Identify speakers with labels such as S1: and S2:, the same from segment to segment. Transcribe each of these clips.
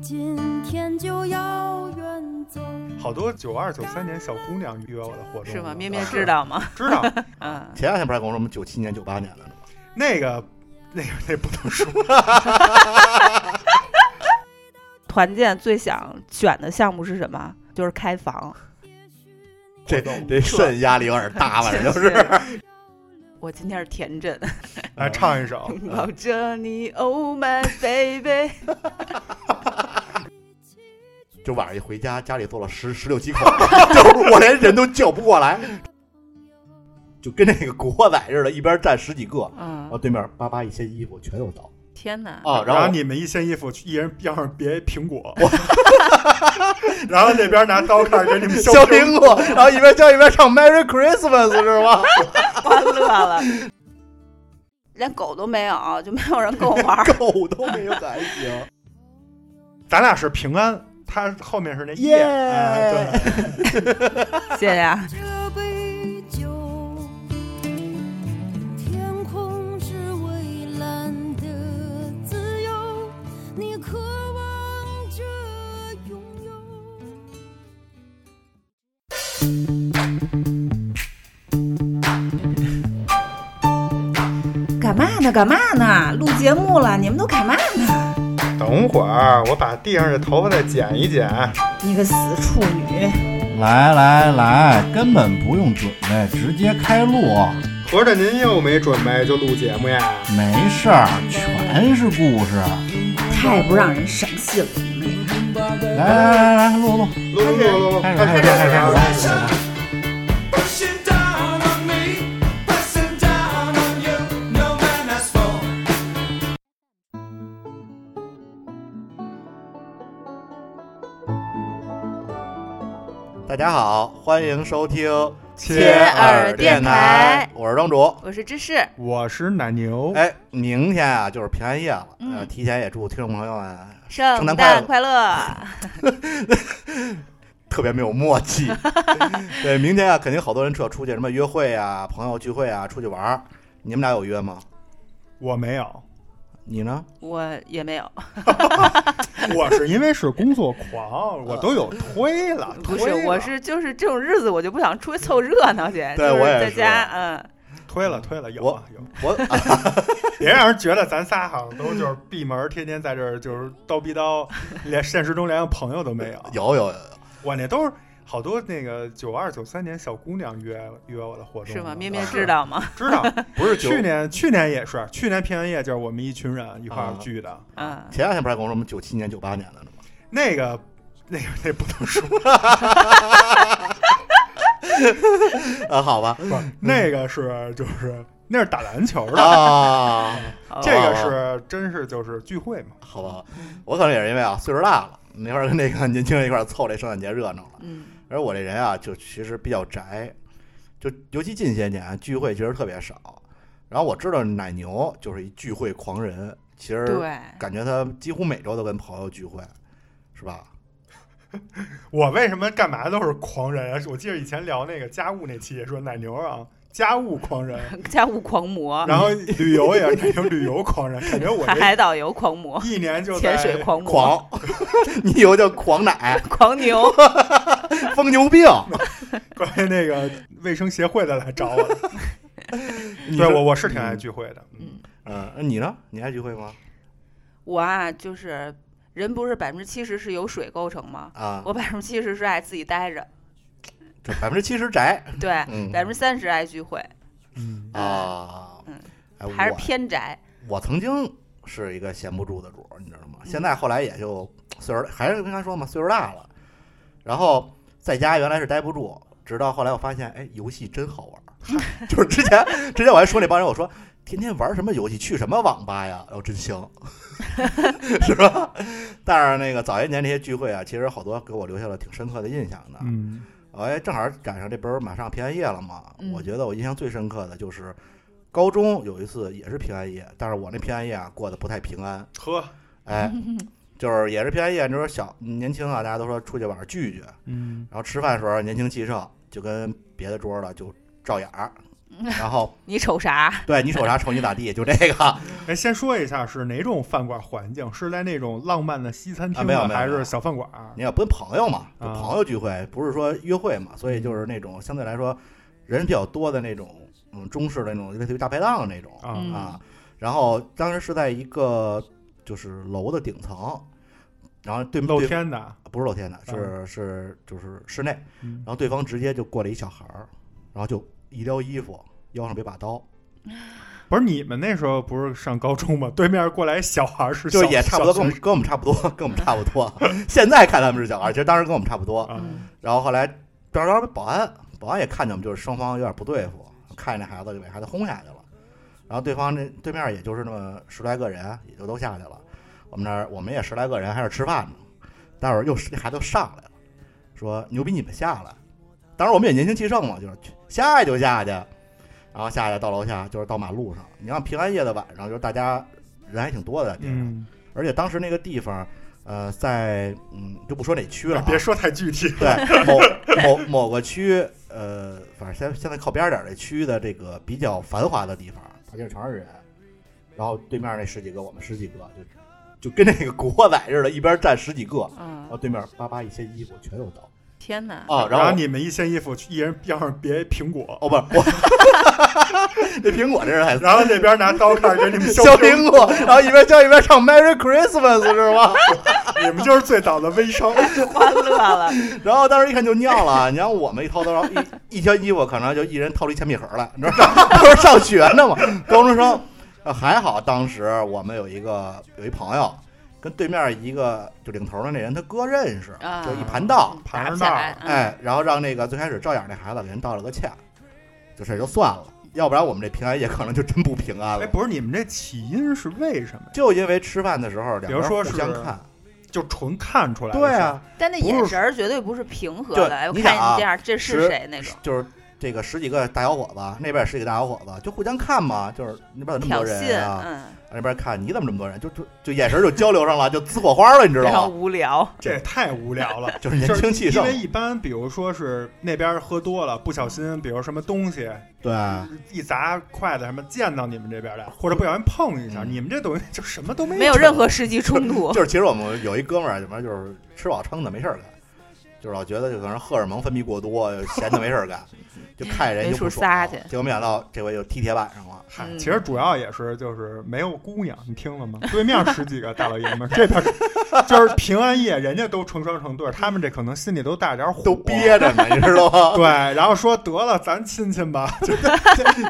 S1: 今天就要远走。
S2: 好多九二九三年小姑娘约我的活动
S3: 是吗？
S2: 呢
S3: 咩咩知道 吗？
S2: 知道
S3: 嗯，
S4: 前两天不是还跟我说我们九七年、九八年来着吗？
S2: 那个那个那不能说，
S3: 团建最想选的项目是什么？就是开房，
S4: 这
S2: 活动
S4: 这肾压力有点大 了，就是
S3: 我今天是田震，
S2: 来唱一首，
S3: 抱着你，Oh my baby，
S4: 就晚上一回家，家里做了十十六 七口，就是我连人都叫不过来，就跟那个古惑仔似的，一边站十几个，然后
S3: 嗯，
S4: 对面叭叭一些衣服全又倒
S3: 天哪，
S4: 啊，
S2: 然
S4: 然
S2: 后
S4: 后
S2: 你们一身衣服，一人腰上别苹果， 然后那边拿刀开始给你们削
S4: 削
S2: 苹
S4: 苹果，然后一边削一边唱 Merry Christmas 是吗？。
S3: 欢乐了， 连狗都没有，就没有人跟我玩儿
S4: 狗都没有感情，
S2: 咱俩是平安，他后面是那夜，
S4: 耶
S2: 哎对
S3: 谢谢啊，
S1: 这杯酒，天空是蔚蓝的自由，你渴望着拥有。
S5: 干嘛呢？干嘛呢？录节目了，你们都干嘛呢？
S2: 等会儿我把地上的头发再剪一剪，
S5: 你个死处女！
S6: 来来来，根本不用准备，直接开录，
S2: 合着您又没准备就录节目呀？
S6: 没事儿，全是故事。啊
S5: 太不让人省心了。
S6: 来来来来，录录，
S2: 录录录录
S6: 开始开始开始开始。
S7: Pushing down on me, pressing down on you, no man has for.
S4: 大家好，欢迎收听
S2: 切
S3: 耳电台，
S4: 我是庄主。
S3: 我是芝士，
S2: 我是奶牛，
S4: 哎，明天啊就是平安夜了，
S3: 嗯
S4: 呃，提前也祝听众朋友们
S3: 圣
S4: 诞
S3: 诞快
S4: 快
S3: 乐，
S4: 特别没有默契。对，明天啊肯定好多人要出去什么约会啊、朋友聚会啊、出去玩儿。你们俩有约吗？
S2: 我没有，
S4: 你呢？
S3: 我也没有，
S2: 我是呃因为是工作 狂，我都有推了，
S3: 不
S2: 推
S3: 是，
S2: 了
S3: 我是就是这种日子我就不想出去凑热闹去，
S4: 对
S3: 就是
S4: 我也
S3: 在
S4: 是
S3: 家，嗯，
S2: 推了推了，有
S4: 我
S2: 啊有，
S4: 我、啊、
S2: 别让人觉得咱仨好像都就是闭门，天天在这儿就是叨逼叨，连现实中连个朋友都 没有。
S4: 有有有有，
S2: 我那都是好多那个九二九三年小姑娘约约我的活动呢，
S3: 是吗？咩咩
S2: 啊
S3: 知道吗？
S2: 知 道，
S4: 不是
S2: 去
S4: 九
S2: 年去年也是，去年平安夜就是我们一群人一块儿聚的，
S3: 嗯，
S4: 前两天不是还跟我说我们九七年、九八年的呢 吗？
S2: 那个那个那不能说，
S4: 啊，好吧，
S2: 那个是就是那是打篮球的，
S3: 哦
S4: 啊，
S3: 好吧
S2: 这个是真是就是聚会嘛。
S4: 好吧，我可能也是因为啊岁数大了，没法跟那个年轻人一块儿凑这圣诞节热闹了。
S3: 嗯，
S4: 而我这人啊，就其实比较宅，就尤其近些年啊聚会其实特别少。然后我知道奶牛就是一聚会狂人，其实
S3: 对，
S4: 感觉他几乎每周都跟朋友聚会，是吧？
S2: 我为什么干嘛都是狂人啊？我 记得以前聊那个家务那期也说奶牛啊，家务狂人，
S3: 家务狂魔，
S2: 然后旅游也是奶牛旅游狂人，感觉我
S3: 海
S2: 这
S3: 海导游狂魔，
S2: 一年就在
S3: 潜水狂魔，
S4: 狂， 你以后叫狂奶、
S3: 狂牛，
S4: 疯 牛病。
S2: 关于那个卫生协会的来找我了。
S4: 你
S2: 对
S4: 是
S2: 我我是挺爱聚会的，
S3: 嗯
S4: 嗯，那你呢？你还聚会吗？
S3: 我啊，就是人不是百分之七十是由水构成吗？
S4: 啊，
S3: 我百分之七十是爱自己待着，
S4: 这百分之七十宅
S3: 对，
S4: 嗯
S3: 百分之三十爱聚会，
S2: 嗯，
S4: 啊
S3: 嗯。
S4: 哎，
S3: 还是
S4: 我
S3: 偏宅。
S4: 我曾经是一个闲不住的主儿，你知道吗？现在后来也就岁数，还是跟他说嘛，岁数大了，然后在家原来是待不住，直到后来我发现，哎，游戏真好玩儿。就是之前之前我还说那帮人，我说天天玩什么游戏，去什么网吧呀？然后真香，是吧？但是那个早些年那些聚会啊，其实好多给我留下了挺深刻的印象的。
S2: 嗯，
S4: 哎，正好赶上这不是马上平安夜了嘛，
S3: 嗯
S4: 我觉得我印象最深刻的就是高中有一次也是平安夜，但是我那平安夜啊过得不太平安，
S2: 呵，
S4: 哎，就是也是平安夜，那时候小年轻啊，大家都说出去玩儿聚聚，
S2: 嗯，
S4: 然后吃饭的时候年轻气盛，就跟别的桌儿的就照眼儿，然后
S3: 你瞅啥？
S4: 对你瞅啥瞅你咋地，就这个啊，
S2: 哎，先说一下是哪种饭馆环境？是在那种浪漫的西餐厅
S4: 啊没有
S2: 呢
S4: 没有
S2: 还
S4: 没
S2: 是
S4: 有
S2: 小饭馆？
S4: 你要跟朋友嘛，就
S2: 啊
S4: 朋友聚会，不是说约会嘛，所以就是那种相对来说人比较多的那种，嗯，中式的那种类似于大排档的那种
S2: 啊，
S3: 嗯
S4: 啊。然后当时是在一个就是楼的顶层，然后对
S2: 露
S4: 对
S2: 天啊的，
S4: 不是露天的，是是就是室内，
S2: 嗯
S4: 然后对方直接就过来一小孩儿，然后就一撩衣服，腰上别把刀，
S2: 不是你们那时候不是上高中吗？对面过来一小孩儿是
S4: 就
S2: 小
S4: 是也差不多，跟
S2: 小
S4: 我
S2: 学
S4: 们跟我们差不多，跟我们差不多。 现在看他们是小孩儿，其实当时跟我们差不多。
S3: 嗯
S2: 啊，
S4: 然后后来边边保安，保安也看见我们，就是双方有点不对付，看见那孩子就给孩子轰下去了。然后对方那对面也就是那么十来个人，也就都下去了。我们那儿我们也十来个人，还是吃饭呢。待会儿又是那孩子又上来了，说牛逼你们下来。当时我们也年轻气盛嘛，就是去下去就下去，然后下去到楼下就是到马路上。你看平安夜的晚上，就是大家人还挺多的，
S2: 嗯，
S4: 而且当时那个地方，呃，在嗯就不说哪区了、啊，
S2: 别说太具体，
S4: 对某某某个区，呃，反正现现在靠边儿点儿这区域的这个比较繁华的地方，旁边全是人，然后对面那十几个，我们十几个，就就跟那个古惑仔似的，一边站十几个，然后
S3: 嗯，
S4: 对面叭叭一些衣服全有刀
S3: 天哪！
S4: 啊，
S2: 然
S4: 后
S2: 后你们一掀衣服，一人边上别苹果，
S4: 哦不是我， 那苹果这人还
S2: 然后那边拿刀开始给你们削
S4: 削
S2: 苹
S4: 苹果，然后一边削一边唱 Merry Christmas 是吗？
S2: 你们就是最早的微 商。
S3: 欢乐了，
S4: 然后当时一看就尿了，你让我们一掏兜，然后一一条衣服可能就一人掏出一铅笔盒来，你知道吗？ 都是上学呢嘛，高中生。呃还好当时我们有一个有一朋友，跟对面一个就领头的那人他哥认识，
S3: 啊
S4: 就一盘道，
S2: 盘着
S3: 打不
S2: 闹
S3: 下来。嗯，
S4: 哎，然后让那个最开始照眼那孩子给人道了个歉，就这就算了，要不然我们这平安夜可能就真不平安
S2: 哎，
S4: 了。
S2: 不是，你们这起因是为什么呀？
S4: 就因为吃饭的时候，
S2: 比
S4: 两个
S2: 如
S4: 人
S2: 说
S4: 互相
S2: 是
S4: 看，
S2: 就纯看出来。
S4: 对啊，，
S3: 但那
S4: 不
S3: 眼
S4: 是
S3: 神儿绝对不是平和
S4: 对
S3: 的，哎我
S4: 你
S3: 看
S4: 想啊
S3: 你这样，这是
S4: 十
S3: 谁那种
S4: 就是这个十几个大小伙子，那边也十几个大小伙子，就互相看嘛，就是那边有那么
S3: 挑
S4: 多
S3: 衅
S4: 人？啊，
S3: 嗯，
S4: 那边看你怎么这么多人，就就就眼神就交流上了，就呲火花了，你知
S3: 非常
S4: 道吗？
S3: 无聊。
S2: 这也太无聊了。
S4: 就是 年轻气
S2: 因
S4: 盛
S2: 为，一般，比如说是那边喝多了，不小心，比如什么东西
S4: 对，
S2: 一砸筷子什么，溅到你们这边来，或者不小心碰一下，
S4: 嗯
S2: 你们这等于就什么都没
S3: 没有任何实际冲 突，
S4: 就是其实我们有一哥们儿，什么就是吃饱撑的没事儿干，就是老觉得就可能荷尔蒙分泌过多，闲的没事儿干，就看人就不
S3: 没处撒
S4: 爽
S3: 去。
S4: 结果没想到这回就踢铁板上了。
S2: 嗨，
S3: 嗯
S2: 其实主要也是就是没有姑娘，你听了吗？ 对面十几个大老爷们儿，这边儿就是平安夜，人家都成双成对儿，他们这可能心里都带点火，
S4: 都。憋着呢，你知道吗？
S2: 对，然后说得了，咱亲亲吧， 就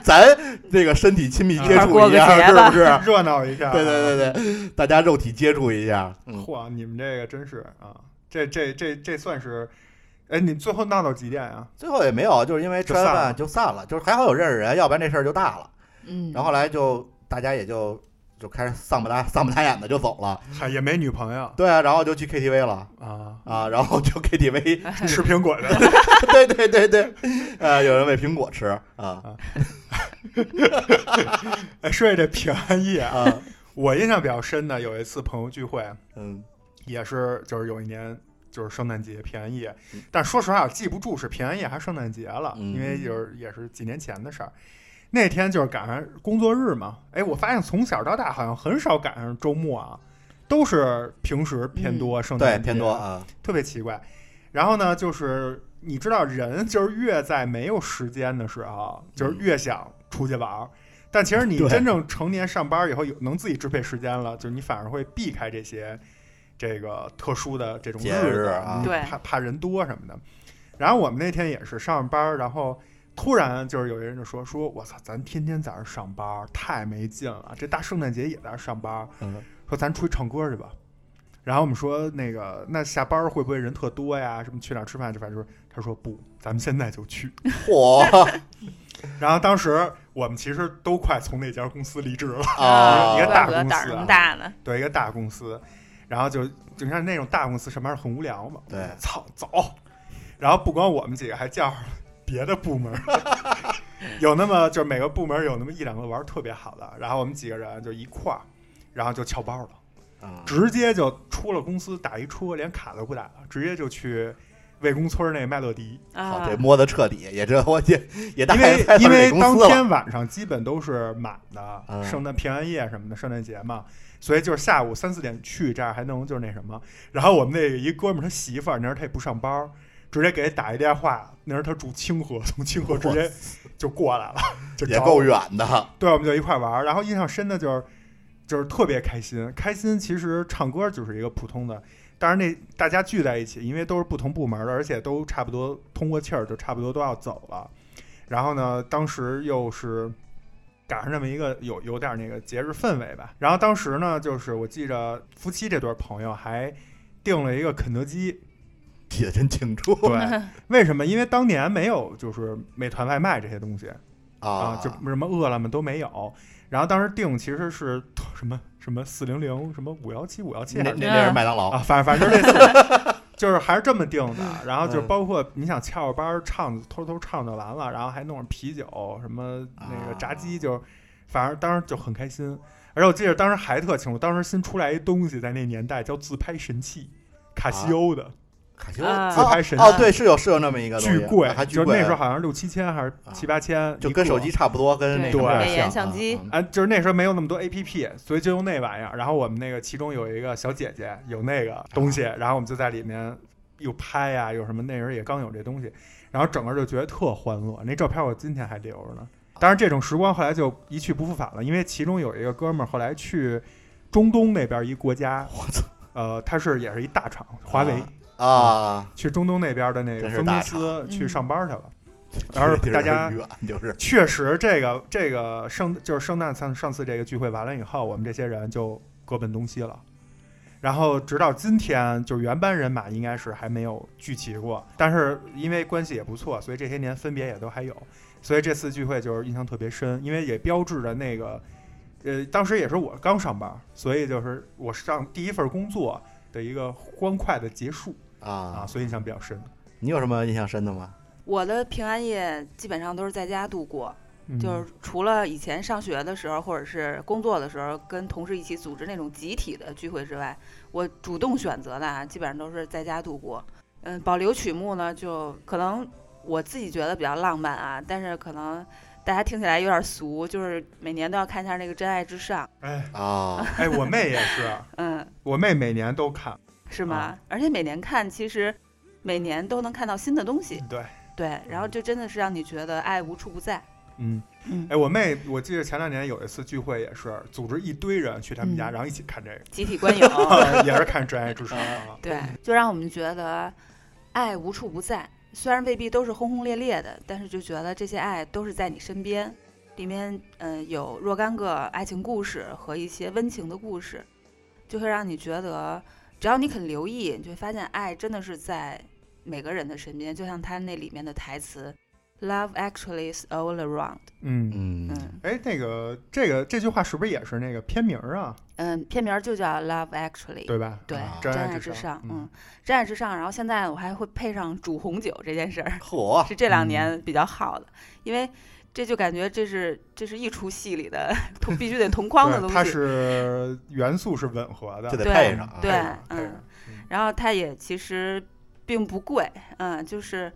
S4: 咱这个身体亲密接
S3: 一块儿
S4: 触
S3: 过
S4: 一
S3: 个
S4: 下，
S3: 节
S4: 是
S3: 吧
S4: 不是？
S2: 热闹一下。
S4: 对对对对，大家肉体接触一下，嗯，
S2: 嚯，你们这个真是啊，这这这这算是，哎，你最后闹到几点啊？
S4: 最后也没有，就是因为吃完饭就散了，就是还好有认识人，要不然这事儿就大了。
S3: 嗯，
S4: 然后后来就大家也就就开始丧不搭丧不搭眼的就走了，
S2: 嗨，也没女朋友
S4: 对啊，然后就去 KTV 了
S2: 啊，
S4: 啊，然后就 KTV，
S2: 吃苹果的。
S4: 对对对对，呃，有人喂苹果吃啊
S2: 哎，说起这平安夜啊，
S4: 啊
S2: 我印象比较深的有一次朋友聚会，
S4: 嗯
S2: 也是就是有一年就是圣诞节平安夜
S4: 嗯，
S2: 但说实话我记不住是平安夜还是圣诞节了，
S4: 嗯
S2: 因为就是也是几年前的事儿。那天就是赶上工作日嘛，哎，我发现从小到大好像很少赶上周末啊，都是平时偏多，圣诞
S4: 对
S2: 节
S4: 偏多，啊，
S2: 特别奇怪。然后呢，就是你知道，人就是越在没有时间的时候，就是越想出去玩儿。但其实你
S4: 嗯对
S2: 真正成年上班以后，有能自己支配时间了，就是你反而会避开这些这个特殊的这种
S4: 节
S2: 子
S4: 日啊
S2: 你
S3: 对
S2: 怕怕人多什么的。然后我们那天也是上班儿，然后突然就是有人就说说，我操，咱天天在这儿上班儿，太没劲了，这大圣诞节也在这儿上班儿，
S4: 嗯
S2: 说咱出去唱歌去吧。然后我们说那个，那下班儿会不会人特多呀？什么去哪儿吃饭？反正就是他说不，咱们现在就去。
S4: 嚯啊
S2: 然后当时我们其实都快从那家公司离职了，
S4: 啊
S2: 一个大
S3: 怪不得
S2: 公司
S3: 胆儿那
S2: 啊
S3: 么大呢，
S2: 对一个大公司，然后就就你看那种大公司上班很无聊嘛，
S4: 对
S2: 操走。然后不光我们几个，还叫上别的部门儿， 有那么就是每个部门儿有那么一两个玩儿特别好的，然后我们几个人就一块儿，然后就翘班儿了。
S4: 啊
S2: 直接就出了公司，打一车，连卡都不打了，直接就去魏公村那麦乐迪，
S4: 好，
S5: 啊
S4: 这摸得彻底，也这我也也大
S2: 因
S4: 概
S2: 为
S4: 猜到
S2: 因为
S4: 这公
S2: 当
S4: 司了。
S2: 天晚上基本都是满的，
S4: 嗯
S2: 圣诞平安夜什么的，圣诞节嘛，所以就是下午三四点去，这样还能就是那什么。然后我们那个一哥们儿他媳妇儿，那时候他也不上班儿，直接给打一电话，那时候他住清河，从清河直接就过来了，就
S4: 也
S2: 找
S4: 够
S2: 我
S4: 远的，
S2: 对，我们就一块玩儿。然后印象深的就是，就是特别开心。开心其实唱歌就是一个普通的，当然那大家聚在一起，因为都是不同部门的，而且都差不多通过气儿，就差不多都要走了。然后呢，当时又是赶上这么一个有有点那个节日氛围吧。然后当时呢，就是我记着夫妻这对朋友还订了一个肯德基，
S4: 记得真清楚
S2: 对，为什么？因为当年没有就是美团外卖这些东西，啊
S4: 啊，，
S2: 就什么饿了么都没有。然后当时订其实是 什么什么四零零什么五幺七五幺七
S4: 那那那
S3: 嗯
S4: 是麦当劳
S2: 啊，，反正反正就是类似， 就是还是这么定的。 然后就
S4: 嗯
S2: 包括你想翘着班儿唱，偷偷唱就完了，然后还弄上啤酒，什么那个炸
S4: 啊
S2: 鸡，就反正当时就很开心。而且我记得当时还特清楚，当时新出来一东西，在那年代叫自拍神器，卡
S4: 啊
S2: 西欧的，
S4: 卡西欧
S5: 啊
S2: 自拍神器
S4: 哦，对，是有是有那么一个东西啊
S2: 巨贵，
S4: 还巨
S2: 就
S4: 贵，啊
S2: 那时候好像六七千还是七八千，
S4: 就
S2: 一
S4: 跟
S2: 个
S4: 手机差不多，跟那
S5: 对
S4: 什么有
S2: 对
S4: 点像
S3: 眼相机
S4: 嗯嗯
S2: 啊，就是那时候没有那么多 A P P，所以就用那玩意儿。然后我们那个其中有一个小姐姐有那个东西，
S4: 啊
S2: 然后我们就在里面又拍呀、有什么那时候也刚有这东西，然后整个就觉得特欢乐。那照片我今天还留着呢。当然，这种时光后来就一去不复返了，因为其中有一个哥们儿后来去中东那边一国家，
S4: 我操
S2: 呃，他是也是一大厂，华为、
S4: 啊，
S2: 去中东那边的那个
S4: 真是
S2: 分
S4: 大
S2: 公
S4: 厂嗯
S2: 司去
S3: 嗯
S2: 上班去了。然 后
S4: 距离
S2: 大家
S4: 很远就是
S2: 确实，这个这个圣就是圣诞上上次这个聚会完了以后，我们这些人就各奔东西了。然后直到今天，就是原班人马应该是还没有聚齐过，但是因为关系也不错，所以这些年分别也都还有。所以这次聚会就是印象特别深，因为也标志着那个，呃，当时也是我刚上班，所以就是我上第一份工作的一个欢快的结束啊，
S4: 啊，
S2: 所以印象比较深。
S4: 你有什么印象深的吗？
S3: 我的平安夜基本上都是在家度过，
S2: 嗯
S3: 就是除了以前上学的时候或者是工作的时候跟同事一起组织那种集体的聚会之外，我主动选择的啊，基本上都是在家度过。嗯，保留曲目呢，就可能我自己觉得比较浪漫啊，但是可能大家听起来有点俗，就是每年都要看一下那个《真爱至上》，
S2: 哎
S4: 啊，
S2: 哎，我妹也是，
S3: 嗯，
S2: 我妹每年都看，
S3: 是吗？
S2: 啊
S3: 而且每年看，其实每年都能看到新的东西，
S2: 对。
S3: 对，然后就真的是让你觉得爱无处不在。
S2: 嗯
S3: 嗯，
S2: 哎，我妹，我记得前两年有一次聚会，也是组织一堆人去他们家，
S3: 嗯
S2: 然后一起看这个，
S3: 集体观影，
S2: 也是看《真爱至上》啊。
S3: 对，就让我们觉得爱无处不在。虽然未必都是轰轰烈烈的，但是就觉得这些爱都是在你身边。里面嗯、呃有若干个爱情故事和一些温情的故事，就会让你觉得，只要你肯留意，你就会发现爱真的是在每个人的身边。就像他那里面的台词，“Love actually is all around”。
S2: 嗯，
S4: 嗯
S3: 嗯
S2: 哎，那个这个这句话是不是也是那个片名儿啊？
S3: 嗯，片名儿就叫《Love Actually》。
S2: 对吧？
S3: 对
S4: 啊，
S2: 真
S3: 真
S2: 爱
S3: 爱
S2: 至
S3: 至
S2: 上
S3: 上，
S2: 嗯
S3: 嗯，真爱至上。然后现在我还会配上煮红酒这件事儿，
S2: 哦
S4: 嚯，
S3: 是这两年比较好的，因为这就感觉这是这是一出戏里的同必须得同框的
S2: 对
S3: 东
S2: 它
S3: 西。
S2: 是元素是吻合的，
S4: 就得
S3: 对
S4: 配上啊，
S3: 对
S2: 配上
S3: 嗯
S2: 配上嗯
S3: 然后它也其实并不贵，嗯，就是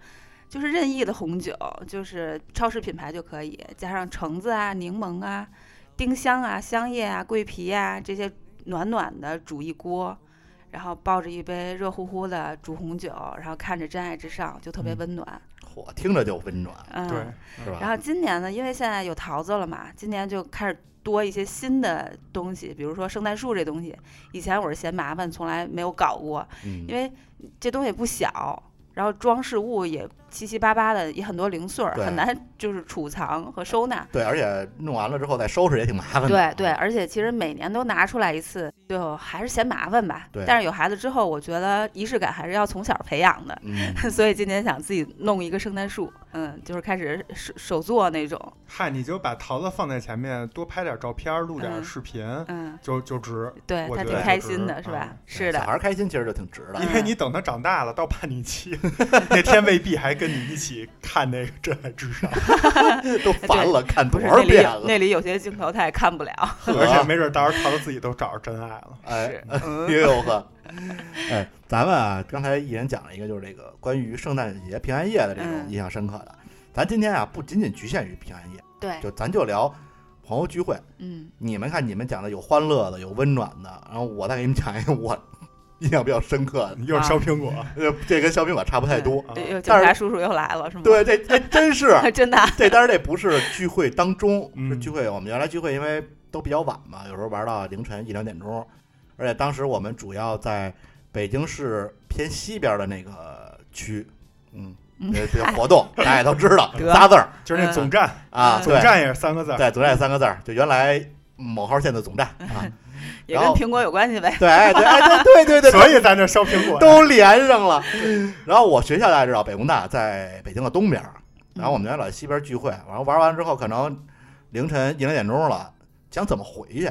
S3: 就是任意的红酒，就是超市品牌就可以，加上橙子啊、柠檬啊、丁香啊、香叶啊、桂皮啊这些暖暖的煮一锅。然后抱着一杯热乎乎的煮红酒，然后看着《真爱至上》，就特别
S2: 嗯
S3: 温暖。
S4: 嚯，听着就温暖，
S3: 嗯，
S2: 对，
S4: 是吧？
S3: 然后今年呢，因为现在有桃子了嘛，今年就开始多一些新的东西，比如说圣诞树这东西，以前我是嫌麻烦，从来没有搞过，
S4: 嗯
S3: 因为这东西不小，然后装饰物也七七八八的，也很多零碎儿，
S4: 对
S3: 很难就是储藏和收纳。
S4: 对，而且弄完了之后再收拾也挺麻烦的。啊
S3: 对对，而且其实每年都拿出来一次，就还是嫌麻烦吧。
S4: 对
S3: 但是有孩子之后，我觉得仪式感还是要从小培养的，
S4: 嗯，
S3: 所以今年想自己弄一个圣诞树，嗯，就是开始手手做那种，
S2: 嗨，你就把桃子放在前面，多拍点照片，录点
S3: 嗯
S2: 视频，
S3: 嗯。
S2: 就就值。
S3: 对
S2: 我
S3: 他
S2: 觉
S3: 挺
S2: 得
S3: 开
S2: 就是
S3: 心的，是吧？是
S4: 嗯小
S3: 的，
S4: 孩儿开心其实就挺值的
S3: 嗯
S2: 因。为你等他长大了，到叛逆期 那天未必还跟你一起看那个《真爱至上》，
S4: 都烦了，看
S3: 不
S4: 多
S3: 是
S4: 少
S3: 那里
S4: 遍
S3: 有
S4: 了，
S3: 那里有 些镜头他也看不了，
S2: 而且没准到时候桃子自己都找着真爱了。
S4: 哎
S3: 是，
S4: 哎呦呵，哎，咱们啊，刚才一人讲了一个，就是这个关于圣诞节、平安夜的这种
S3: 嗯
S4: 印象深刻的。咱今天啊，不仅仅局限于平安夜，
S3: 对，
S4: 就咱就聊朋友聚会。
S3: 嗯
S4: 你们看，你们讲的有欢乐的，有温暖的，然后我再给你们讲一个我印象比较深刻的，
S2: 又是烧苹果，
S4: 呃，这跟小苹果差不太多。
S2: 啊
S3: 啊又警
S4: 但是
S3: 察叔叔又来了是吗？
S4: 对，这这真是
S3: 真的啊，
S4: 这当然这不是聚会当中，
S2: 嗯
S4: 是聚会。我们原来聚会因为都比较晚嘛，有时候玩到凌晨一两点钟，而且当时我们主要在北京市偏西边的那个区，嗯，
S3: 嗯
S4: 呃这个活动大家也都知道，
S3: 得
S4: 仨字儿
S2: 就是那总站，
S4: 啊，
S3: 嗯
S2: 总
S4: 对
S2: 站也是三个字儿，
S4: 对，总站三个字儿，就原来某号线的总站啊，
S3: 也
S4: 然
S3: 跟
S4: 后
S3: 苹果有关系呗。
S4: 对，哎对，哎对对对对，
S2: 所以咱这烧苹果
S4: 都连上了。然后我学校大家知道，北工大在北京的东边儿，然后我们原来老在西边聚会，然后玩完之后可能凌晨一两点钟了，想怎么回去？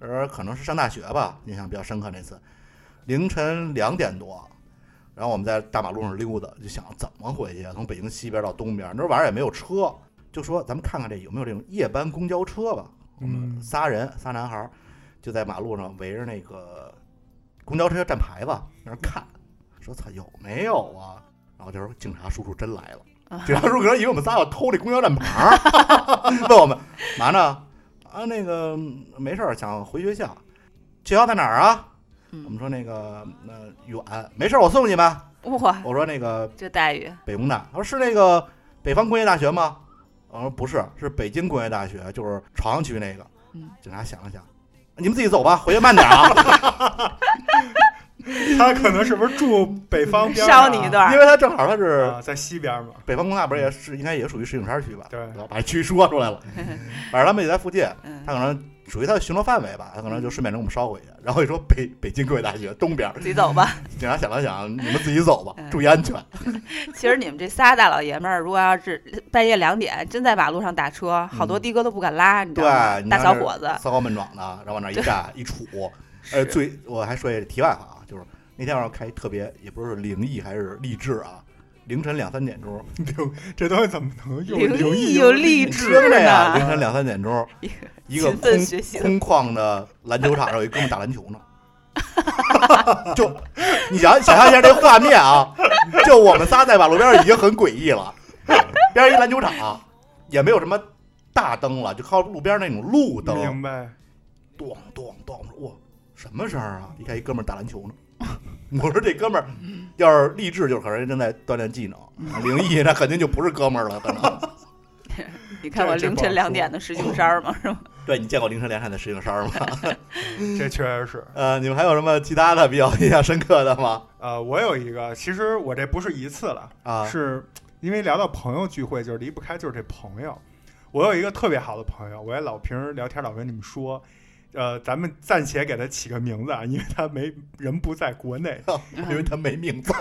S4: 呃，可能是上大学吧，印象比较深刻那次，凌晨两点多。然后我们在大马路上溜达，就想怎么回去啊？从北京西边到东边，那时候晚上也没有车，就说咱们看看这有没有这种夜班公交车吧。我们
S2: 嗯
S4: 仨人，仨男孩儿就在马路上围着那个公交车站牌子在那儿看，说操有没有啊？然后这时候警察叔叔真来了，警察叔叔可能以为我们仨要偷这公交站牌儿， 问我们嘛呢？啊，那个嗯没事儿，想回学校。学校在哪儿啊？我们
S3: 嗯，
S4: 说那个呃远，没事儿，我送你们。
S3: 哇，
S4: 我说那个
S3: 这待遇，
S4: 北工大，他说是那个北方工业大学吗？我说不是，是北京工业大学，就是朝阳区那个。
S3: 嗯，
S4: 警察想了想，你们自己走吧，回去慢点 啊，
S2: 他可能是不是住北方边儿
S3: 捎
S2: 啊
S3: 你一段
S4: 因
S3: 儿，
S4: 为他正好他是
S2: 啊，在西边嘛，
S4: 北方工大不是也是应该也属于石景山区吧？
S2: 对
S4: 然后把区说出来了，反正他们也在附近，
S3: 嗯
S4: 他，可能属于他的巡逻范围吧，他可能就顺便给我们捎回去。然后一说北北京工业大学东边儿，
S3: 自己走吧。
S4: 警察想了想，你们自己走吧，
S3: 嗯
S4: 注意安全。
S3: 其实你们这仨大老爷们儿，如果要是半夜两点真在马路上打车，好多的哥都不敢拉，你知
S4: 嗯对
S3: 道吗？，
S4: 你
S3: 大
S4: 看
S3: 小
S4: 这
S3: 伙子，
S4: 骚高闷壮的，啊然后往那儿一
S3: 对
S4: 站 一杵，呃，最我还说一个题外话啊，就是那天晚上开特别，也不是灵异还是励志啊，凌晨两三点钟，
S2: 灵这东西怎么能又
S3: 灵
S2: 灵
S3: 异
S2: 异
S3: 又
S2: 励
S3: 励
S2: 志？
S3: 志
S4: 真的呀，
S3: 呢
S4: 凌晨两三点钟，一
S3: 勤
S4: 个空
S3: 奋学习的
S4: 空旷的篮球场上有一哥们打篮球呢。就你想想象一下这画面啊，就我们仨在马路边儿已经很诡异了，边儿一篮球场，也没有什么大灯了，就靠路边儿那种路灯，
S2: 明白？
S4: 咚咚咚，我说哇，什么声儿啊？一看一哥们儿打篮球呢。 我说这哥们儿要是励志，就是可能正在锻炼技能；灵异那肯定就不是哥们儿了。可能
S3: 你看我
S2: 这这
S3: 凌
S2: 不好
S3: 晨两
S2: 说
S3: 点的石景山儿嘛，是 吧？
S4: 对你见过凌晨两点的石景山吗？
S2: 这确实是。
S4: 呃，你们还有什么其他的比较印象深刻的吗？
S2: 呃，我有一个，其实我这不是一次了，
S4: 啊，
S2: 是因为聊到朋友聚会，就是离不开就是这朋友。我有一个特别好的朋友，我也老平时聊天老跟你们说，呃，咱们暂且给他起个名字啊，因为他没人不在国内，
S4: 我以为他没名字。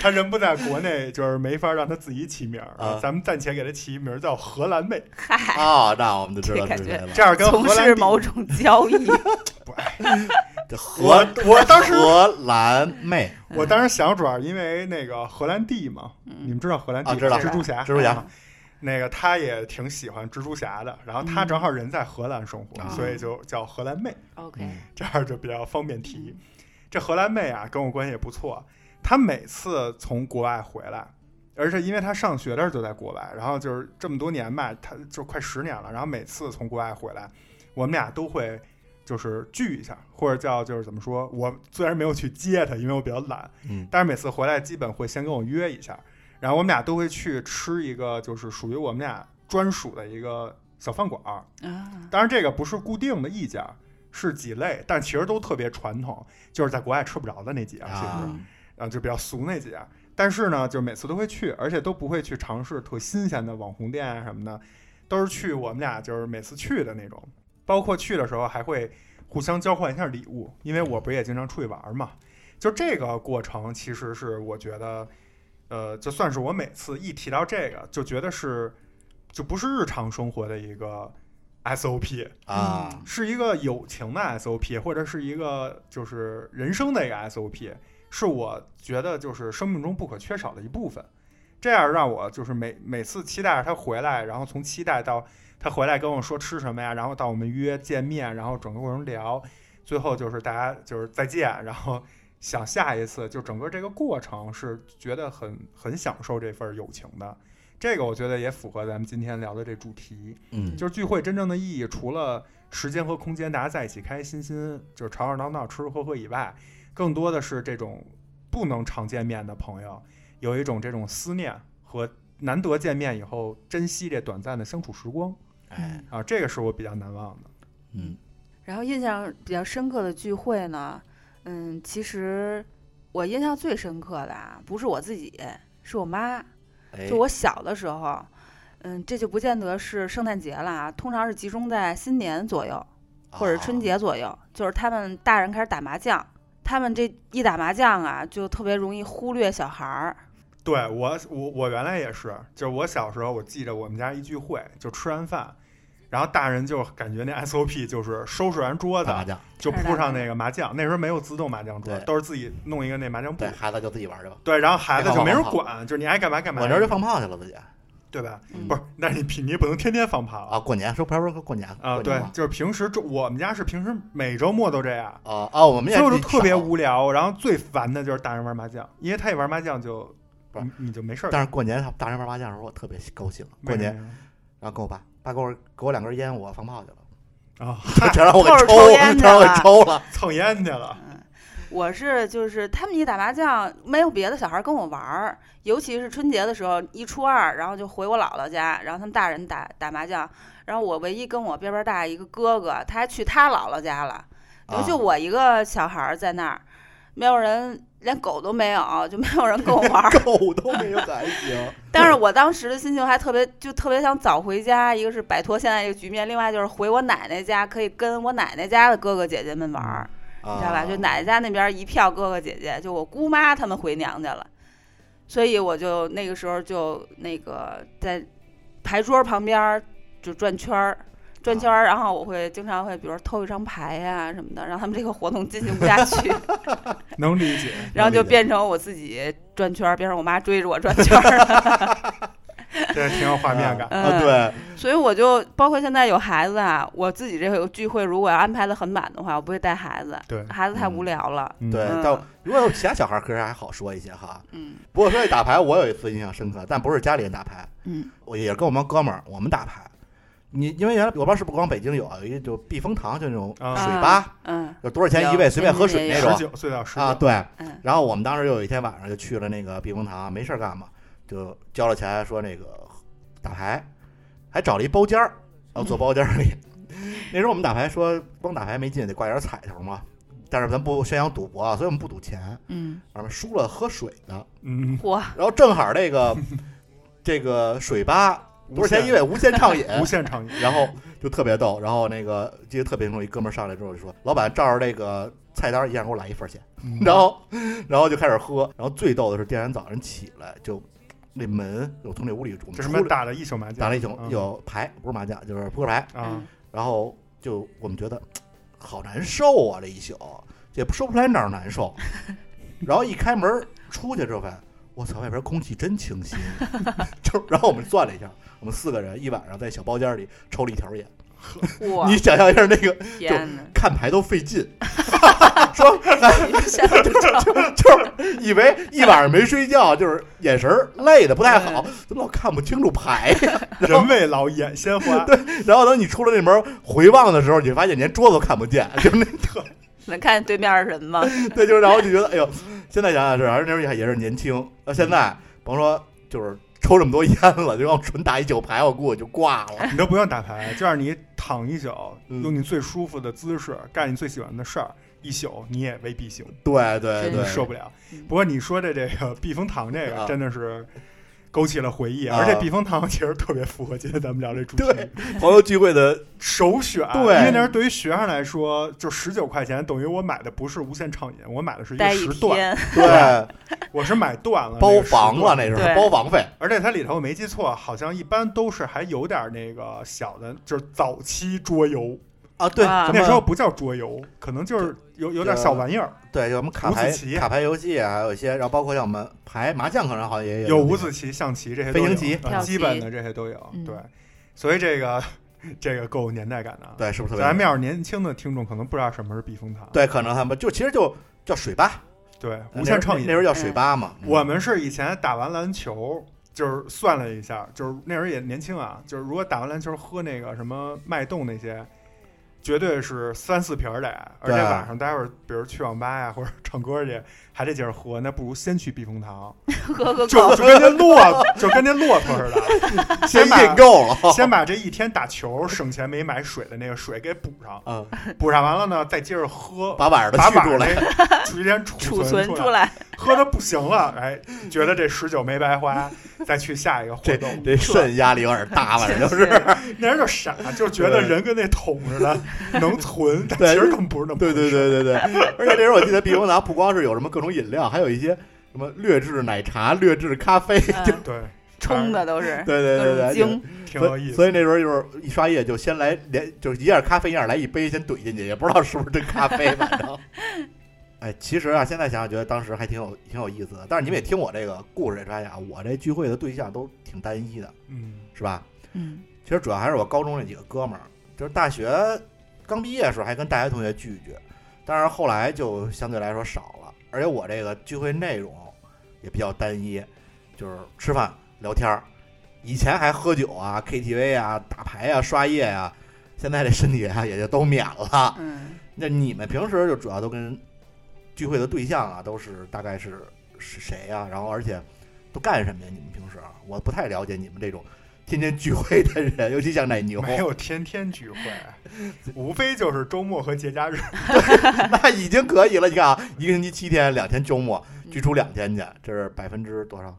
S2: 他人不在国内，就是没法让他自己起名儿
S4: 啊
S2: 咱们暂且给他起一名儿叫荷兰妹，
S3: 嗨，
S4: 啊，那我们就知道
S3: 这
S4: 是
S3: 感
S4: 谁
S3: 觉
S4: 了。
S2: 这样跟
S3: 从
S2: 荷兰
S3: 事
S2: 弟
S3: 某种 交易，
S4: 这荷
S2: 我我当时
S4: 荷兰妹
S2: 我当时想主要是因为那个荷兰弟嘛，你们知道荷兰弟
S4: 啊
S2: 吗
S4: 知道
S2: 蜘蛛侠，
S4: 蜘蛛侠
S2: 啊那个他也挺喜欢蜘蛛侠的，然后他正好人在荷兰生活，
S4: 嗯啊
S2: 所以就叫荷兰妹，
S3: OK，
S2: 这样就比较方便提。这荷兰妹啊，跟我关系也不错，她每次从国外回来。而且因为她上学的时候就在国外，然后就是这么多年吧，她就快十年了。然后每次从国外回来，我们俩都会就是聚一下，或者叫就是怎么说，我虽然没有去接她，因为我比较懒，
S4: 嗯
S2: 但是每次回来基本会先跟我约一下，然后我们俩都会去吃一个就是属于我们俩专属的一个小饭馆儿。
S4: 嗯
S3: 啊，
S2: 当然，这个不是固定的一家，是几类，但其实都特别传统，就是在国外吃不着的那几家，其实
S4: 啊
S3: 嗯
S2: 啊就比较俗那几家。但是呢，就每次都会去，而且都不会去尝试特新鲜的网红店啊什么的，都是去我们俩就是每次去的那种。包括去的时候还会互相交换一下礼物，因为我不是也经常出去玩嘛。就这个过程，其实是我觉得，呃，就算是我每次一提到这个，就觉得是就不是日常生活的一个 SOP，
S4: 啊，
S2: 是一个友情的 SOP，或者是一个就是人生的一个 SOP，是我觉得就是生命中不可缺少的一部分。这样让我就是每每次期待着他回来，然后从期待到他回来跟我说吃什么呀，然后到我们约见面，然后整个过程聊，最后就是大家就是再见，然后想下一次，就整个这个过程是觉得很很享受这份友情的。这个我觉得也符合咱们今天聊的这主题，
S4: 嗯
S2: 就是聚会真正的意义，除了时间和空间，大家在一起开开心心，就是吵吵闹闹、吃吃喝喝以外，更多的是这种不能常见面的朋友，有一种这种思念和难得见面以后珍惜这短暂的相处时光
S4: 哎，
S2: 啊，这个是我比较难忘的。
S4: 嗯
S3: 然后印象比较深刻的聚会呢，嗯，其实我印象最深刻的啊，不是我自己，是我妈。
S4: 哎
S3: 就，我小的时候，嗯，这就不见得是圣诞节了啊，通常是集中在新年左右
S4: 哎
S3: 或者春节左右，就是他们大人开始打麻将，他们这一打麻将啊，就特别容易忽略小孩儿。
S2: 对我，我我原来也是，就是我小时候，我记着我们家一聚会，就吃完饭，然后大人就感觉那 SOP 就是收拾完桌
S4: 啊
S2: 子
S4: 打麻将，
S2: 就铺上那个麻将，那时候没有自动麻将桌，
S4: 对
S2: 都是自己弄一个那麻将布
S4: 对，孩子就自己玩去吧。
S2: 对，然后孩子就没人
S4: 放炮
S2: 管，就是你爱干嘛干嘛。
S4: 我这儿就放炮去了，自己
S2: 对吧？
S3: 嗯
S2: 不是，但是你平你也不能天天放炮
S4: 啊。过年说不是不是过年
S2: 啊。
S4: 过年
S2: 对
S4: 嘛，
S2: 就是平时周我们家是平时每周末都这样，
S4: 啊啊，我们
S2: 所
S4: 也
S2: 以我就特别
S4: 少
S2: 无聊。然后最烦的就是大人玩麻将，因为他也玩麻将就
S4: 不是
S2: 你你就没事儿。
S4: 但是过年大人玩麻将的时候，我特别高兴。过
S2: 为什
S4: 年，
S2: 么呀
S4: 然后跟我爸，爸给我给我两根烟，我放炮去了，
S2: 啊，
S4: 全让我给
S3: 偷着
S4: 抽，
S3: 抽烟
S4: 全
S3: 去
S4: 让我
S3: 了
S4: 给抽了。
S2: 蹭烟去了。
S3: 我是就是他们一打麻将，没有别的小孩跟我玩儿，尤其是春节的时候，一初二，然后就回我姥姥家，然后他们大人打打麻将，然后我唯一跟我边边大一个哥哥，他还去他姥姥家了，然
S4: 啊
S3: 后就我一个小孩儿在那儿，没有人，连狗都没有，就没有人跟我玩 儿。
S4: 狗都没有还 行，
S3: 但是我当时的心情还特别，就特别想早回家，一个是摆脱现在这个局面，另外就是回我奶奶家，可以跟我奶奶家的哥哥姐姐们玩儿。
S4: 你
S3: 你知
S4: 啊
S3: 道吧？
S2: 哦
S3: 就奶奶家那边一票哥哥姐姐，就我姑妈他们回娘家了，所以我就那个时候就那个在牌桌旁边儿就转圈儿。转
S2: 哦
S3: 圈儿，然后我会经常会，比如说偷一张牌呀、什么的，让他们这个活动进行不 下去，
S2: 能理 解，
S3: 然后就变成我自己转圈儿，变成我妈追着我转圈 儿了。
S2: 这挺有画面感。
S3: 嗯
S4: 啊，对，
S3: 所以我就包括现在有孩子啊，我自己这个聚会如果要安排的很满的话，我不会带孩子，
S2: 对
S3: 孩子太无
S4: 嗯
S3: 聊了。
S2: 嗯
S4: 对，
S3: 嗯
S4: 但如果有其他小孩儿，可是还好说一些哈。
S3: 嗯
S4: 不过说起打牌，我有一次印象深刻，但不是家里人打牌，
S3: 嗯
S4: 我也是跟我们哥们儿我们打牌。你因为原来我不知道是不是光北京有，有一就避风塘，就那种
S2: 啊
S4: 水吧，
S3: 嗯
S4: 就多少钱一位，
S3: 有
S4: 随便喝水
S3: 天津
S4: 那
S3: 也
S4: 种
S2: 十九岁到十
S4: 啊。
S2: 九，
S4: 对，
S3: 嗯
S4: 然后我们当时就有一天晚上就去了那个避风塘，没事儿干嘛，就交了钱，说那个打牌，还找了一包间儿，然后坐包间儿里。 那时候我们打牌说光打牌没劲，得挂点彩头嘛。但是咱不宣扬赌博啊，所以我们不赌钱，
S3: 嗯，
S4: 我们输了喝水的。
S2: 嗯，
S3: 嚯、
S4: 然后正好这个这个水吧多少钱一位，无限畅饮，
S2: 无限畅饮。
S4: 然后 就特别逗。然后那个记得特别清楚，一哥们儿上来之后就说：“老板，照着这个菜单一样给我来一份儿去。”
S2: 嗯
S4: 然后，然后就开始喝。然后最逗的是，第二天早上起来就那门，我从那屋里我们
S2: 这什
S4: 出
S2: 么
S4: 来
S2: 打了一宿麻将？
S4: 打了一宿
S2: 嗯
S4: 有牌，不是麻将就是扑克牌。
S2: 啊，
S4: 然后就我们觉得好难受啊，这一宿也说不出来哪儿难受。然后一开门出去之后，发现我操，外边空气真清新。 就是，然后我们算了一下，我们四个人一晚上在小包间里抽了一条烟。
S3: 我
S4: 你想象一下那个
S3: 天哪！
S4: 看牌都费劲， 说就是以为一晚上没睡觉，就是眼神儿累的不太好，怎么老看不清楚牌？
S2: 人未老眼先花。
S4: 然后等你出了那门回望的时候，你发现连桌子都看不见， 就那特
S3: 能看见对面是人吗？
S4: 对，就是然后就觉得哎呦，现在想想是，还是那时候也是年轻，到现在甭说就是抽这么多烟了，就让纯打一酒牌，我估计就挂了。
S2: 你都不用打牌，就让你躺一宿，
S4: 嗯
S2: 用你最舒服的姿势干你最喜欢的事儿，一宿你也未必行，
S4: 对对
S3: 真
S2: 你
S4: 对，
S3: 是
S2: 受不了
S3: 嗯。
S2: 不过你说的这个 避风塘这个
S4: 啊
S2: 真的是勾起了回忆，
S4: 啊
S2: 而且避风塘其实特别符合今天咱们聊这主
S4: 对
S2: 题，
S4: 朋友聚会的
S2: 首选。
S4: 对
S2: 因为那时候对于学生来说，就十九块钱等于我买的不是无限畅饮，我买的是一个
S3: 待一
S2: 时段，
S3: 天，
S4: 对
S2: 我是买断了那
S4: 包
S2: 个时段
S4: 房了，那时候
S3: 对
S4: 包房费，
S2: 而且它里头我没记错，好像一般都是还有点那个小的，就是早期桌游。
S4: 啊，对，
S3: 啊
S4: 什么
S2: 那时候不叫桌游，可能就是有有点小玩意儿，
S4: 对，有什么卡牌
S2: 五子棋
S4: 卡牌游戏啊，还有一些，然后包括像我们牌麻将，可能好像也
S2: 有
S4: 有
S2: 五子棋、象棋这些都有，
S4: 飞行棋
S2: 呃
S3: 跳棋
S2: 基本的这些都有。
S3: 嗯
S2: 对，所以这个这个够有年代感的啊。
S4: 对，是不是特别？
S2: 咱们要是年轻的听众，可能不知道什么是避风塘。
S4: 对，可能他们就其实就叫水吧，
S2: 对，
S4: 那
S2: 无限
S4: 时候
S2: 畅饮
S4: 那时候叫水吧嘛。
S2: 我们是以前打完篮球，就是算了一下，就是那时候也年轻啊，就是如果打完篮球喝那个什么脉动那些，绝对是三四瓶儿得，而且
S4: 对啊
S2: 晚上待会儿，比如去网吧呀或者唱歌去，还得接着喝，那不如先去避风塘，
S3: 喝 喝
S2: 就
S3: 口
S2: 就跟那骆就跟那骆驼似的，
S4: 嗯先
S2: 先把
S4: 印够了，
S2: 先把这一天打球省钱没买水的那个水给补上，
S4: 嗯，
S2: 补上完了呢再接着喝，
S4: 把晚上的
S2: 把
S4: 去
S2: 晚
S4: 出
S2: 上
S4: 来，
S2: 那提前
S3: 储
S2: 储
S3: 存
S2: 存
S3: 出来，
S2: 喝的不行了，哎，觉得这十九没白花，再去下一个活
S4: 这
S2: 动。
S4: 这肾压力有点大了，反正就是。
S2: 那人就傻，就觉得
S4: 对
S2: 人跟那桶似 的，能存，但
S4: 对
S2: 其实根本不是那么
S4: 对
S2: 回事。
S4: 对对对对，而且那时候我记得避风塘不光是有什么各种饮料，还有一些什么劣质奶茶、劣质咖啡，
S3: 嗯，
S2: 对，
S3: 冲的都是
S4: 对对
S3: 各种
S4: 对对，
S3: 精，
S2: 挺有
S4: 所
S2: 意
S4: 以
S2: 思。
S4: 所以那时候就是一刷夜就先来连就是一样咖啡一样来一杯先怼进去，也不知道是不是真咖啡，反 正。哎，其实啊，现在想想觉得当时还挺有挺有意思的。但是你们也听我这个故事也发现啊，我这聚会的对象都挺单一的，
S2: 嗯，
S4: 是吧？
S3: 嗯，
S4: 其实主要还是我高中那几个哥们儿，就是大学刚毕业的时候还跟大学同学聚一聚，但是后来就相对来说少了，而且我这个聚会内容也比较单一，就是吃饭聊天儿。以前还喝酒啊、KTV 啊、打牌啊、刷夜呀、现在这身体啊也就都免了。
S3: 嗯，
S4: 那你们平时就主要都跟聚会的对象啊，都是大概是是谁呀、然后而且都干什么呀？你们平时啊，我不太了解你们这种天天聚会的人，尤其像奶牛，
S2: 没有天天聚 会，无非就是周末和节假日。
S4: 那已经可以了。你看啊，一个星期七天，两天周末，聚出两天去，这是百分之多少？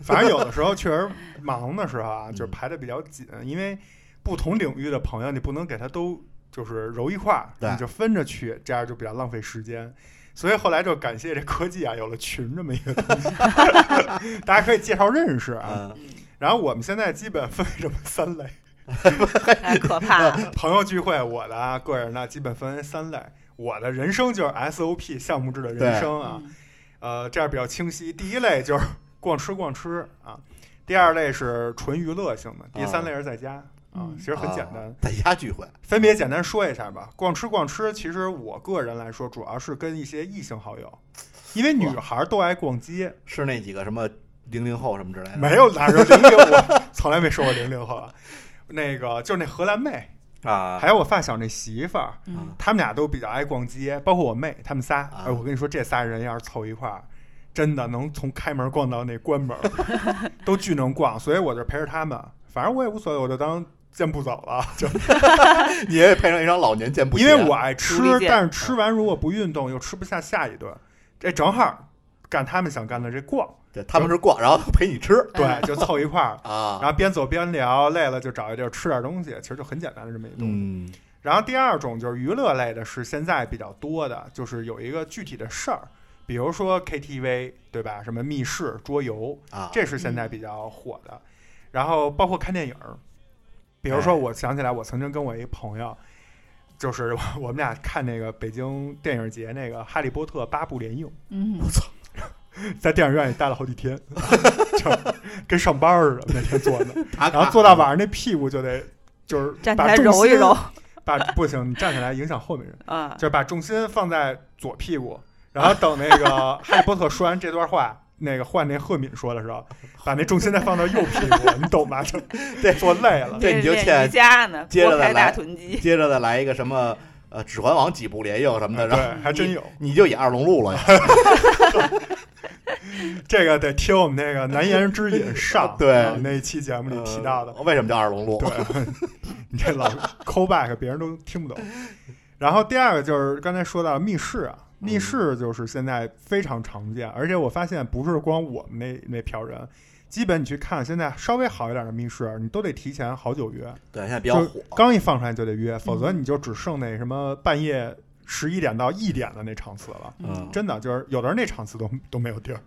S2: 反正有的时候确实忙的时候啊，就是
S4: 嗯
S2: 排的比较紧，因为不同领域的朋友，你不能给他都就是揉一块儿，
S4: 对
S2: 你就分着去，这样就比较浪费时间。所以后来就感谢这科技啊，有了群这么一个东 西，大家可以介绍认识啊。
S4: 嗯，
S2: 然后我们现在基本分为这么三类：
S3: 太可怕 了，
S4: 嗯
S2: 朋友聚会，我的啊，个人呢，基本分为三类。我的人生就是 SOP 项目制的人
S4: 对
S2: 生啊，
S3: 嗯
S2: 呃，这样比较清晰。第一类就是 逛吃逛吃啊，第二类是纯娱乐性的，第三类是在家啊
S3: 嗯，
S2: 其实很简单。
S4: 啊，在家聚会，
S2: 分别简单说一下吧。逛吃逛吃，其实我个人来说，主要是跟一些异性好友，因为女孩都爱逛街，
S4: 是那几个什么零零后什么之类的，
S2: 没有哪有零零，我从来没说过零零后啊。那个就是那荷兰妹，
S4: 啊
S2: 还有我发小那媳妇儿，
S3: 嗯，
S2: 他们俩都比较爱逛街，包括我妹，他们仨。
S4: 啊
S2: 哎，我跟你说，这仨人要是凑一块儿，真的能从开门逛到那关门儿，都巨能逛。所以我就陪着他们，反正我也无所谓，我就当健步走了，就
S4: 你也配上一张老年健步鞋，
S2: 因为我爱吃
S3: 独立，健
S2: 但是吃完如果不运动，又吃不下下一顿，这正好干他们想干的这逛，
S4: 对他们是逛，然后陪你吃
S2: 对，就凑一块 儿，然
S4: 啊，
S2: 后边走边聊，累了就找一地儿吃点东西，其实就很简单的这么一东西。
S4: 嗯
S2: 然后第二种就是娱乐类的，是现在比较多的，就是有一个具体的事儿，比如说 KTV，对吧？什么密室、桌游，
S4: 啊，嗯
S2: 这是现在比较火的。然后包括看电影儿，比如说
S4: 哎
S2: 我想起来，我曾经跟我一朋友，就是 我们俩看那个北京电影节那个《哈利波特》八部连映，
S3: 嗯，
S2: 在电影院里待了好几天， 就跟上班儿似的，每天坐那，
S4: 打卡
S2: 然后坐到晚上那屁股就得就是
S3: 站起
S2: 把
S3: 来
S2: 重
S3: 揉一
S2: 心
S3: 揉，
S2: 把不行，你站起来影响后面人，
S3: 啊
S4: 嗯
S2: 就，是把重心放在左屁股，然后等那 个哈利波特说完这段话，那个换那赫敏说的时候，把那重心再放到右屁股，你懂吧？就
S4: 对
S2: 坐累了，
S4: 这你就
S3: 练
S4: 欠
S3: 瑜伽呢，
S4: 接着
S3: 拨开
S4: 再来
S3: 大臀肌，
S4: 接着再来一个什么呃《指环王》几部连映什么的，然后
S2: 啊对，还真有
S4: 你就演二 龙路了，
S2: 这个得听我们那个难言之隐上
S4: 对
S2: 啊那一期节目里提到的，
S4: 呃为什么叫二龙路？
S2: 对，你这老抠 back，别人都听不懂。然后第二个就是刚才说到密室啊，密室就是现在非常常见，而且我发现不是光我们那那票人，基本你去看现在稍微好一点的密室，你都得提前好久约，
S4: 对，现在比较
S2: 就
S4: 火，
S2: 刚一放出来就得约，否则你就只剩那什么半夜十一点到一点的那场次了。
S4: 嗯，
S2: 真的就是有的人那场次都都没有地儿，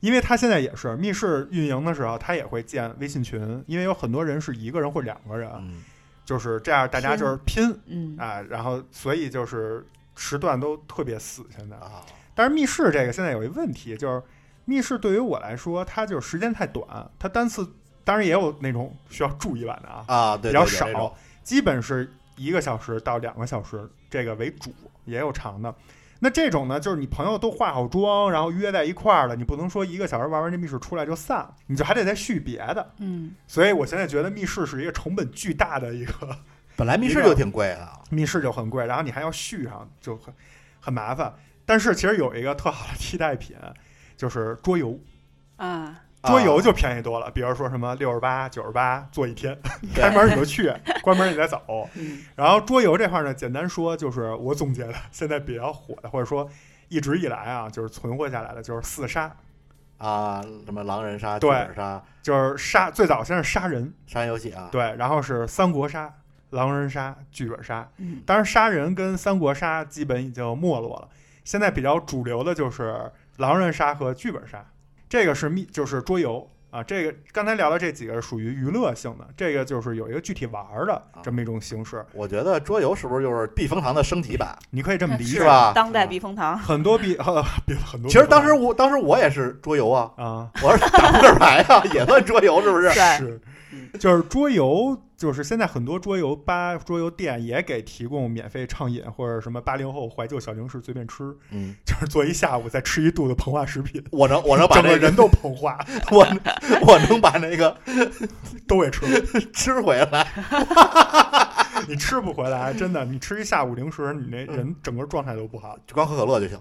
S2: 因为他现在也是密室运营的时候，他也会建微信群，因为有很多人是一个人或两个人，
S4: 嗯
S2: 就是这样，大家就是拼
S3: 嗯，
S2: 啊，然后所以就是时段都特别死现在。
S4: 啊，
S2: 但是密室这个现在有一问题，就是密室对于我来说，它就是时间太短，它单次当然也有那种需要住一晚的啊，
S4: 啊，对，
S2: 比较
S4: 对有这
S2: 少
S4: 种，
S2: 基本是一个小时到两个小时这个为主，也有长的。那这种呢，就是你朋友都化好妆，然后约在一块儿了，你不能说一个小时玩完这密室出来就散了，你就还得再续别的。
S3: 嗯，
S2: 所以我现在觉得密室是一个成本巨大的一个
S4: 本来密室就挺贵的，
S2: 密室就很贵，然后你还要续上，就很很麻烦。但是其实有一个特好的替代品，就是桌游，
S3: 啊，
S2: 桌游
S4: 啊
S2: 就便宜多了。比如说什么六十八、九十八，坐一天，
S4: 对
S2: 开门你就去，关门你再走。
S3: 嗯
S2: 然后桌游这块呢，简单说就是我总结的，现在比较火的，或者说一直以来啊，就是存活下来的就是四杀，
S4: 啊，什么狼人杀、剧
S2: 对
S4: 本杀、
S2: 就是杀最早先是杀人，
S4: 杀人游戏啊，
S2: 对，然后是三国杀、狼人杀、剧本杀，
S3: 嗯
S2: 当然，杀人跟三国杀基本已经没落了。现在比较主流的就是狼人杀和剧本杀，这个是密，就是桌游啊。这个刚才聊的这几个是属于娱乐性的，这个就是有一个具体玩儿的
S4: 啊
S2: 这么一种形式，
S4: 我觉得桌游是不是就是避风塘的升级版，
S2: 你可以这
S3: 嗯
S2: 么理解
S4: 是？吧？
S3: 当代避风 塘，
S2: 很多比 呃，比很多比
S4: 其实当时我当时我也是桌游啊，
S2: 啊，
S4: 我是打扑克牌啊， 也算桌游是 不是？
S3: 对，
S2: 是，
S4: 嗯
S2: 就是桌游，就是现在很多桌游吧、桌游店也给提供免费畅饮或者什么八零后怀旧小零食随便吃，
S4: 嗯，
S2: 就是坐一下午再吃一肚子膨化食品，
S4: 我能 我能把
S2: 整个
S4: 这
S2: 人都膨化。
S4: 我我能把那个
S2: 都得吃，
S4: 吃回来，
S2: 你吃不回来，真的，你吃一下午零食，你那
S4: 嗯
S2: 人整个状态都不好。
S4: 就光喝可乐就行。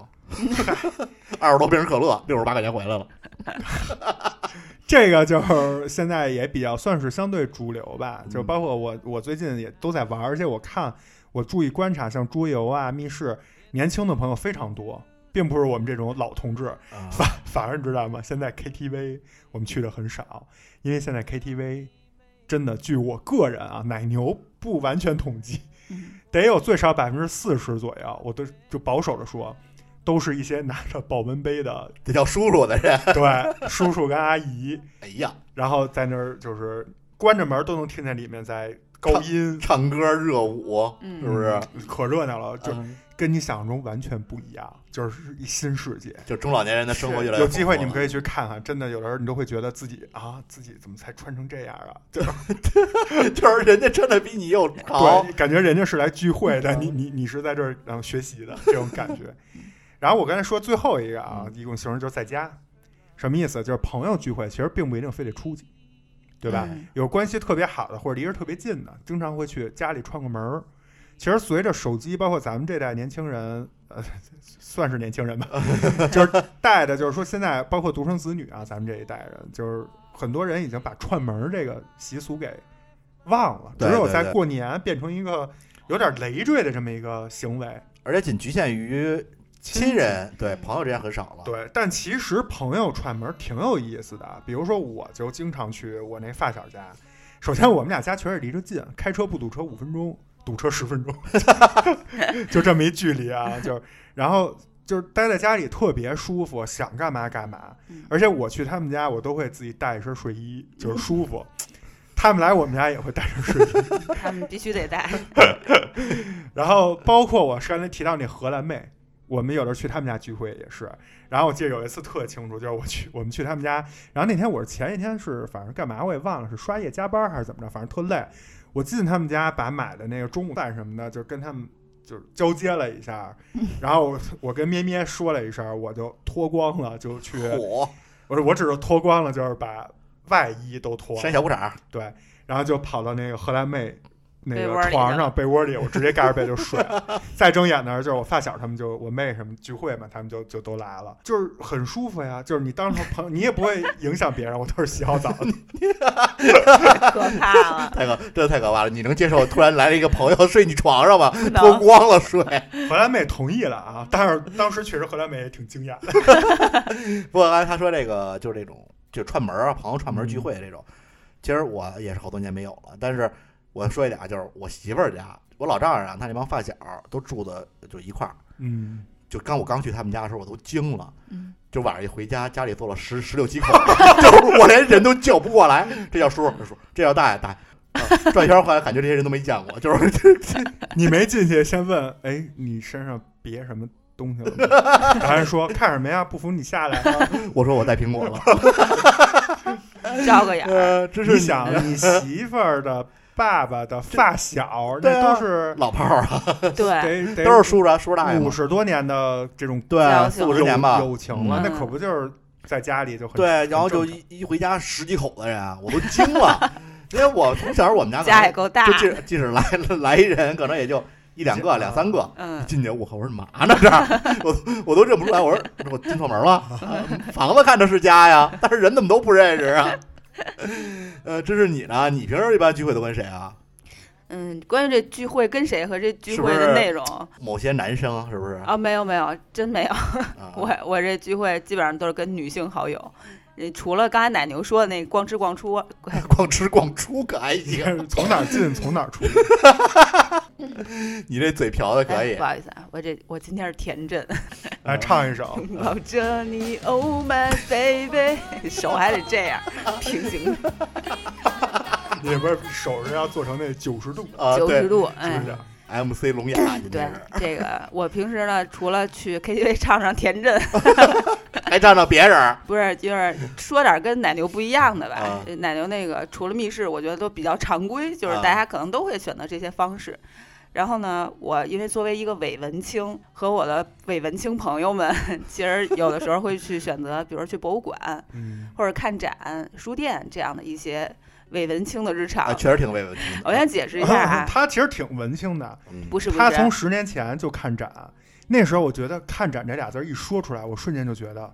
S4: 二十多瓶可乐，六十八块钱回来了。
S2: 这个就是现在也比较算是相对主流吧，
S4: 嗯
S2: 就包括我，我最近也都在玩，而且我看我注意观察，像桌游啊、密室，年轻的朋友非常多，并不是我们这种老同志，
S4: 啊
S2: 反反而你知道吗？现在 KTV 我们去的很少，因为现在 KTV 真的，据我个人啊，奶牛不完全统计，
S3: 嗯
S2: 得有最少百分之四十左右，我都就保守的说，都是一些拿着保温杯的
S4: 这叫叔叔的人，
S2: 对叔叔跟阿姨，
S4: 哎呀，
S2: 然后在那儿就是关着门都能听见里面在高音，
S4: 唱歌热舞，是
S3: 嗯
S4: 不是？
S2: 可热闹了，就
S4: 嗯
S2: 跟你想象中完全不一样，就是一新世界。
S4: 就中老年人的生活越来越
S2: 有机会你们可
S4: 以
S2: 以去看看，真的有的时候你都会觉得自己啊，自己怎么才穿成这样啊？对，
S4: 就是人家穿的比你又潮，
S2: 对，感觉人家是来聚会
S4: 嗯
S2: 的，你你你是在这儿然后学习的这种感觉。然后我刚才说最后一个啊，
S4: 嗯
S2: 一种形式就是在家，什么意思？就是朋友聚会，其实并不一定非得出去，对吧？
S3: 嗯
S2: 有关系特别好的或者离着特别近的，经常会去家里串个门儿。其实随着手机，包括咱们这代年轻人，呃， 算是年轻人吧，就是带的，就是说现在包括独生子女啊，咱们这一代人，就是很多人已经把串门儿这个习俗给忘了，只
S4: 对
S2: 有
S4: 对
S2: 在
S4: 对
S2: 过年变成一个有点累赘的这么一个行为。
S4: 而且仅局限于亲人，对朋友之间很少了。
S2: 对，但其实朋友串门挺有意思的啊。比如说，我就经常去我那发小家。首先，我们俩家确实离着近，开车不堵车五分钟，堵车十分钟， 就这么一距离啊。就是，然后就是待在家里特别舒服，想干嘛干嘛
S3: 嗯。
S2: 而且我去他们家，我都会自己带一身睡衣，就是舒服。他们来我们家也会带身睡衣。
S3: 他们必须得 带，
S2: 然后包括我刚才提到那荷兰妹，我们有的去他们家聚会也是。然后我记得有一次特清楚，就是我去我们去他们家，然后那天我是前一天是反正干嘛我也忘了是刷夜加班还是怎么着，反正特累。我进他们家把买的那个中午饭什么的，就跟他们就是交接了一下，然后我我跟咩咩说了一声，我就脱光了就去，
S4: 火
S2: 我说我只是脱光了，就是把外衣都脱了
S4: 扇小裤衩，
S2: 对，然后就跑到那个荷兰妹那
S3: 被
S2: 个
S3: 窝里
S2: 床
S3: 了
S2: 上被窝里，我直接盖着被就睡了。 再睁眼的时候，就是我发小他们就我妹什么聚会嘛，他们就就都来了，就是很舒服呀。就是你当成朋友，你也不会影响别人，我都是洗好澡的。
S3: 可怕了，
S4: 太可真的太可怕了！你能接受突然来了一个朋友睡你床上吗？
S3: 不
S4: 脱
S3: 能，
S4: 光了睡，
S2: 荷兰妹同意了啊，但是当时确实荷兰妹也挺惊讶 的。
S4: 不过刚才他说这个就是这种就串门啊，朋友串门
S3: 嗯
S4: 聚会这种，其实我也是好多年没有了。但是我说一点啊，就是我媳妇儿家，我老丈人啊，他那帮发小都住的就一块儿。
S2: 嗯，
S4: 就刚我刚去他们家的时候，我都惊了。
S3: 嗯
S4: 就晚上一回家，家里坐了十十六七口， 就是我连人都叫不过来。这叫叔，这叔，这叫大爷，大爷。啊转一圈回来，感觉这些人都没见过，就是
S2: 你没进去先问，哎，你身上别什么东西了吗？然后人说看什么呀？不服你下来 啊！
S4: 我说我带苹果了，
S3: 照个眼儿，
S4: 呃，这
S2: 你想你媳妇儿的爸爸的发小，
S4: 对
S2: 那
S4: 啊
S2: 都是
S4: 老炮儿啊，
S3: 对，
S2: 得得
S4: 都是叔叔啊叔叔大爷
S2: 五
S4: 嘛，
S2: 十多年的这种
S4: 对，啊
S3: 交
S4: 四
S3: 情
S4: 五十
S2: 友
S4: 年吧，
S2: 友情了，
S3: 嗯
S2: 那可不就是在家里就很
S4: 对，然后
S2: 很
S4: 就
S2: 正
S4: 一一回家十几口子人，啊我都惊了，因为我从小我们家可
S3: 家也
S4: 能
S3: 够大
S4: 就，即即使来来一人，可能也就一两个、
S2: 啊
S4: 两三个。
S3: 嗯，
S4: 进去我靠，我说嘛呢这儿， 我我都认不出来，我说我进错门了。嗯房子看着是家呀，但是人怎么都不认识啊？ 呃，这是你呢？你平时一般聚会都跟谁啊？
S3: 嗯，关于这聚会跟谁和这聚
S4: 是
S3: 会
S4: 不是
S3: 的内容
S4: 某些男生是不是？
S3: 啊，没有没有，真没有。
S4: 啊
S3: 我我这聚会基本上都是跟女性好友，呃除了刚才奶牛说的那逛吃逛出，哎
S4: 光吃光出可还
S2: 你
S4: 行，
S2: 看 从哪儿进从哪儿 出，
S4: 你这嘴瓢的可
S3: 哎
S4: 以啊
S3: 不。好意思啊，我这我今天是田震，
S2: 来唱一首。
S3: 抱着你，Oh my baby，手 还得这样平行
S2: 里边手是要做成那九十度，
S4: 啊，
S3: 九十
S4: 对
S3: 度，
S2: 是
S3: 哎
S2: 不，是？
S4: ，MC 聋哑，你这
S3: 对
S4: 啊是
S3: 这个，我平时呢，除了去 KTV 唱唱田震，
S4: 还占着别人儿。
S3: 不是就是说点跟奶牛不一样的吧。
S4: 啊
S3: 奶牛那个除了密室，我觉得都比较常规，就是
S4: 啊
S3: 大家可能都会选择这些方式。然后呢，我因为作为一个伪文青，和我的伪文青朋友们，其实有的时候会去选择，比如说去博物馆
S2: 嗯，
S3: 或者看展、书店这样的一些伪文青的日常。
S4: 啊，确实挺慰问的。
S3: 我先解释一下 啊，
S2: 他其实挺文青的，
S4: 嗯
S3: 不是不
S2: 他
S3: 是，
S2: 从十年前就看展。那时候我觉得“看展”这俩字儿一说出来，我瞬间就觉得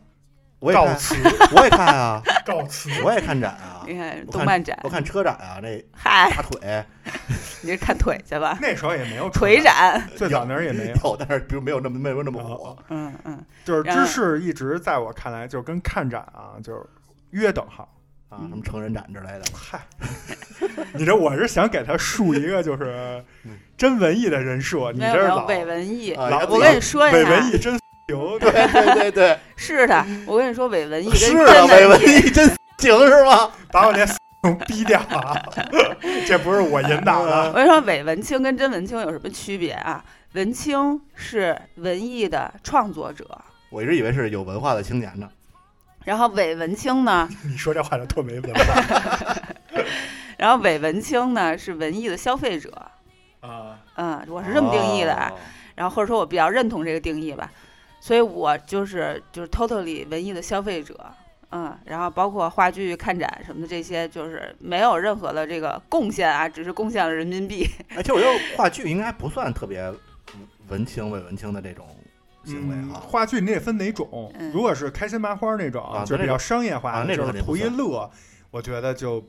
S4: 我也
S2: 告
S4: 看，
S2: 辞
S4: 我也看啊，
S2: 告辞。
S4: 我也看展啊，
S3: 哎你看
S4: 我
S3: 动
S4: 看
S3: 漫展
S4: 我，看车展啊，那
S3: 嗨，
S4: 大
S2: 哎
S4: 腿
S3: 你是看腿去吧，
S2: 那时候也没有
S3: 腿， 展，
S2: 最早那儿也没有。
S4: 有，但是比如没有那么没有那
S2: 哦
S4: 么火。
S3: 嗯嗯，
S2: 就是
S3: 然后
S2: 知识一直在我看来，就是跟看展啊，就是约等号。
S4: 啊，什么成人展之类的，
S2: 嗨， 你这我是想给他树一个就是真文艺的人设，你
S3: 没
S2: 这
S3: 有
S2: 是
S3: 没
S2: 老
S3: 有伪文艺，
S4: 啊，
S2: 老
S4: 然后
S3: 我
S4: 自己
S3: 跟你说一
S2: 伪
S3: 下，
S2: 文艺真行，
S4: 对对对对，
S3: 是的，我跟你说，伪文艺跟
S4: 嗯是啊，
S3: 真
S4: 伪文
S3: 艺
S4: 艺真行是吗？
S2: 把我这 逼掉啊！ 这不是我引导啊的，
S3: 我跟你说，伪文青跟真文青有什么区别啊？文青是文艺的创作者，
S4: 我一直以为是有文化的青年呢。
S3: 然后伪文青 呢，
S2: 你说这话就特没文化
S3: 然后伪文青呢是文艺的消费者。
S2: 啊！
S3: 嗯，我是这么定义的啊。
S4: 哦，
S3: 然后或者说我比较认同这个定义吧，所以我就是就是 totally 文艺的消费者。嗯，然后包括话剧、看展什么的这些，就是没有任何的这个贡献啊，只是贡献了人民币。
S4: 哎，其实我觉得话剧应该不算特别文青、伪文青的这种行为
S2: 嗯，
S4: 哈。
S2: 话剧你得分哪种
S3: 嗯，
S2: 如果是开心麻花那种，
S4: 啊
S2: 就是比较商业化
S4: 啊
S2: 的，
S4: 那种
S2: 就
S4: 肯
S2: 是
S4: 定不
S2: 图一
S4: 算
S2: 乐，我觉得就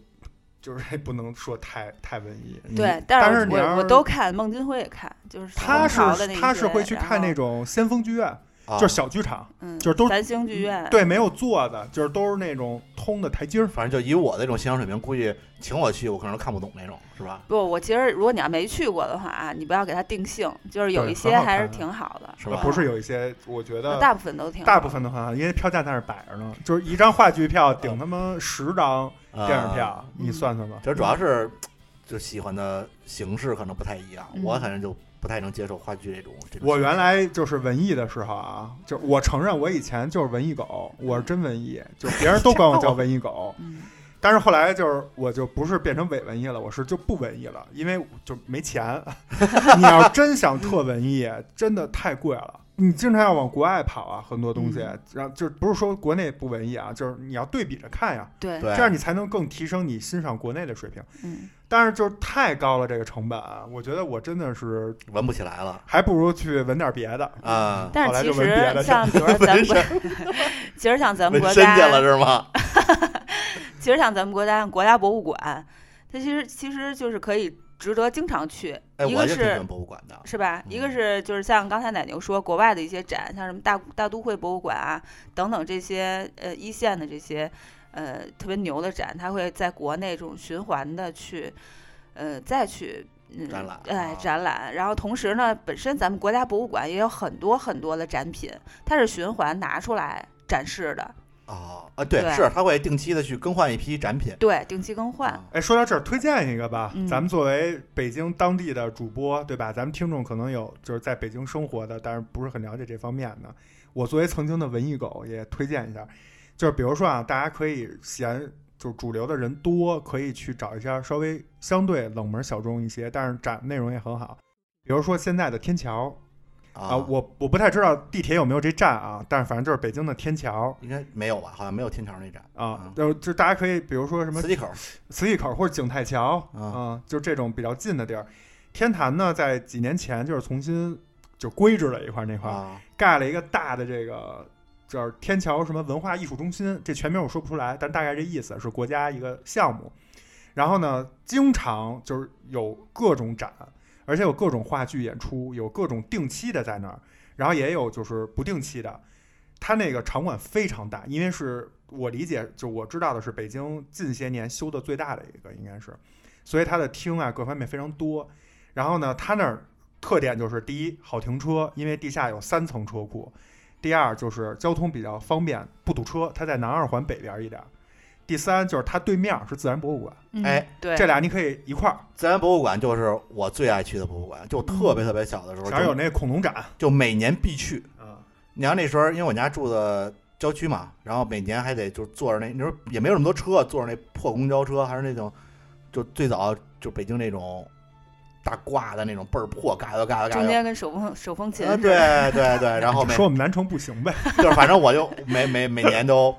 S2: 就是不能说太太文艺。
S3: 对
S4: 嗯，
S2: 但
S3: 但
S2: 是你
S3: 我
S2: 要
S3: 我
S2: 是
S3: 都看，孟京辉也看，就是
S2: 他
S3: 唐朝
S2: 是
S3: 的那
S2: 他
S3: 些
S2: 是会去看那，种先锋剧院，
S4: 啊
S2: 就是小剧场，
S3: 然后嗯，
S2: 就是都
S3: 三星剧院，
S2: 对没有座的，就是都是那种通的台阶儿。
S4: 反正就以我的这种欣赏水平，估计请我去，我可能都看不懂那种，是吧？
S3: 不，我其实如果你要没去过的话啊，你不要给它定性，就是有
S2: 对
S3: 一
S2: 很
S3: 些
S2: 好看
S3: 还是
S2: 啊
S3: 挺好的，嗯
S4: 是吧？
S2: 不是有一些，我觉得
S3: 大部分都挺
S2: 大
S3: 好
S2: 部分的话，因为票价在那儿摆着呢，就是一张话剧票顶他妈十张
S4: 啊
S2: 电影票，你算算吧。
S4: 其实主要是就喜欢的形式可能不太一样，
S3: 嗯。
S4: 我反正就不太能接受话剧这种。这种
S2: 我原来就是文艺的时候啊，就我承认我以前就是文艺狗，我是真文艺，就别人都管我叫文艺狗
S3: 嗯
S2: 但是后来就是我就不是变成伪文艺了，我是就不文艺了，因为就没钱。你要真想特文艺，真的太贵了。你经常要往国外跑啊，很多东西，然后就不是说国内不文艺啊，就是你要对比着看呀、
S3: 对，
S4: 对
S2: 这样你才能更提升你欣赏国内的水平。
S3: 嗯，
S2: 但是就是太高了这个成本啊，我觉得我真的是
S4: 闻不起来了
S2: 还不如去纹点别的。
S3: 嗯
S4: 啊，
S3: 但
S2: 后来
S3: 是其
S2: 就闻别的
S3: 实
S2: 去
S3: 像比如 说咱们国， 其实像咱们
S4: 纹
S3: 国
S4: 身去了
S3: 家，
S4: 是吗？
S3: 其实像咱们国家国家博物馆，它其实其实就是可以值得经常去，
S4: 哎，
S3: 一
S4: 我
S3: 个
S4: 就挺喜
S3: 是
S4: 欢博物馆的。
S3: 是吧？一个
S4: 嗯
S3: 是就是像刚才奶牛说，国外的一些展，像什么大大都会博物馆啊等等这些呃一线的这些呃特别牛的展，它会在国内这种循环的去呃再去。嗯
S4: 展览啊
S3: 哎，展览。然后同时呢，本身咱们国家博物馆也有很多很多的展品，它是循环拿出来展示的，
S4: 哦，啊，对，
S3: 对
S4: 是他会定期的去更换一批展品。
S3: 对，定期更换。
S4: 啊
S2: 哎，说到这儿，推荐一个吧。
S3: 嗯
S2: 咱们作为北京当地的主播，对吧？咱们听众可能有就是在北京生活的，但是不是很了解这方面的。我作为曾经的文艺狗，也推荐一下，就是比如说啊，大家可以闲，就是就是主流的人多，可以去找一下稍微相对冷门小众一些，但是展内容也很好。比如说现在的天桥啊、
S4: 啊，
S2: 我我不太知道地铁有没有这站啊，但是反正就是北京的天桥
S4: 应该没有吧？好像没有天桥那站
S2: 啊
S4: 嗯，
S2: 就就大家可以比如说什么
S4: 磁器口
S2: 磁器口或者景泰桥啊、
S4: 啊
S2: 就这种比较近的地儿。天坛呢，在几年前就是重新就规制了一块儿那块儿、
S4: 啊，
S2: 盖了一个大的这个叫天桥什么文化艺术中心，这全名我说不出来，但大概这意思是国家一个项目。然后呢，经常就是有各种展，而且有各种话剧演出，有各种定期的在那儿，然后也有就是不定期的。它那个场馆非常大，因为是我理解，就我知道的是北京近些年修的最大的一个，应该是，所以它的厅啊各方面非常多。然后呢，它那儿特点就是第一好停车，因为地下有三层车库；第二就是交通比较方便，不堵车，它在南二环北边一点儿；第三就是它对面是自然博物馆，
S3: 嗯
S4: 哎，
S3: 对，
S2: 这俩你可以一块儿，
S4: 自然博物馆就是我最爱去的博物馆，就特
S3: 嗯
S4: 别特别小的时候，
S2: 哪儿有
S4: 就
S2: 那恐龙展啊？
S4: 就每年必去。你要那时候，因为我家住的郊区嘛，然后每年还得就坐着那，那时候也没有那么多车，坐着那破公交车，还是那种，就最早就北京那种大挂的那种倍儿破，嘎哒嘎哒嘎
S3: 中
S4: 哒。
S3: 间跟手风手风琴
S4: 啊，
S3: 似的，
S4: 对对 对，然后
S2: 你
S4: 每
S2: 啊说我们南城不行呗？
S4: 就是反正我就每每每年都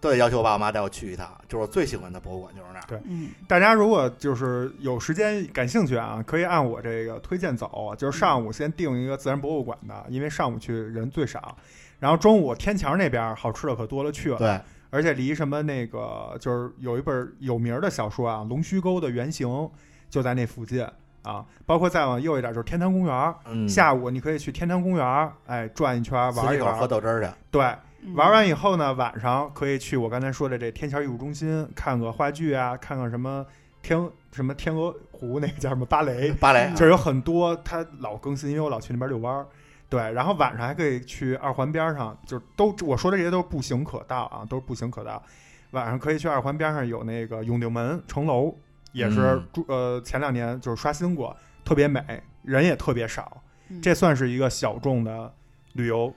S4: 都得要求我爸我妈带我去一趟，就是我最喜欢的博物馆就是那儿。
S3: 嗯，
S2: 大家如果就是有时间感兴趣啊，可以按我这个推荐走，就是上午先定一个自然博物馆的，因为上午去人最少。然后中午天桥那边好吃的可多了去了，
S4: 对，
S2: 而且离什么那个就是有一本有名的小说啊，《龙须沟的原型》就在那附近啊。包括再往右一点就是天坛公园，
S4: 嗯，
S2: 下午你可以去天坛公园，哎，转一圈
S4: 磁
S2: 玩
S4: 器
S2: 一
S4: 口喝
S2: 玩。
S4: 豆汁儿去，
S2: 对，
S3: 嗯
S2: 玩完以后呢，晚上可以去我刚才说的这天桥艺术中心看个话剧啊，看看什么天什么天鹅湖那个叫什么芭蕾，
S4: 芭
S3: 嗯
S4: 蕾啊
S2: 就是有很多它老更新，因为我老去那边遛弯儿。对，然后晚上还可以去二环边上，就都我说的这些都是步行可到啊，都是步行可到。晚上可以去二环边上有那个永定门城楼，也是
S4: 嗯
S2: 住、呃前两年就是刷新过，特别美，人也特别少，
S3: 嗯
S2: 这算是一个小众的旅游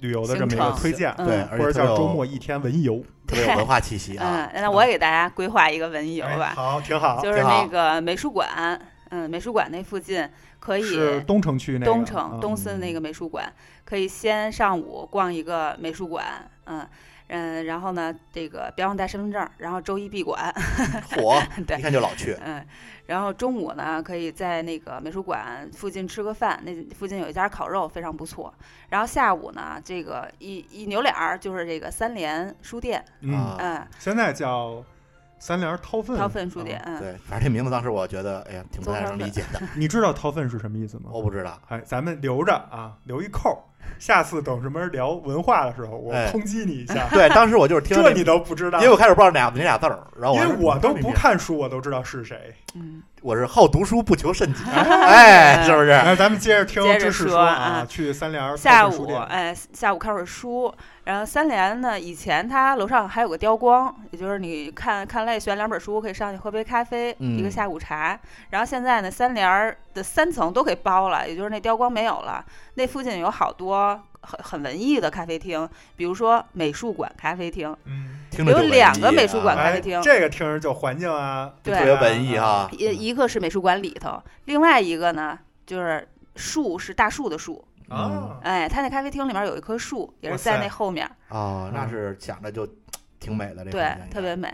S2: 旅游的这么一
S3: 行
S2: 个
S3: 程
S2: 推荐。
S3: 嗯
S4: 对，
S2: 或者
S4: 而且特别
S2: 叫
S4: 有
S2: 周末一天文游。
S4: 特别有文化气息啊
S3: 嗯，。那我也给大家规划一个文艺游
S2: 哎
S3: 吧，
S2: 好，挺好。
S3: 就是
S4: 挺好
S3: 那个美术馆，嗯，美术馆那附近可以
S2: 是东城区那个
S3: 东城
S2: 嗯
S3: 东四那个美术馆，可以先上午逛一个美术馆，嗯嗯，然后呢，这个别忘带身份证儿，然后周一闭馆，
S4: 火，
S3: 嗯对
S4: 一看就老去。
S3: 嗯，然后中午呢，可以在那个美术馆附近吃个饭，那附近有一家烤肉非常不错。然后下午呢，这个一一扭脸儿就是这个三联书店，
S2: 嗯，
S4: 啊，
S3: 嗯，
S2: 现在叫三联掏粪。啊
S3: 掏粪书店，嗯，
S4: 对，反正这名字当时我觉得，哎呀，挺不太能理解的，
S2: 嗯，你知道掏粪是什么意思吗？
S4: 我不知道。
S2: 哎，咱们留着啊，留一扣儿。下次等什么聊文化的时候，我
S4: 哎
S2: 抨击你一 下。
S4: 对，当时我就是听
S2: 这
S4: 着
S2: 你
S4: 那，
S2: 都不知道，
S4: 因为我开始不知道哪哪俩字儿，然后
S2: 因
S4: 我
S2: 为我都不
S4: 看，
S2: 看书，我都知道是谁。
S3: 嗯，
S4: 我是好读书不求甚解，哎，是不是？
S2: 哎，咱们接着听
S3: 接着
S2: 知识
S3: 说
S2: 啊，
S3: 啊
S2: 去三联掏
S3: 下
S2: 粪书
S3: 午
S2: 店。
S3: 哎，下午看会儿书。然后三联呢，以前它楼上还有个雕光，也就是你看看累选两本书，可以上去喝杯咖啡，一个
S4: 嗯
S3: 下午茶。然后现在呢，三联儿的三层都给包了，也就是那雕光没有了。那附近有好多很很文艺的咖啡厅，比如说美术馆咖啡厅，
S2: 嗯，
S4: 听着就
S3: 有两个
S4: 文艺
S3: 美术馆
S4: 啊
S3: 咖
S2: 哎
S3: 啡厅
S2: 这个听着就环境啊，
S3: 对
S4: 特别文艺
S2: 啊。
S4: 啊，
S3: 一一个是美术馆里头，另外一个呢就是树是大树的树，
S4: 嗯
S2: 啊，
S3: 哎，它那咖啡厅里面有一棵树，也
S2: 哇
S3: 是
S2: 塞
S3: 在那后面。
S4: 哦，那是想着就挺美的这个
S3: 对
S4: 环境，
S3: 特别美。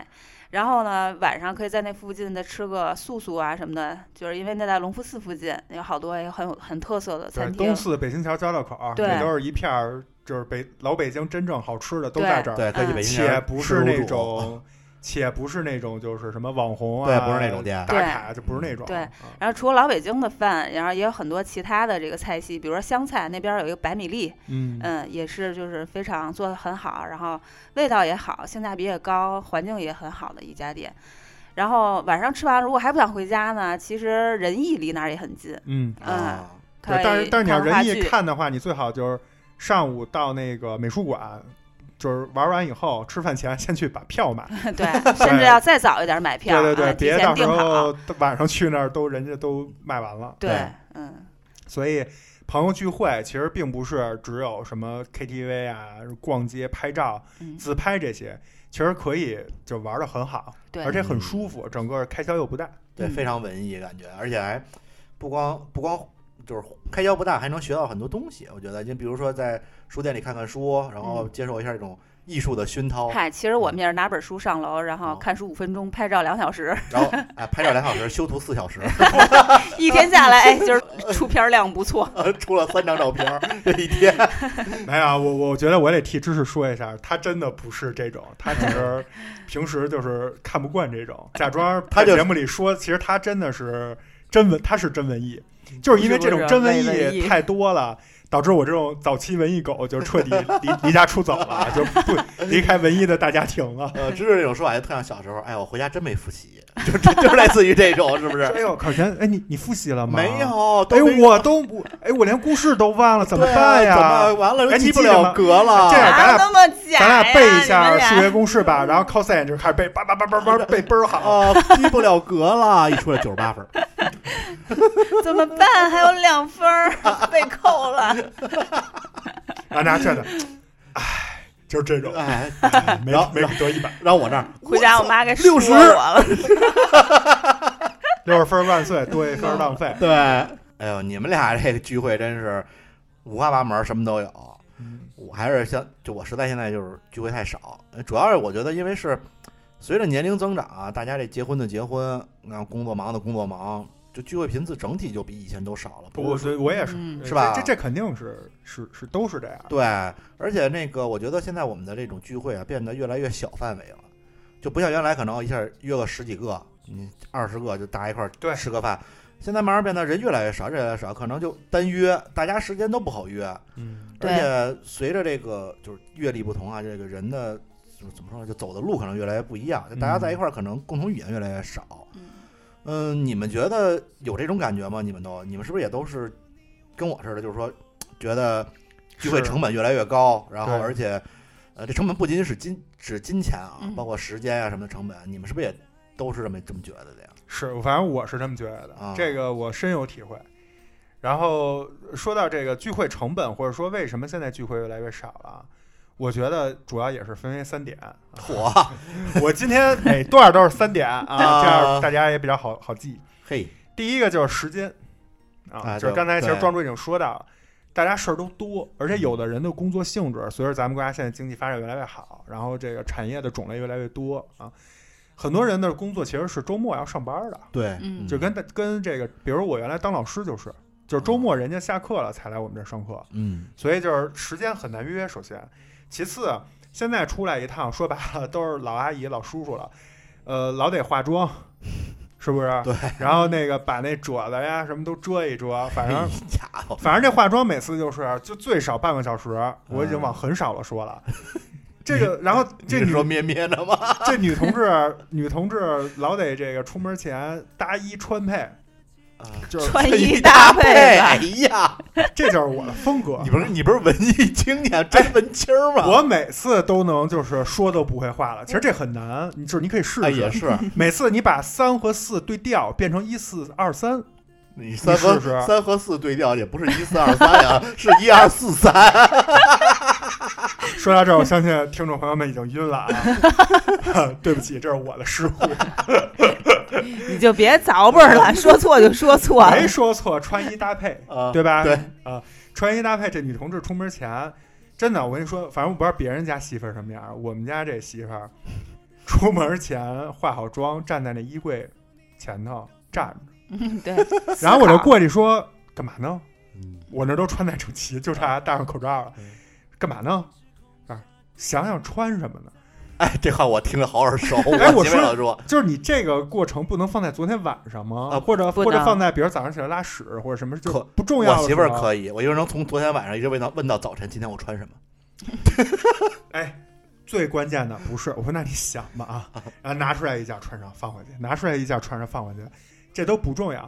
S3: 然后呢，晚上可以在那附近的吃个素素啊什么的，就是因为那在龙福寺附近有好多也很有很特色的
S2: 对，
S3: 餐厅
S2: 东。四北新桥交道口，
S3: 对
S2: 也都是一片儿，就是北老北京真正好吃的都
S3: 对
S2: 在这儿，
S4: 对，可以去
S3: 嗯
S4: 北京
S2: 且
S4: 人
S2: 不
S4: 吃
S2: 是
S4: 入
S2: 那
S4: 住
S2: 种，且不是那种就是什么网红啊，
S4: 对，不是那种店，
S2: 打卡，就不是那种，
S3: 对
S2: 啊
S3: 然后除了老北京的饭，然后也有很多其他的这个菜系，比如说湘菜那边有一个白米粒，
S2: 嗯，
S3: 嗯，也是就是非常做的很好，然后味道也好，性价比也高，环境也很好的一家店。然后晚上吃完，如果还不想回家呢，其实仁义离那儿也很近，
S2: 嗯，
S3: 嗯，
S4: 啊，
S3: 可
S2: 对，
S3: 以
S2: 但是但是你要
S3: 看话
S2: 人一
S3: 剧
S2: 看的话，你最好就是上午到那个美术馆。就是玩完以后，吃饭前先去把票买。
S3: 对，甚至要再早一点买票，
S2: 对对
S3: 啊
S2: 对，
S3: 提
S2: 别
S3: 前
S2: 到时
S3: 订好
S2: 候晚上去那儿都人家都卖完了。
S3: 对
S4: 对，
S3: 嗯，
S2: 所以朋友聚会其实并不是只有什么 KTV 啊、逛街、拍照、
S3: 嗯
S2: 自拍这些，其实可以就玩的很好，
S3: 对
S2: 而且很舒服，整个开销又不大。
S4: 对，
S3: 嗯
S4: 非常文艺感觉，而且还不光不光就是开销不大，还能学到很多东西。我觉得，就比如说在书店里看看书，然后接受一下这种艺术的熏陶，
S3: 嗨，其实
S2: 嗯
S3: 我们也是拿本书上楼，然后
S4: 哦
S3: 看书五分钟，拍照两小时，
S4: 然后哎拍照两小时，修图四小时，
S3: 一天下来，哎，就是出片量不错。
S4: 出了三张照片儿这一天。
S2: 没有，哎我我觉得我得替知识说一下，他真的不是这种，他只 是平时就是看不惯这种，假装
S4: 他
S2: 在
S4: 就是
S2: 节目里说，其实他真的是真文，他是真文艺，就是因为这种真
S3: 嗯不是文
S2: 艺
S3: 艺
S2: 太多了。导致我这种早期文艺狗就彻底离离家出走了，就不离开文艺的大家庭 了。
S4: 呃，知识这种说法就特像小时候，哎，我回家真没复习，就 就就类似于这种，是不
S2: 哎
S4: 是？
S2: 呦，考前，哎，你你复习了吗？
S4: 没。有，都
S2: 哎，
S4: 没
S2: 我都不，哎，我连故事都忘了，怎么
S4: 对啊
S2: 办呀？
S4: 怎么完了，
S2: 哎
S4: 又
S2: 你
S4: 及不
S2: 记得
S4: 了
S2: 吗
S4: 格
S2: 这样
S4: 了。
S2: 咱俩
S3: 哪有那么假呀？
S2: 咱俩背一
S3: 你
S2: 下
S3: 们俩
S2: 数学公式吧，然后 cos 就开始背，叭叭叭叭 叭背倍儿好。
S4: 啊，及不了格了，一出来九 十八分儿。
S3: 怎么办？还有两 分儿被扣了。
S2: 然后大家觉得，哎，就是这种，
S4: 哎，
S2: 没
S4: 然后
S2: 没得一百，
S4: 然后我这儿
S3: 回家我妈给说
S4: 60
S3: 我了。
S2: 六十分万岁，多一分浪费。
S4: 对，哎呦，你们俩这个聚会真是五花八门，什么都有。
S2: 嗯
S4: 我还是像就我实在现在就是聚会太少，呃主要是我觉得因为是随着年龄增长啊，大家这结婚的结婚，然后工作忙的工作忙，就聚会频次整体就比以前都少了。不
S2: 我
S4: 是说
S2: 我我也是，
S3: 嗯
S4: 是吧
S2: 这这这肯定是是是都是这样。
S4: 对，而且那个我觉得现在我们的这种聚会啊，变得越来越小范围了，就不像原来可能一下约个十几个，你二十个就大家一块儿
S2: 对
S4: 吃个饭。现在慢慢变得人越来越少，越来越少，可能就单约，大家时间都不好约。
S2: 嗯，
S4: 而
S3: 对
S4: 且随着这个就是阅历不同啊，这个人的就是怎么说呢，就走的路可能越来越不一样，就大家在一块儿可能共同语言越来越少。
S3: 嗯
S4: 嗯，你们觉得有这种感觉吗？你们都，你们是不是也都是跟我似的，就是说觉得聚会
S2: 是
S4: 成本越来越高，然后
S2: 对
S4: 而且呃，这成本不仅仅是金指金钱啊，
S3: 嗯
S4: 包括时间啊什么的成本，你们是不是也都是这么这么觉得的呀？
S2: 是，反正我是这么觉得
S4: 啊
S2: 的，这个我深有体会。然后说到这个聚会成本，或者说为什么现在聚会越来越少了，我觉得主要也是分为三点。
S4: 嚯，
S2: 我今天每段都是三点啊，
S4: 啊
S2: 这样大家也比较好好记。
S4: 嘿，
S2: 第一个就是时间啊，
S4: 啊
S2: 就是
S4: 对
S2: 刚才其实
S4: 对嗯
S2: 庄主已经说到了，大家事儿都多，而且有的人的工作性质，随着咱们国家现在经济发展越来越好，然后这个产业的种类越来越多啊，很多人的工作其实是周末要上班的，
S4: 对，
S3: 嗯
S2: 就跟跟这个，比如我原来当老师就是，就是周末人家下课了才来我们这儿上课，
S4: 嗯
S2: 所以就是时间很难约。首先，其次，现在出来一趟，说白了都是老阿姨、老叔叔了，呃，老得化妆，是不是？
S4: 对。
S2: 然后那个把那褶子呀什么都遮一遮，反
S4: 哎
S2: 正
S4: 家伙，
S2: 反正这化妆每次就是就最少半个小时，我已经往很少了说了。这 个，然后这
S4: 这是
S2: 女
S4: 嗯说咩咩的吗？
S2: 这女同志，女同志老得这个出门前搭衣穿配，
S4: 啊
S2: 就是
S3: 穿衣搭配
S4: 哎
S3: 吧，
S4: 呀，
S2: 这就是我的风格
S4: 你。不是啊你不是文艺青年，真文青儿吗？
S2: 我每次都能就是说都不会话了，其实这很难，你就是你可以试
S4: 哎
S2: 试。
S4: 也是，
S2: 每次你把三和四对调变成一四二三，
S4: 你三和
S2: 你试试
S4: 三和四对调也不是一四二三呀，是一二四三。
S2: 说到这儿，我相信听众朋友们已经晕了啊！对不起，这是我的失误，
S5: 你就别凿饬了，说错就说错了
S2: 没。说错，穿衣搭配，
S4: 啊，
S2: 对吧？
S4: 对，
S2: 穿衣搭配，这女同志出门前，真的，我跟你说，反正我不知道别人家媳妇儿什么样儿，我们家这媳妇儿，出门前化好妆，站在那衣柜前头站着。
S3: 嗯 对。
S2: 然后我就过去说：“干嘛呢？我那都穿戴整齐，就差戴上口罩了
S4: 嗯。
S2: 干嘛呢？啊，想想穿什么呢？
S4: 哎，这话我听着好耳熟。
S2: 哎我
S4: 媳妇儿
S2: 说
S4: 老说，
S2: 就是你这个过程不能放在昨天晚上吗？
S4: 啊
S2: 或者
S3: 不
S2: 或者
S3: 能
S2: 放在比如早上起来拉屎或者什么就
S4: 可
S2: 不重要
S4: 我
S2: 了。
S4: 媳妇儿
S2: 是吗
S4: 可以，我一直能从昨天晚上一直问到问到早晨，今天我穿什么？
S2: 哎。”最关键的不是我说，那你想吧啊， 然后拿出来一件穿上放回去，拿出来一件穿上放回去，这都不重要，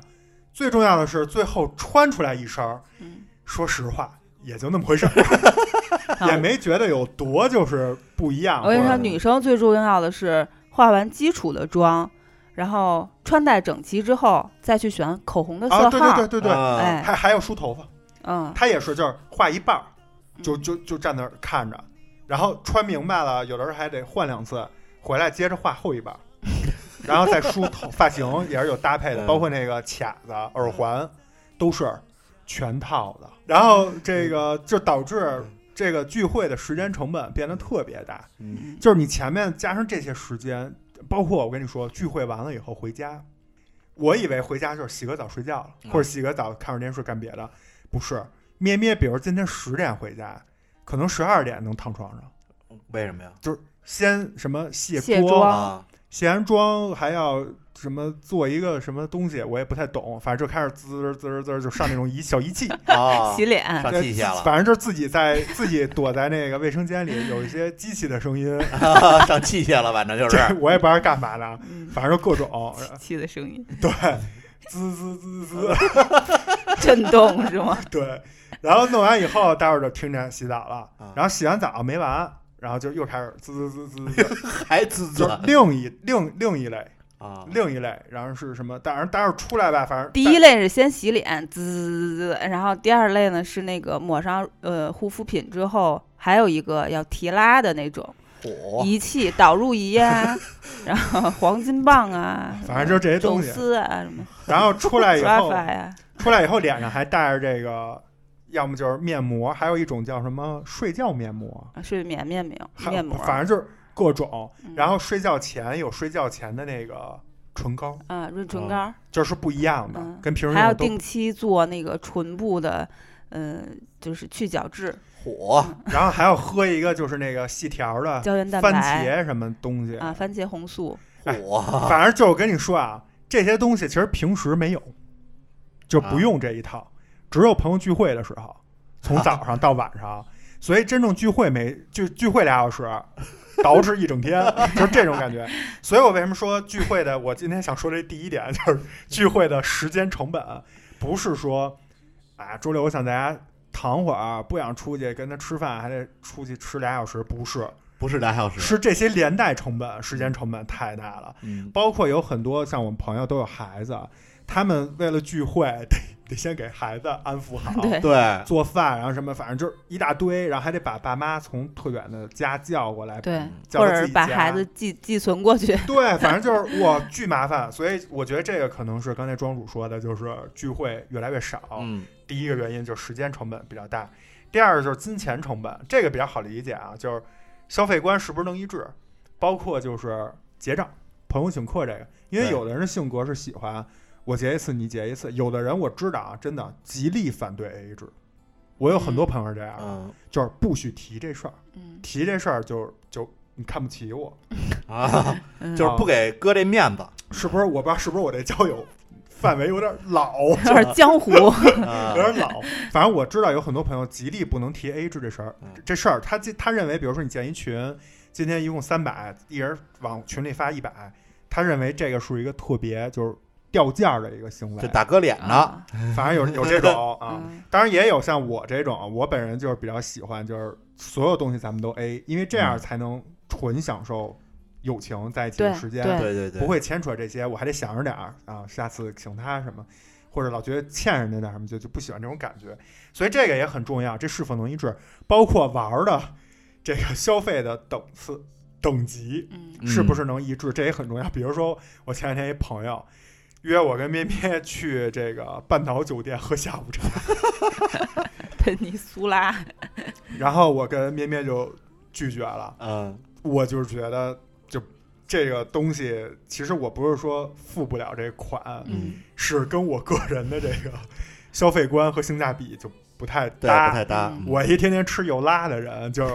S2: 最重要的是最后穿出来一身儿，
S3: 嗯
S2: 说实话也就那么回事 儿，也没觉得有多就是不一样。
S3: 我跟
S2: 啊
S3: 你
S2: 或
S3: 说，
S2: 者
S3: 女生最重要的是化完基础的妆，然后穿戴整齐之后，再去选口红的色号。
S2: 啊，对对对对对，
S4: 啊，
S3: 哎，
S2: 还还有梳头发，
S3: 嗯
S2: 他也是就是画一半儿，就就就站那儿看着，然后穿明白了，有的时候还得换两次，回来接着画后一半儿，然后再梳头，发型也是有搭配的，
S4: 嗯
S2: 包括那个卡子、耳环都是全套的。然后这个就导致这个聚会的时间成本变得特别大，
S4: 嗯
S2: 就是你前面加上这些时间，包括我跟你说，聚会完了以后回家，我以为回家就是洗个澡睡觉了，
S4: 嗯
S2: 或者洗个澡看会儿电视干别的，不是。咩咩，比如今天十点回家，可能十二点能躺床上，
S4: 为什么呀？
S2: 先什么卸
S3: 卸
S2: 妆
S3: 妆
S4: 啊，
S2: 卸完妆还要什么做一个什么东西，我也不太懂，反正就开始滋儿滋儿滋儿就上那种仪小仪器，
S4: 啊
S3: 洗脸，
S4: 上
S2: 呃
S4: 气去 了，
S2: 反正就是自己在自己躲在那个卫生间里，有一些机器的声音，
S4: 上气去了，反正就是
S2: 这我也不知道干嘛呢，
S3: 嗯，
S2: 反正就各种
S3: 气气的声音，
S2: 对，滋滋滋滋，
S3: 震动是吗？
S2: 对。然后弄完以后，待会儿就听见洗澡了
S4: 啊，
S2: 然后洗完澡没完，然后就又开始滋滋滋滋滋，
S4: 还滋滋
S2: 就是另一另另一类。
S4: 啊，
S2: 另一类，然后是什么？当然，待会儿出来吧，反正
S3: 第一类是先洗脸，滋滋滋滋，然后第二类呢是那个抹上呃护肤品之后，还有一个要提拉的那种
S4: 火
S3: 仪器，导入 仪啊，然后黄金棒啊，
S2: 反正就是这些
S3: 种
S2: 东西。
S3: 丝啊，什么
S2: 然后出来以后，
S3: 抓发呀，
S2: 出来以后脸上还带着这个，要么就是面膜，还有一种叫什么睡觉面膜，
S3: 啊睡眠面面
S2: 还
S3: 面膜，
S2: 反正就是各种。
S3: 嗯
S2: 然后睡觉前有睡觉前的那个唇膏，
S3: 啊润唇
S2: 哦
S4: 嗯
S3: 膏儿，
S2: 就是不一样的，
S3: 嗯
S2: 跟平时
S3: 还
S2: 用的
S3: 要
S2: 都
S3: 定期做那个唇部的，呃，就是去角质
S4: 火
S2: 然后还要喝一个就是那个细条的
S3: 胶原蛋
S2: 啊番
S3: 白
S2: 茄什么东西，
S3: 啊，番茄红素，
S4: 火，
S2: 反正就是我跟你说啊，这些东西其实平时没有，就不用这一套，只有朋友聚会的时候，从早上到晚上，所以真正聚会没就聚会俩小时，捯饬一整天，就是这种感觉。所以我为什么说聚会的，我今天想说这第一点就是聚会的时间成本，不是说啊周六我想在家躺会儿，啊不想出去跟他吃饭，还得出去吃俩小时，不是，
S4: 不是俩小时，
S2: 是这些连带成本、时间成本太大了。
S4: 嗯，
S2: 包括有很多像我们朋友都有孩子，他们为了聚会 得得先给孩子安抚好，
S3: 对，
S4: 对，
S2: 做饭，然后什么，反正就是一大堆，然后还得把爸妈从特远的家叫过来，
S3: 对，
S2: 叫
S3: 或
S2: 到自
S3: 者
S2: 己
S3: 把
S2: 家
S3: 孩子寄寄存过去，
S2: 对，反正就是我巨麻烦，所以我觉得这个可能是刚才庄主说的，就是聚会越来越少。
S4: 嗯，
S2: 第一个原因就是时间成本比较大，第二个就是金钱成本，这个比较好理解啊，就是消费观是不是能一致，包括就是结账，朋友请客这个，因为
S4: 对
S2: 有的人的性格是喜欢我结一次你结一次，有的人我知道啊，真的极力反对 AA 制，我有很多朋友是这样，
S4: 嗯
S2: 就是不许提这事儿，
S3: 嗯
S2: 提这事儿就就你看不起我，
S4: 啊，
S3: 嗯
S4: 就是不给哥这面 子，
S2: 是不是？我不知道是不是我这交友范围有点老，
S3: 有点 江湖，
S4: 啊
S2: 有点老。反正我知道有很多朋友极力不能提 A 制这事儿
S4: 嗯，
S2: 这事儿他这他认为，比如说你建一群，今天一共三百，一人往群里发一百，他认为这个是一个特别就是掉价儿的一个行
S4: 就
S2: 为。
S4: 打哥脸呢，
S3: 啊
S2: 反正有有这 种啊，
S3: 嗯
S2: 当然也有像我这种，我本人就是比较喜欢就是所有东西咱们都 A，因为这
S4: 嗯
S2: 样才能纯享受友情在一起的
S3: 对
S2: 时间。
S3: 对
S4: 对对对，
S2: 不会牵扯这些，我还得想着点儿啊，下次请他什么，或者老觉得欠人家点儿什么，就就不喜欢这种感觉。所以这个也很重要，这是否能一致，包括玩儿的这个消费的等次等级
S3: 嗯
S4: 嗯
S2: 是不是能一致，这也很重要。比如说，我前两天一朋友约我跟咩咩去这个半岛酒店喝下午茶，
S3: 喷尼苏拉，
S2: 然后我跟咩咩就拒绝了。
S4: 嗯
S2: 我就是觉得，就这个东西，其实我不是说付不了这款，
S3: 嗯
S2: 是跟我个人的这个消费观和性价比就不太
S4: 对，不
S2: 搭。
S4: 太搭，
S3: 嗯
S2: 我一天天吃油拉的人， 就是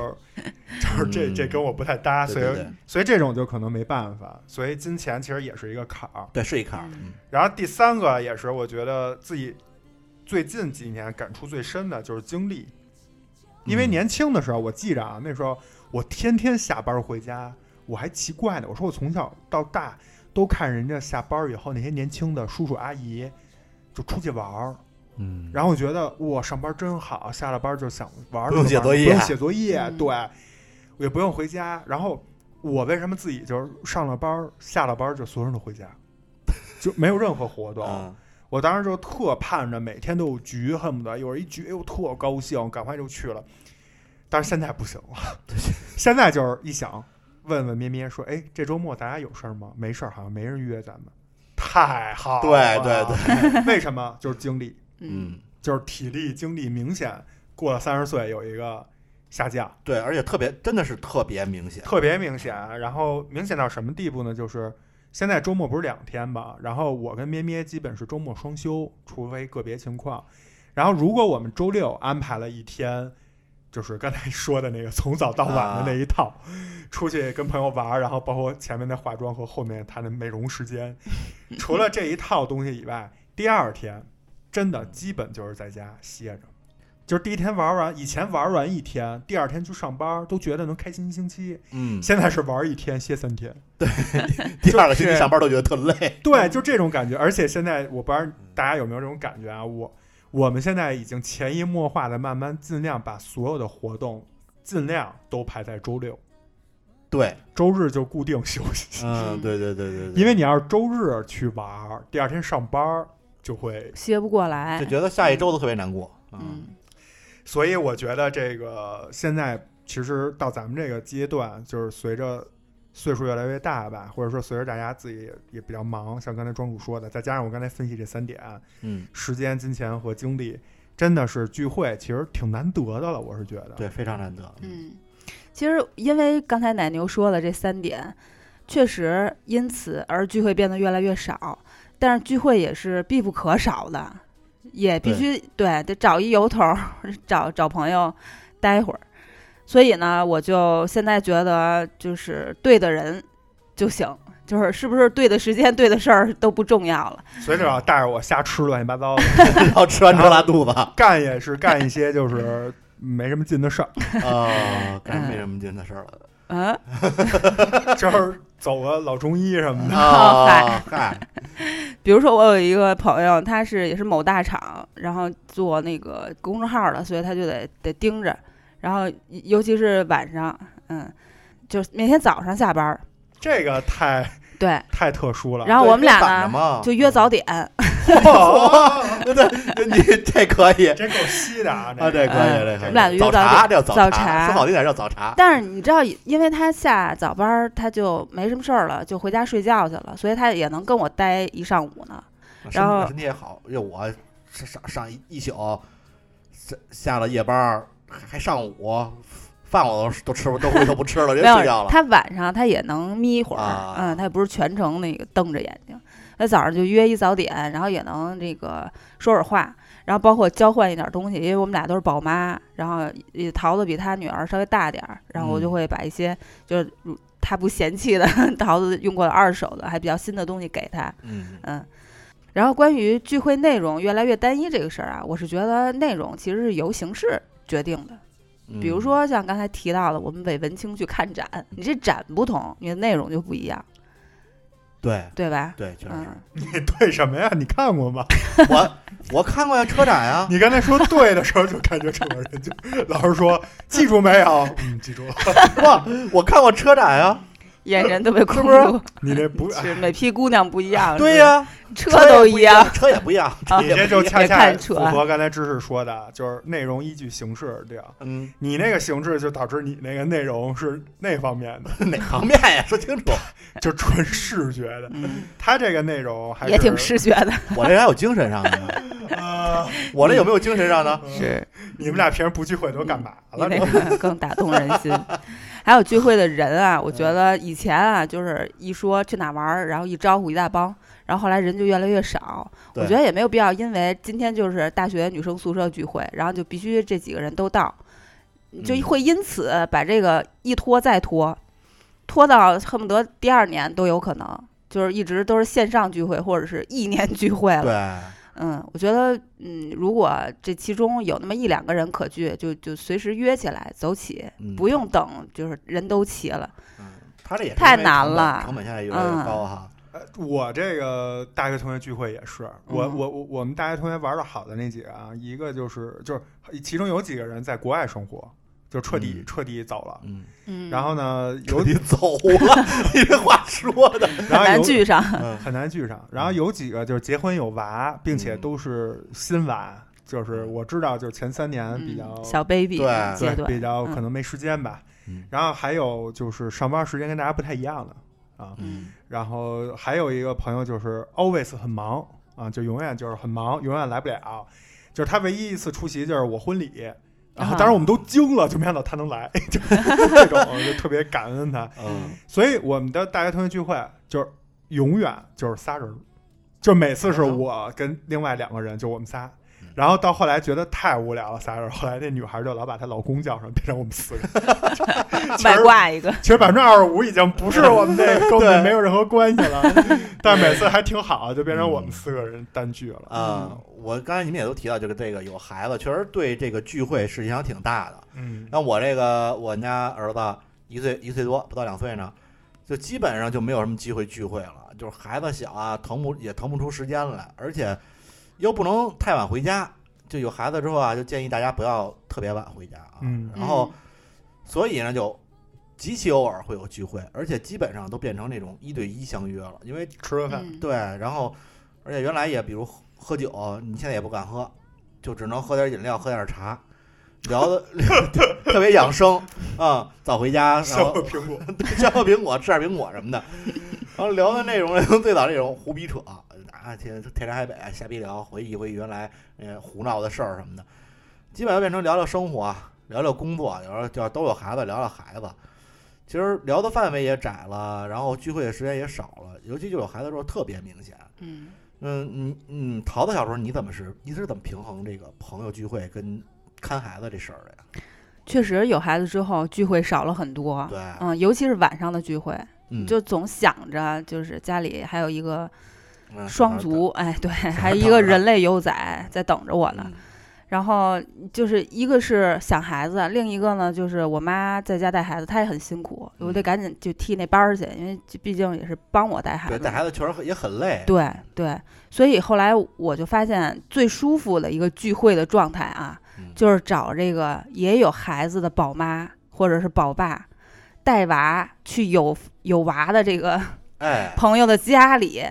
S2: 就是这
S4: 嗯
S2: 这跟我不太搭，
S4: 对
S2: 所
S4: 对
S2: 以
S4: 对，
S2: 所以这种就可能没办法。所以金钱其实也是一个坎儿。
S4: 对是一坎儿，
S3: 嗯
S2: 然后第三个也是我觉得自己最近几年感触最深的就是经历，因为
S4: 嗯
S2: 年轻的时候我记着啊，那时候我天天下班回家，我还奇怪呢，我说我从小到大都看人家下班以后那些年轻的叔叔阿姨就出去玩儿，
S4: 嗯
S2: 然后我觉得哇上班真好，下了班就想玩儿，
S4: 不用
S2: 就
S4: 写
S2: 玩儿
S4: 作业
S2: 不用写作业，
S3: 嗯
S2: 对，也不用回家，然后。我为什么自己就是上了班儿，下了班儿就所有人都回家，就没有任何活动？
S4: 后
S2: 我当时就特盼着每天都有局，恨不得有一局，哎呦特高兴，赶快就去了。但是现在不行 了，现在就是一想，问问咩咩说，哎，这周末大家有事儿吗？没事儿，好像没人约咱们。太好
S4: 对
S2: 了，
S4: 对
S2: 对， 为什么？就是精力，
S3: 嗯，
S4: 嗯，
S2: 就是体力、精力明显过了三十岁有一个下降。
S4: 对，而且特别真的是特别明显，
S2: 特别明显。然后明显到什么地步呢？就是现在周末不是两天嘛，然后我跟咩咩基本是周末双休，除非个别情况。然后如果我们周六安排了一天，就是刚才说的那个从早到晚的那一套，出去跟朋友玩儿，然后包括前面的化妆和后面他的美容时间，除了这一套东西以外，第二天真的基本就是在家歇着。就是第一天玩完，以前玩完一天，第二天去上班，都觉得能开心一星期。
S4: 嗯，
S2: 现在是玩一天歇三天，
S4: 第二个星期
S2: 是
S4: 上班都觉得特累，
S2: 对，就这种感觉。而且现在我不知道大家有没有这种感觉啊，我我们现在已经潜移默化的慢慢尽量把所有的活动尽量都排在周六，
S4: 对，
S2: 周日就固定休息，
S4: 嗯，对对对对对，
S2: 因为你要是周日去玩儿，第二天上班儿就会。
S3: 歇不过
S4: 就
S3: 来，
S4: 觉得下一周都特别难过，嗯，
S3: 嗯，
S2: 所以我觉得这个现在其实到咱们这个阶段，就是随着。岁数越来越大吧，或者说随着大家自己也也比较忙，像刚才庄主说的，再加上我刚才分析这三点，
S4: 嗯，
S2: 时间、金钱和精力，真的是聚会其实挺难得的了，我是觉得。
S4: 对，非常难得，
S3: 嗯，其实因为刚才奶牛说了这三点，确实因此而聚会变得越来越少，但是聚会也是必不可少的，也必须对得找一由头儿， 找找朋友待会儿。所以呢，我就现在觉得就是对的人就行，就是是不是对的时间、对的事儿都不重要了。
S2: 随着啊带着我瞎吃乱七八糟的，
S4: 然后吃完之后 拉肚子，
S2: 干也是干一些就是没什么劲的事儿，
S4: 啊，感觉没什么劲的事儿了
S3: 嗯，
S2: 就是走个老中医什
S3: 嗯
S2: 么的。
S4: 啊，嗨，
S3: 比如说，我有一个朋友，他是也是某大厂，然后做那个公众号的，所以他就得得盯着，然后尤其是晚上，嗯，就是每天早上下班儿，
S2: 这个太
S3: 对，
S2: 太特殊了。
S3: 啊然后我们俩
S4: 啊对反着
S3: 呢 哦
S4: 嘛，
S3: 就约早点，
S4: 哇，对 对，你这可以
S2: 真够稀的啊！
S4: 啊，
S2: 这
S4: 这
S2: 个
S4: 可以，这
S3: 我
S4: 可以，
S3: 们俩约
S4: 早
S3: 早
S4: 茶叫
S3: 早
S4: 茶，
S3: 茶
S4: 说好听点叫早茶，啊
S3: 但是你知道，因为他下早班儿，他就没什么事儿了，就回家睡觉去了，所以他也能跟我待一上午呢。然后
S4: 身身体也好，要我上上上一一宿，下下了夜班儿还还上午，饭我都都吃不都回头不 吃了，
S3: 没
S4: 直接睡觉
S3: 有，
S4: 了。
S3: 他晚上他也能眯一会儿，
S4: 啊
S3: 嗯，他也不是全程那个瞪着眼睛。他早上就约一早点，然后也能这个说会儿话，然后包括交换一点东西，因为我们俩都是宝妈，然后也桃子比她女儿稍微大点儿，然后我
S4: 嗯
S3: 就会把一些就是如她不嫌弃的桃子用过的二手的还比较新的东西给她，
S4: 嗯，
S3: 嗯。然后关于聚会内容越来越单一这个事儿啊，我是觉得内容其实是由形式决定的。
S4: 嗯
S3: 比如，说像刚才提到的，我们韦文清去看展，你这展不同，你的内容就不一样，
S4: 对
S3: 对吧？
S4: 对，确实
S3: 嗯，
S4: 是。
S2: 你对什么呀？你看过吗？
S4: 我我看过呀车 展呀，
S2: 你刚才说对的时候，就感觉整个人就老师说记住没有？嗯，记住了。
S4: 哇，我看过车展呀，
S3: 眼神特别空
S4: 是不
S3: 洞，
S2: 你这不，
S3: 是每批姑娘不一样，
S4: 啊对呀，
S3: 是吧，车都
S4: 也不一
S3: 样，，
S4: 车也不一样，
S3: 啊
S4: 车
S2: 你
S4: 也不
S2: 这
S4: 一
S2: 就
S4: 样
S2: 恰
S3: 也
S2: 恰
S3: 看出
S2: 符
S3: 来
S2: 合刚才知识说的，就是内容依据形式这样。
S4: 嗯
S2: 你那个形式就导致你那个内容是那方面 的，
S4: 哪方面呀？说清楚，
S2: 就纯视觉的。
S3: 嗯，
S2: 他这个内容还是
S3: 也挺视觉的，
S4: 我这还有精神上的呢，
S2: 呃，
S4: 我这有没有精神上的？
S3: 是
S2: 你们俩平时不聚会都干嘛
S3: 嗯你
S2: 了？
S3: 那个 更打动人心。还有聚会的人啊，我觉
S4: 嗯
S3: 得以前啊，就是一说去哪玩儿，然后一招呼一大帮，然后后来人就越来越少。我
S4: 对
S3: 觉得也没有必要，因为今天就是大学女生宿舍聚会，然后就必须这几个人都到，就
S4: 嗯
S3: 会因此把这个一拖再拖，拖到恨不得第二年都有可能，就是一直都是线上聚会或者是一年聚会了。
S4: 对，
S3: 嗯，我觉得，嗯，如果这其中有那么一两个人可聚，就就随时约起来走起，
S4: 嗯
S3: 不用等，就是人都齐了。
S4: 他这也是
S3: 太
S4: 因为
S3: 难
S4: 成本
S3: 了嗯
S4: 成本现在越来越高哈。
S2: 呃我这个大学同学聚会也是，我
S3: 嗯
S2: 我我我们大学同学玩的好的那几个啊，一个就是就是其中有几个人在国外生活，就彻底、
S4: 嗯
S2: 彻底走了。
S4: 嗯，
S3: 嗯，
S2: 然后 呢，有
S4: 有你走了， 你这话说的，
S2: 然
S3: 很
S2: 后
S3: 难
S2: 有
S3: 聚上，
S4: 嗯
S2: 很难聚上。然后有几个就是结婚有娃，并
S3: 嗯
S2: 且都是新娃，就是我知道就是前三年比较、
S3: 嗯小 baby
S4: 对
S3: 阶
S2: 对
S3: 段，
S2: 比较
S3: 嗯
S2: 可能没时间吧。
S4: 嗯
S2: 然后还有就是上班时间跟大家不太一样的啊。
S3: 嗯
S2: 然后还有一个朋友就是 always 很忙啊，就永远就是很忙，永远来不了。就是他唯一一次出席就是我婚礼。然后
S3: 啊
S2: 当时我们都惊了，就没想到他能来， 就这种就特别感恩他。
S4: 嗯，
S2: 所以我们的大学同学聚会啊就是永远就是仨人儿，就每次是我跟另外两个人，就我们仨
S4: 嗯。
S2: 然后到后来觉得太无聊了，仨人儿。后来那女孩就老把她老公叫上，变成我们四个。其
S3: 外
S2: 实
S3: 挂一个，
S2: 其实百分之二十五已经不是我们这个跟我
S4: 对
S2: 们没有任何关系了，但是每次还挺好，就变成我们四个人单聚了。
S4: 啊，我刚才你们也都提到，就是这个有孩子，确实对这个聚会是影响挺大的。
S2: 嗯，
S4: 那我这个我们家儿子一岁一岁多，不到两岁呢，就基本上就没有什么机会聚会了，就是孩子小啊，腾不也腾不出时间来，而且又不能太晚回家。就有孩子之后啊，就建议大家不要特别晚回家啊。
S2: 嗯
S4: 然后所以呢，就极其偶尔会有聚会，而且基本上都变成那种一对一相约了，因为
S2: 吃个
S3: 嗯
S2: 饭，
S3: 嗯
S4: 对，然后而且原来也比如喝喝酒，你现在也不敢喝，就只能喝点饮料，喝点茶， 聊的特别养生啊、早回家，然
S2: 削
S4: 后
S2: 个苹 果，
S4: 削个苹果，吃点苹果什 么的，然后聊的内容最早那种胡逼扯啊，天天南海北瞎逼聊，回忆回忆原来呃胡闹的事儿什么的，基本上变成聊聊生活，啊聊聊工作，聊聊就都有孩子，聊聊孩子。其实聊的范围也窄了，然后聚会的时间也少了，尤其就有孩子的时候特别明显。
S3: 嗯
S4: 嗯，你嗯，桃子小时候你怎么是你是怎么平衡这个朋友聚会跟看孩子这事儿的呀？
S3: 确实有孩子之后聚会少了很多，
S4: 对，
S3: 嗯，尤其是晚上的聚会，
S4: 嗯，
S3: 就总想着就是家里还有一个
S4: 嗯
S3: 双足，哎，对，还有
S4: 等
S3: 一个
S4: 着
S3: 人类幼崽在等着我呢。
S4: 嗯
S3: 然后就是一个是想孩子，另一个呢就是我妈在家带孩子，她也很辛苦，我得
S4: 嗯
S3: 赶紧就替那班儿去，因为毕竟也是帮我带孩
S4: 对，
S3: 子。
S4: 带孩子确实很也很累。
S3: 对对，所以后来我就发现最舒服的一个聚会的状态啊，
S4: 嗯
S3: 就是找这个也有孩子的宝妈或者是宝爸，带娃去有有娃的这个
S4: 哎，
S3: 朋友的家里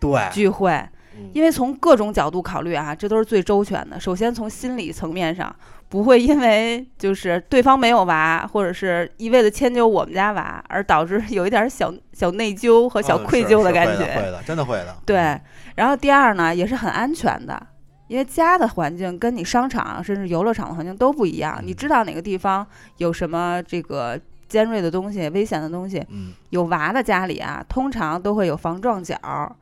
S4: 对，
S3: 聚会，
S4: 嗯
S3: 因为从各种角度考虑啊，这都是最周全的。首先从心理层面上，不会因为就是对方没有娃，或者是一味的迁就我们家娃，而导致有一点儿小小内疚和小
S4: 嗯
S3: 愧
S4: 是
S3: 疚
S4: 是
S3: 感
S4: 会
S3: 觉。
S4: 会的，真的会的。
S3: 对，然后第二呢，也是很安全的，因为家的环境跟你商场甚至游乐场的环境都不一样，你
S4: 嗯
S3: 知道哪个地方有什么这个尖锐的东西、危险的东西。
S4: 嗯，
S3: 有娃的家里啊，通常都会有防撞角，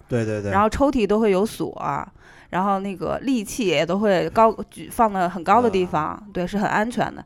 S4: 对对对。
S3: 然后抽屉都会有锁，然后那个利器也都会高举放到很高的地
S4: 啊
S3: 方，对，是很安全的。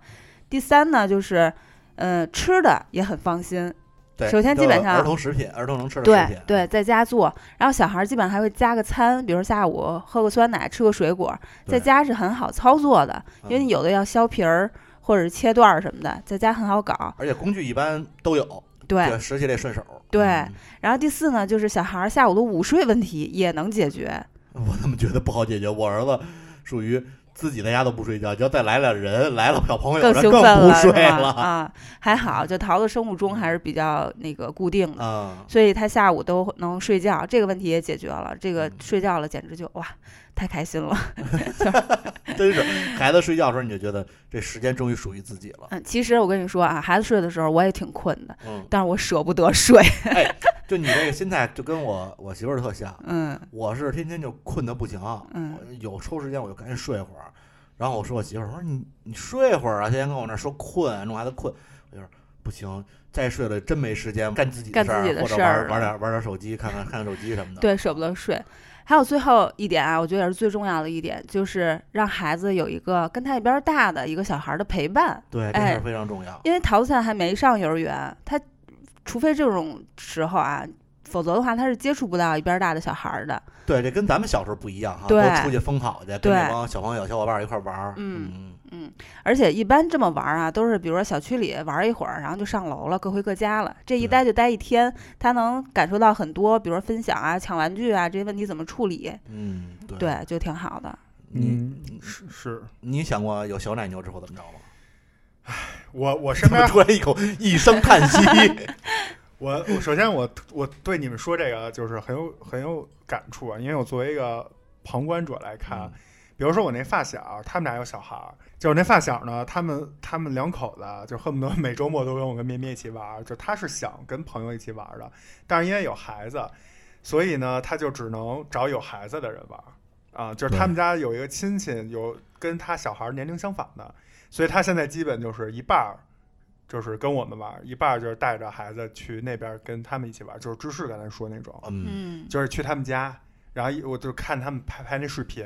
S3: 第三呢，就是，呃，吃的也很放心，
S4: 对
S3: 首先基
S4: 都有
S3: 本上
S4: 儿童食品，儿童能吃的食
S3: 对
S4: 品。
S3: 对，在家做，然后小孩儿基本上还会加个餐，比如下午喝个酸奶，吃个水果，在
S4: 对
S3: 家是很好操作的，因为
S4: 嗯
S3: 你有的要削皮儿或者是切段儿什么的，在家很好搞。
S4: 而且工具一般都有，
S3: 对
S4: 就，拾起来顺手。
S3: 对
S4: 嗯
S3: 然后第四呢，就是小孩儿下午的午睡问题也能解决。
S4: 我怎么觉得不好解决？我儿子属于自己在家都不睡觉，只要再来点人，来了小朋友，
S3: 更
S4: 那
S3: 兴奋
S4: 不
S3: 是
S4: 睡
S3: 吧？
S4: 了。
S3: 啊，还好，就桃子生物钟还是比较那个固定的，
S4: 啊，
S3: 所以他下午都能睡觉，这个问题也解决了。这个
S4: 嗯
S3: 睡觉了，简直就哇，太开心了。
S4: 真是孩子睡觉的时候，你就觉得这时间终于属于自己了。
S3: 嗯，其实我跟你说啊，孩子睡的时候我也挺困的，
S4: 嗯，哎
S3: 但是我舍不得睡。
S4: 就你这个心态，就跟我我媳妇儿特像。
S3: 嗯
S4: 我是天天就困得不行，
S3: 嗯
S4: 我有抽时间我就赶紧睡会儿。然后我说我媳妇儿，我说你你睡会儿啊，天天跟我那儿说困，弄孩子困，我就说不行，再睡了真没时间干自己的
S3: 干
S4: 事
S3: 自
S4: 儿，
S3: 己的
S4: 或者
S3: 事
S4: 玩
S3: 儿
S4: 玩
S3: 了
S4: 点玩点手机，看看看看手机什么的。，
S3: 对，舍不得睡。还有最后一点啊，我觉得也是最重要的一点，就是让孩子有一个跟他一边儿大的一个小孩儿的陪伴。
S4: 对，这事
S3: 哎
S4: 儿非常重要。
S3: 因为桃子现在还没上幼儿园，他除非这种时候啊，否则的话他是接触不到一边儿大的小孩儿的。
S4: 对，这跟咱们小时候不一样哈，都
S3: 对
S4: 出去疯跑去，跟
S3: 对
S4: 那帮小朋友、小伙伴儿一块儿玩儿。
S3: 嗯
S4: 嗯，
S3: 嗯，而且一般这么玩儿啊，都是比如说小区里玩儿一会儿，然后就上楼了，各回各家了。这一
S4: 对
S3: 待就待一天，他能感受到很多，比如说分享啊、抢玩具啊这些问题怎么处理，
S4: 嗯，对，
S3: 对，就挺好的。
S4: 你
S2: 嗯，是是，
S4: 你想过有小奶牛之后怎么着吗？
S2: 我我身
S4: 怎么
S2: 边
S4: 突然一口一声叹息？
S2: 我我首先我我对你们说这个就是很有很有感触啊，因为我作为一个旁观者来 看，啊
S4: 嗯
S2: 比如说我那发小，他们俩有小孩儿，就是那发小呢，他们他们两口子啊就恨不得每周末都跟我跟咩咩一起玩儿，就他是想跟朋友一起玩儿的，但是因为有孩子，所以呢，他就只能找有孩子的人玩儿啊，就是他们家有一个亲戚有跟他小孩儿年龄相反的，所以他现在基本就是一半儿就是跟我们玩儿，一半儿就是带着孩子去那边儿跟他们一起玩儿，就是芝士刚才说那种，
S4: 嗯，
S3: 嗯，，
S2: 就是去他们家，然后一我就看他们拍拍那视频，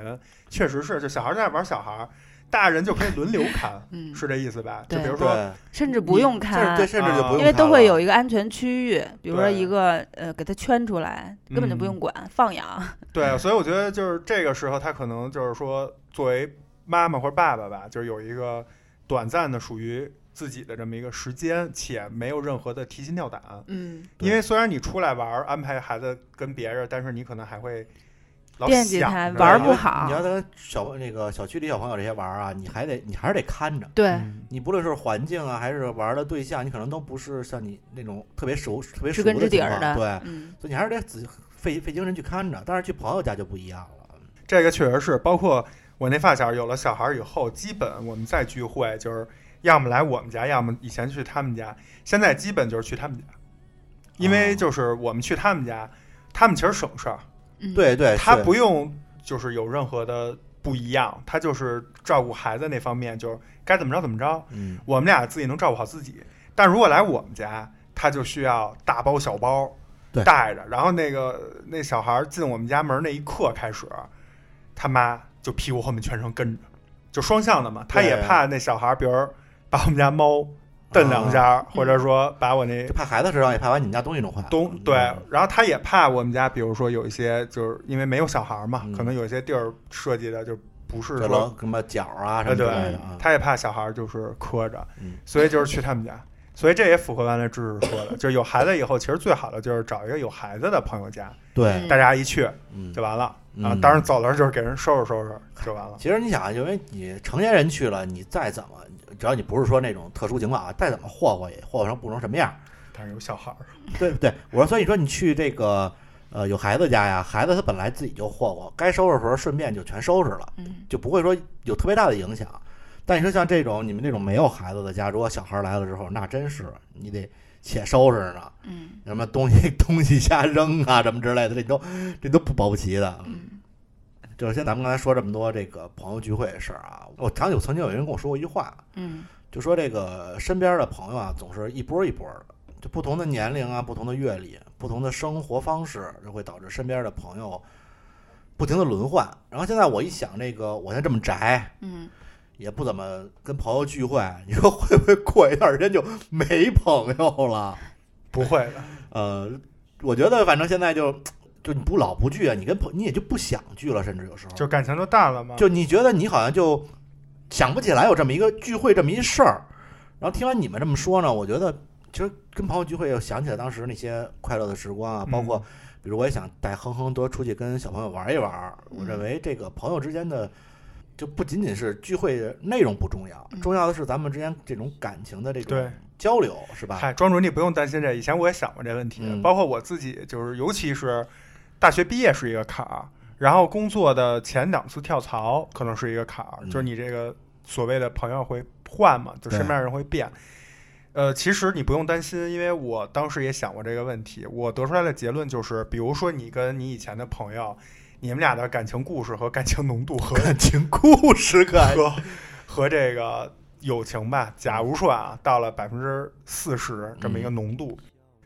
S2: 确实是，就小孩儿在那玩儿小孩儿，大人就可以轮流看
S3: 嗯
S2: 是这意思吧？就
S3: 对
S2: 比如说，
S4: 对，
S3: 甚至不用
S4: 甚至
S3: 看
S4: 对，，甚至就不用看了，
S3: 因为都会有一个安全区域，比如说
S2: 对
S3: 一个呃，给它圈出来，根本就
S4: 嗯
S3: 不用管，放养。
S2: 对，所以我觉得就是这个时候，他可能就是说，作为妈妈或者爸爸吧，就是有一个短暂的属于自己的这么一个时间，且没有任何的提心吊胆。
S3: 嗯，
S4: 对
S2: 因为虽然你出来玩儿，安排孩子跟别人，但是你可能还会老
S3: 惦记
S2: 想
S3: 他
S2: 着
S3: 玩儿
S4: 因
S3: 不
S4: 为
S2: 要
S3: 好
S4: 你要跟小那个小区里小朋友这些玩儿啊，你还得你还是得看着。
S3: 对，
S2: 嗯
S4: 你不论是环境啊，还是玩儿的对象，你可能都不是像你那种特别熟、特别熟
S3: 知根
S4: 的
S3: 知底
S4: 情
S3: 儿
S4: 况
S3: 的，
S4: 对，
S3: 嗯，
S4: 所以你还是得仔费费精神去看着。但是去朋友家就不一样了，
S2: 这个确实是，包括我那发小有了小孩儿以后，基本我们再聚会就是要么来我们家，要么以前去他们家，现在基本就是去他们家，因为
S4: 哦
S2: 就是我们去他们家，他们其实省事儿，
S3: 嗯，
S4: 对对，
S2: 他
S4: 是
S2: 不用就是有任何的不一样，他就是照顾孩子那方面就是该怎么着怎么着，
S4: 嗯，
S2: 我们俩自己能照顾好自己。但如果来我们家，他就需要大包小包
S4: 对
S2: 带着，然后那个那小孩儿进我们家门那一刻开始，他妈就屁股后面全程跟着，就双向的嘛。他也
S4: 对
S2: 怕那小孩儿，比如把我们家猫蹬两下儿，或者说把我那
S4: 啊就嗯怕孩子知道，也怕把你们家东西弄坏了。
S2: 东对，然后他也怕我们家，比如说有一些就是因为没有小孩儿嘛，
S4: 嗯
S2: 可能有一些地儿设计的就不是
S4: 这
S2: 说
S4: 老什么角啊什
S2: 啊，
S4: 么之
S2: 对
S4: 类的啊，，
S2: 他也怕小孩儿就是磕着，
S4: 嗯
S2: 所以就是去他们家，所以这也符合刚才知识说的，就是有孩子以后，其实最好的就是找一个有孩子的朋友家，
S4: 对，
S2: 大家一去
S4: 嗯
S2: 就，完了啊
S4: 嗯。
S2: 当然走的时候就是给人收拾收拾就完了。
S4: 其实你想，啊，因为你成年人去了，你再怎么，只要你不是说那种特殊情况啊，再怎么霍霍也霍霍成不成什么样儿，
S2: 但是有小孩儿，
S4: 对不对？我说，所以说你去这个呃有孩子家呀，孩子他本来自己就霍霍，该收拾的时候顺便就全收拾了，
S3: 嗯，
S4: 就不会说有特别大的影响。但你说像这种你们这种没有孩子的家，如果小孩来了之后，那真是你得且收拾呢，
S3: 嗯
S4: 什么东西东西瞎扔啊，什么之类的，这都这都不保不齐的。
S3: 嗯
S4: 就是像咱们刚才说这么多这个朋友聚会的事儿啊，我常有曾经有人跟我说过一句话，
S3: 嗯
S4: 就说这个身边的朋友啊，总是一波一波的，就不同的年龄啊、不同的阅历、不同的生活方式，就会导致身边的朋友不停的轮换。然后现在我一想，这个我现在这么宅，
S3: 嗯，
S4: 也不怎么跟朋友聚会， 你说会不会过一段时间就没朋友了？
S2: 不会的，
S4: 呃，我觉得反正现在就就你不老不聚啊，你跟朋你也就不想聚了，甚至有时候
S2: 就感情都淡了嘛。
S4: 就你觉得你好像就想不起来有这么一个聚会这么一事儿，然后听完你们这么说呢，我觉得其实跟朋友聚会又想起来当时那些快乐的时光啊，
S2: 嗯
S4: 包括比如我也想带哼哼多出去跟小朋友玩一玩。
S3: 嗯
S4: 我认为这个朋友之间的就不仅仅是聚会内容不重要
S3: 嗯，
S4: 重要的是咱们之间这种感情的这
S2: 对
S4: 种交流，是 吧？
S2: 嗨，庄主你不用担心这，以前我也想过这问题，
S4: 嗯
S2: 包括我自己，就是尤其是大学毕业是一个坎儿，然后工作的前两次跳槽可能是一个坎儿，
S4: 嗯
S2: 就是你这个所谓的朋友会换嘛，就
S6: 对
S2: 身边人会变。呃，其实你不用担心，因为我当时也想过这个问题，我得出来的结论就是，比如说你跟你以前的朋友，你们俩的感情故事和感情浓度和
S4: 感情故事可爱，
S2: 和和这个友情吧，假如说啊，到了百分之四十这么
S4: 嗯
S2: 一个浓度，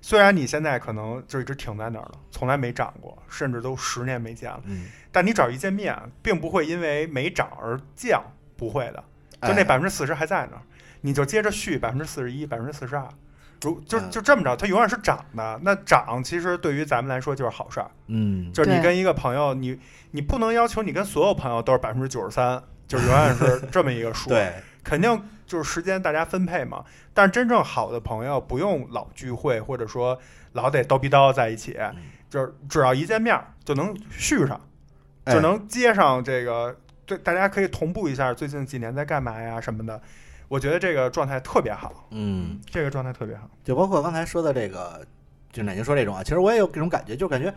S2: 虽然你现在可能就一直停在那儿了，从来没涨过，甚至都十年没见了，
S4: 嗯，
S2: 但你只要一见面，啊并不会因为没涨而降，不会的，就那
S4: 哎
S2: 百分之四十还在那儿，你就接着续百分之四十一、百分之四十二。如就
S4: 嗯
S2: 就这么着，它永远是涨的。那涨其实对于咱们来说就是好事儿，
S4: 嗯，
S2: 就是你
S3: 对
S2: 跟一个朋友，你你不能要求你跟所有朋友都是百分之九十三，就永远是这么一个 数。
S4: 对，
S2: 肯定就是时间大家分配嘛。但是真正好的朋友不用老聚会，或者说老得叨逼叨在一起，
S4: 嗯
S2: 就是只要一见面儿就能续上，
S4: 哎
S2: 就能接上这个。对，大家可以同步一下最近几年在干嘛呀什么的。我觉得这个状态特别好，
S4: 嗯，
S2: 这个状态特别好。
S4: 就包括刚才说的这个，就是奶牛说这种啊，其实我也有这种感觉，就感觉，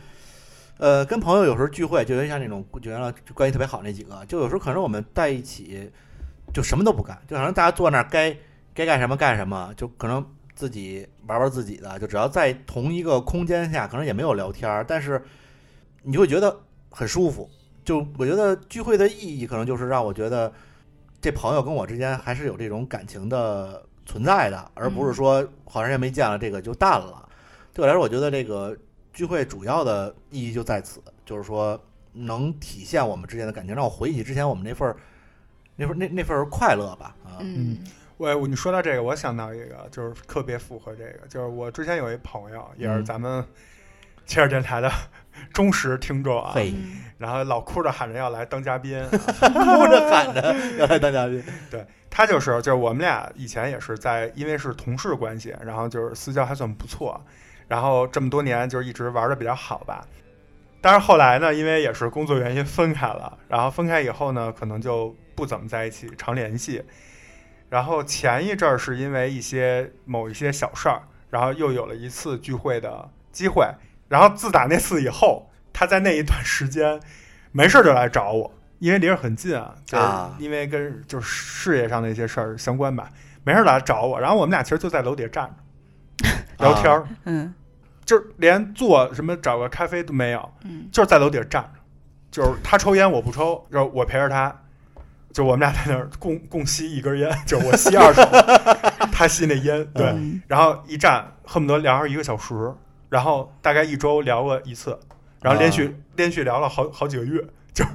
S4: 呃，跟朋友有时候聚会，就有点像那种就原来关系特别好那几个，就有时候可能我们在一起就什么都不干，就好像大家坐那儿该该干什么干什么，就可能自己玩玩自己的，就只要在同一个空间下，可能也没有聊天儿，但是你会觉得很舒服。就我觉得聚会的意义，可能就是让我觉得这朋友跟我之间还是有这种感情的存在的，而不是说好长时间没见了，这个就淡了。对我来说，我觉得这个聚会主要的意义就在此，就是说能体现我们之间的感情，让我回忆起之前我们那份儿那份儿那那份儿快乐吧。啊，
S3: 嗯
S2: 我我你说到这个，我想到一个，就是特别符合这个，就是我之前有一朋友，也是
S4: 嗯
S2: 咱们切尔电台的忠实听众啊，
S4: 嘿，
S2: 然后老哭着喊着要来当嘉宾啊、
S4: 哭着喊着 要来当嘉宾，
S2: 他就是就是我们俩以前也是在，因为是同事关系，然后就是私交还算不错，啊然后这么多年就是一直玩的比较好吧。但是后来呢，因为也是工作原因分开了，然后分开以后呢，可能就不怎么在一起常联系。然后前一阵儿是因为一些某一些小事儿，然后又有了一次聚会的机会。然后自打那次以后，他在那一段时间没事儿就来找我，因为离着很近啊，就是
S4: 啊
S2: 因为跟就是事业上的一些事儿相关吧，没事儿来找我。然后我们俩其实就在楼底下站着聊天儿，
S3: 嗯
S2: 就是连坐什么找个咖啡都没有，
S3: 嗯
S2: 就是在楼底下站着，就是他抽烟我不抽，然后我陪着他，就我们俩在那儿共共吸一根烟，就是我吸二手， 他吸那烟，对，
S3: 嗯
S2: 然后一站恨不得聊上一个小时，然后大概一周聊过一次，然后连续、连续聊了好好几个月， 就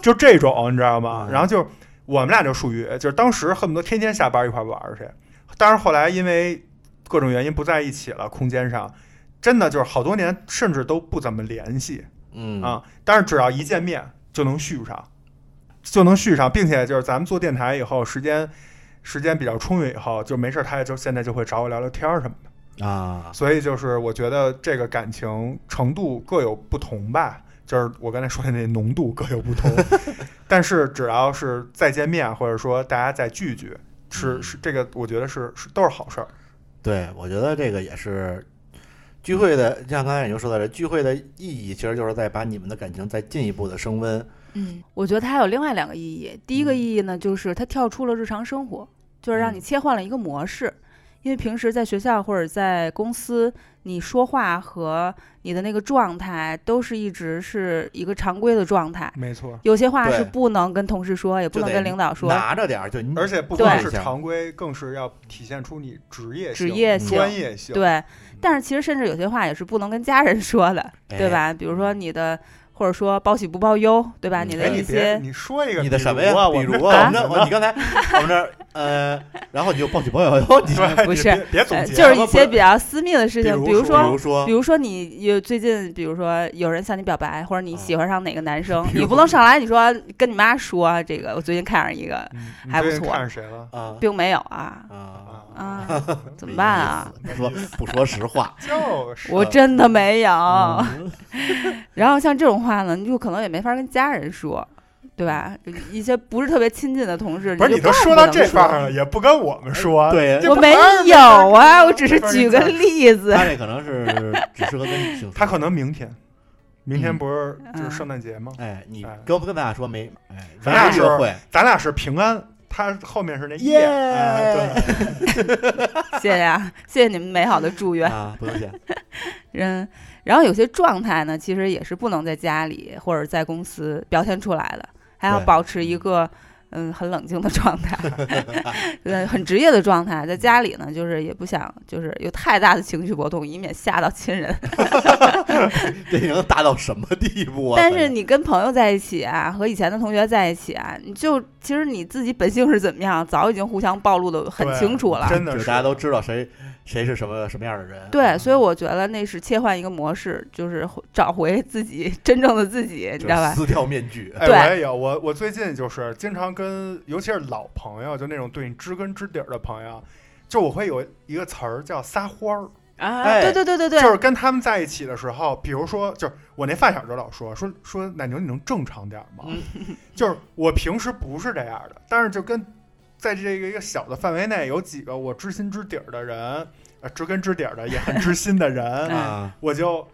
S2: 就这种你知道吗？
S4: 嗯
S2: 然后就我们俩就属于就是当时恨不得天天下班一块玩儿去，但是后来因为各种原因不在一起了，空间上真的就是好多年甚至都不怎么联系，
S4: 嗯
S2: 啊，但是只要一见面就能续上，就能续上，并且就是咱们做电台以后，时间时间比较充裕以后，就没事儿他也就现在就会找我聊聊天儿什么的。
S4: 啊，
S2: 所以就是我觉得这个感情程度各有不同吧，就是我刚才说的那浓度各有不同，但是只要是再见面，或者说大家再聚聚，是是这个，我觉得是是都是好事儿。
S4: 对，我觉得这个也是聚会的，就像刚才你就说到这，聚会的意义其实就是在把你们的感情再进一步的升温。
S3: 嗯，我觉得它还有另外两个意义。第一个意义呢，就是它跳出了日常生活，就是让你切换了一个模式。因为平时在学校或者在公司，你说话和你的那个状态都是一直是一个常规的状态，
S2: 没错，
S3: 有些话
S4: 对
S3: 是不能跟同事说，也不
S4: 就
S3: 能
S4: 得
S3: 跟领导说。
S4: 拿着点儿，就你
S2: 而且不
S3: 对
S2: 光是
S4: 嗯对
S2: 常规，更是要体现出你职业
S3: 职
S2: 性、
S3: 业
S4: 性
S2: 专业性。
S3: 对，但是其实甚至有些话也是不能跟家人说的，
S4: 哎
S3: 对？吧？比如说你的，或者说报喜不报忧，对吧？
S4: 嗯
S3: 你
S2: 哎，
S3: 的
S2: 你
S3: 一
S2: 别，
S3: 些，
S2: 你说一个，
S4: 你的什么
S2: 比
S4: 呀
S2: 如？啊，
S4: 比
S2: 我
S4: 如
S2: 们
S4: 啊，我们这，我你 刚才我们这儿，呃，然后你就报喜报忧， 你
S2: 对你
S3: 不是
S2: 别别总
S3: 呃
S2: 结，啊
S3: 就是
S2: 咱
S3: 一
S2: 们
S3: 些
S2: 不
S3: 比较私密的事情，
S2: 比
S3: 比
S2: 如
S3: 如
S2: 说
S3: 说
S4: 比如说
S3: 比，如说你有最近，比如说有人向你表白，或者你
S4: 啊
S3: 喜欢上哪个 男生，
S4: 比如
S3: 你不能上来你说跟你妈说啊这个，我最近看上一个，
S2: 嗯你
S3: 还不
S2: 最近
S3: 错
S2: 看谁了？
S4: 啊
S3: 并没有啊
S4: 啊，
S3: 啊， 怎
S4: 没
S3: 么办
S4: 意
S3: 啊？
S4: 思？不说不说实话，
S2: 就是
S3: 我真的没有。
S4: 嗯
S3: 然后像这种话呢，你就可能也没法跟家人说，对吧？一些不是特别亲近的同事，
S2: 不是
S3: 就
S2: 你都
S3: 更
S2: 说
S3: 不
S2: 到
S3: 能
S2: 这份儿上了，也不跟 我们说，
S4: 对
S2: 这
S3: 我
S2: 不
S3: 没
S2: 当然
S3: 有
S2: 法
S3: 啊，
S2: 儿
S3: 我只是
S2: 没法儿
S3: 举
S2: 跟
S3: 个
S2: 你
S3: 例子。
S4: 他这可能是只适合跟女性说，
S2: 他可能明天，明天不是就是
S3: 嗯
S2: 圣诞节吗？
S4: 哎，你
S2: 哎
S4: 跟不跟咱俩说没？哎，
S2: 咱俩
S4: 约会，
S2: 咱俩是平安，他后面是那夜，
S4: 耶
S2: 哎 对，
S3: 谢谢啊，谢谢你们美好的祝愿。
S4: 啊，不用谢，
S3: 嗯，然后有些状态呢，其实也是不能在家里或者在公司表现出来的，还要
S4: 对
S3: 保持一个嗯很冷静的状态， 呃，很职业的状态。在家里呢，就是也不想就是有太大的情绪波动，以免吓到亲人。
S4: 这能达到什么地步啊？
S3: 但是你跟朋友在一起啊，和以前的同学在一起啊，你就其实你自己本性是怎么样，早已经互相暴露的很
S2: 对
S3: 清楚了。
S2: 真的
S4: 就是大家都知道谁谁是什么什么样的人。啊
S3: 对，所以我觉得那是切换一个模式，就是回找回自己真正的自己，你
S4: 就
S3: 知
S4: 是
S3: 道吧？啊
S4: 撕掉面具，
S2: 哎，
S3: 对
S2: 我也有，我我最近就是经常跟，尤其是老朋友，就那种对你知根知底儿的朋友，就我会有一个词儿叫撒欢儿，
S3: 啊，
S4: 哎
S3: 对对对对对，
S2: 就是跟他们在一起的时候，比如说，就是我那发小就老说说说
S3: 嗯
S2: 奶牛，你能正常点儿吗？就是我平时不是这样的，但是就跟在这个一个小的范围内，有几个我知心知底儿的人，呃，知根知底儿的，也很知心的 人，
S4: 啊，
S2: 我就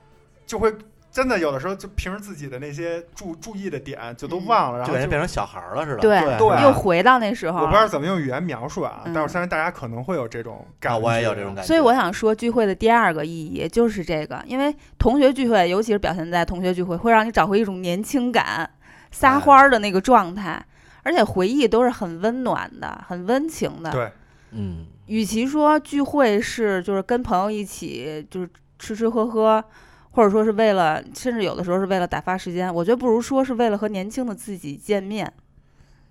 S2: 就会真的有的时候就平时自己的那些注注意的点就都忘了，然
S4: 就
S2: 后
S4: 感觉
S2: 就
S4: 变成小孩儿了似的。
S3: 对
S4: 对啊
S2: 对
S4: 是
S3: 又
S4: 吧
S3: 回到那时候
S2: 我不知道怎么用语言描述啊，
S3: 嗯
S2: 但我相信大家可能会有这种感
S4: 啊，
S2: 觉，
S4: 我也有这种感觉。
S3: 所以我想说，聚会的第二个意义就是这个，因为同学聚会，尤其是表现在同学聚会，会让你找回一种年轻感、撒欢儿的那个状态，而且回忆都是很温暖的、很温情的。
S2: 对，
S4: 嗯，
S3: 与其说聚会是就是跟朋友一起就是吃吃喝喝，或者说是为了，甚至有的时候是为了打发时间，我觉得不如说是为了和年轻的自己见面，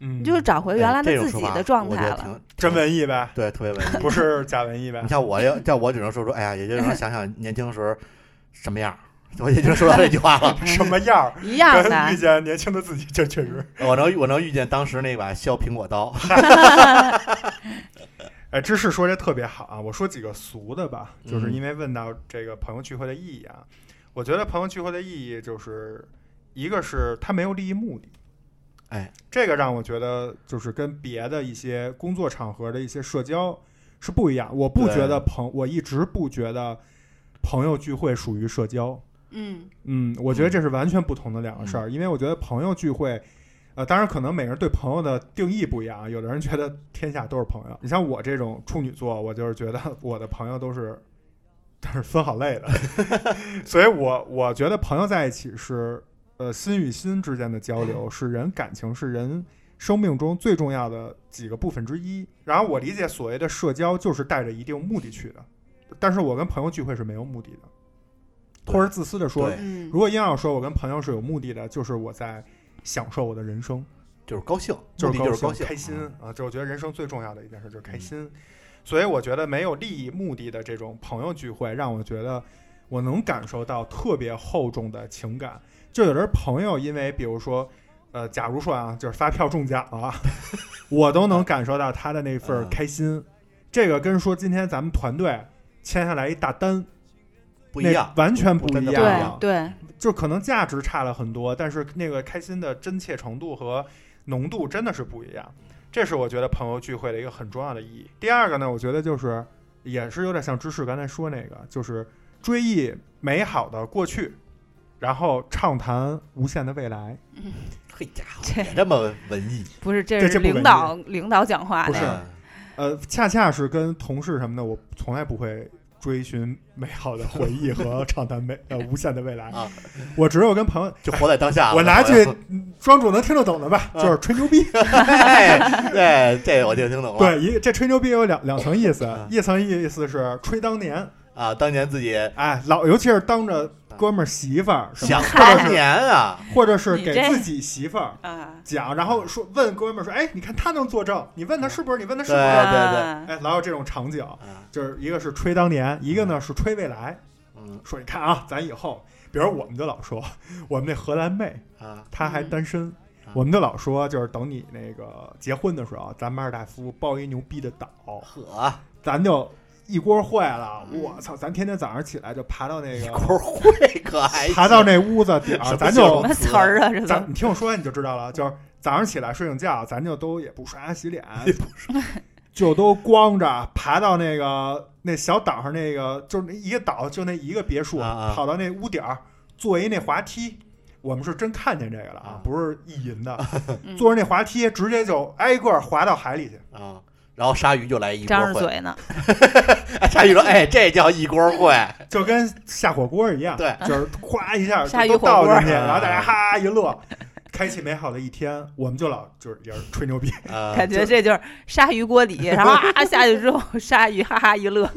S2: 嗯，
S3: 你就是找回原来
S4: 哎这
S3: 的
S4: 种
S3: 自
S4: 说
S3: 己
S4: 法
S3: 的状
S4: 我觉
S3: 态
S4: 得
S3: 了。
S4: 挺
S2: 真，
S4: 挺
S2: 文艺呗，
S4: 对，特别文艺。
S2: 不是假文艺呗
S4: 你。像我要，像我只能说出，哎呀，也就能想想年轻时候什么样儿，我也就说到这句话了。
S2: 什么样儿？
S3: 一样的
S2: 跟遇，见年轻的自己，这确实。
S4: 我能我能遇见当时那把削苹果刀，
S2: 哎，芝士说这特别好啊！我说几个俗的吧，就是
S4: 嗯
S2: 因为问到这个朋友聚会的意义啊。我觉得朋友聚会的意义就是一个是它没有利益目的，
S4: 哎，
S2: 这个让我觉得就是跟别的一些工作场合的一些社交是不一样。我不
S4: 对
S2: 觉得朋，我一直不觉得朋友聚会属于社交。
S3: 嗯，
S2: 嗯，我觉得这是完全不同的两个事儿，因为我觉得朋友聚会，呃，当然可能每个人对朋友的定义不一样，有的人觉得天下都是朋友，你像我这种处女座，我就是觉得我的朋友都是 都是分好类的， 所以我我觉得朋友在一起是呃心与心之间的交流， 是人感情，是人生命中最重要的几个部分之一。然后我理解所谓的社交，就是带着一定目的去的，但是我跟朋友聚会是没有目的的，
S4: 对
S2: 或者自私的说
S4: 对。
S3: 嗯
S2: 如果硬要说，我跟朋友是有目的的，就是我在享受我的人生，
S4: 就是高兴，
S2: 就
S4: 目
S2: 是
S4: 的
S2: 高
S4: 就是高兴，
S2: 开心
S4: 嗯
S2: 啊，这我觉得人生最重要的一件事就是开心。所以我觉得没有利益目的的这种朋友聚会，让我觉得我能感受到特别厚重的情感。就有的人朋友因为比如说，呃，假如说啊， 就是发票中奖了、我都能感受到他的那份儿
S4: 嗯
S2: 开心。这个跟说今天咱们团队签下来一大单
S4: 不一样
S2: 那。完全不
S4: 真
S2: 一
S4: 的
S2: 样。啊
S4: 不一
S3: 对
S4: 样
S3: 对，
S2: 就可能价值差了很多，但是那个开心的真切程度和浓度真的是不一样。这是我觉得朋友聚会的一个很重要的意义。第二个呢，我觉得就是也是有点像芝士刚才说那个，就是追忆美好的过去，然后畅谈无限的未来。
S4: 嘿家伙，
S3: 这
S4: 也这么文艺，啊
S3: 不是，这
S2: 这
S3: 是
S2: 这不文
S3: 领
S2: 艺
S3: 导领导讲话
S2: 不
S3: 的，
S2: 是呃，恰恰是跟同事什么的，我从来不会追寻美好的回忆和畅谈美呃无限的未来
S4: 啊。
S2: 我只有跟朋友，
S4: 就活在当下了。
S2: 我拿
S4: 这
S2: 去，嗯庄主能听得懂的吧，就是吹牛逼。
S4: 哎对，这我就听懂了。
S2: 对，一这吹牛逼有两两层意思
S4: 嗯，
S2: 一层意思是吹当年，
S4: 啊，当年自己
S2: 哎，老尤其是当着哥们儿媳妇儿，是吧
S4: 想当年啊，
S2: 或者是
S3: 你
S2: 给
S3: 这
S2: 自己媳妇儿
S3: 啊，
S2: 讲，然后说问哥们儿说，哎，你看他能作证，你问他是不是？你问他是不
S4: 对
S2: 是？
S3: 啊
S4: 对
S2: 哎，老有这种场景，
S4: 啊，
S2: 就是一个是吹当年，一个呢是吹未来，
S4: 嗯
S2: 说你看啊，咱以后，比如我们就老说，我们那荷兰妹
S4: 啊，
S2: 她还
S3: 嗯
S2: 单身。
S4: 啊
S2: 我们就老说，就是等你那个结婚的时候，啊咱马尔代夫包一牛逼的岛，
S4: 呵，
S2: 咱就一锅烩了。
S3: 嗯
S2: 我操，咱天天早上起来就爬到那
S4: 一
S2: 个，
S4: 锅会可还行
S2: 爬到那屋子顶儿，
S4: 什么
S2: 咱
S4: 形
S2: 就
S4: 容
S3: 什么词儿啊？这都
S2: 哦咱你听我说，你就知道了。就是早上起来睡醒觉，咱就都也不刷牙洗 脸，就都光着爬到那个那小岛上那个，就是那一个岛就那一个别墅，
S4: 啊啊
S2: 跑到那屋顶儿坐一那滑梯。我们是真看见这个了啊
S4: 啊，
S2: 不是意淫的，
S3: 嗯
S2: 坐着那滑梯直接就挨个儿滑到海里去。
S4: 啊。然后鲨鱼就来一锅
S3: 张着
S4: 烩，
S3: 嘴呢，
S4: 哎 鲨鱼说：“哎，这叫一锅烩。
S2: 就跟下火锅一样，
S4: 对，
S2: 就是咵一下
S3: 下
S2: 就都倒
S3: 一火锅
S2: 进去，然后大家
S4: 嗯
S2: 哈一乐，开启美好的一天。我们就老就是也是吹牛逼，
S4: 啊
S3: 感觉这就是鲨鱼锅 底，然后啊下去之后，鲨鱼哈哈一乐，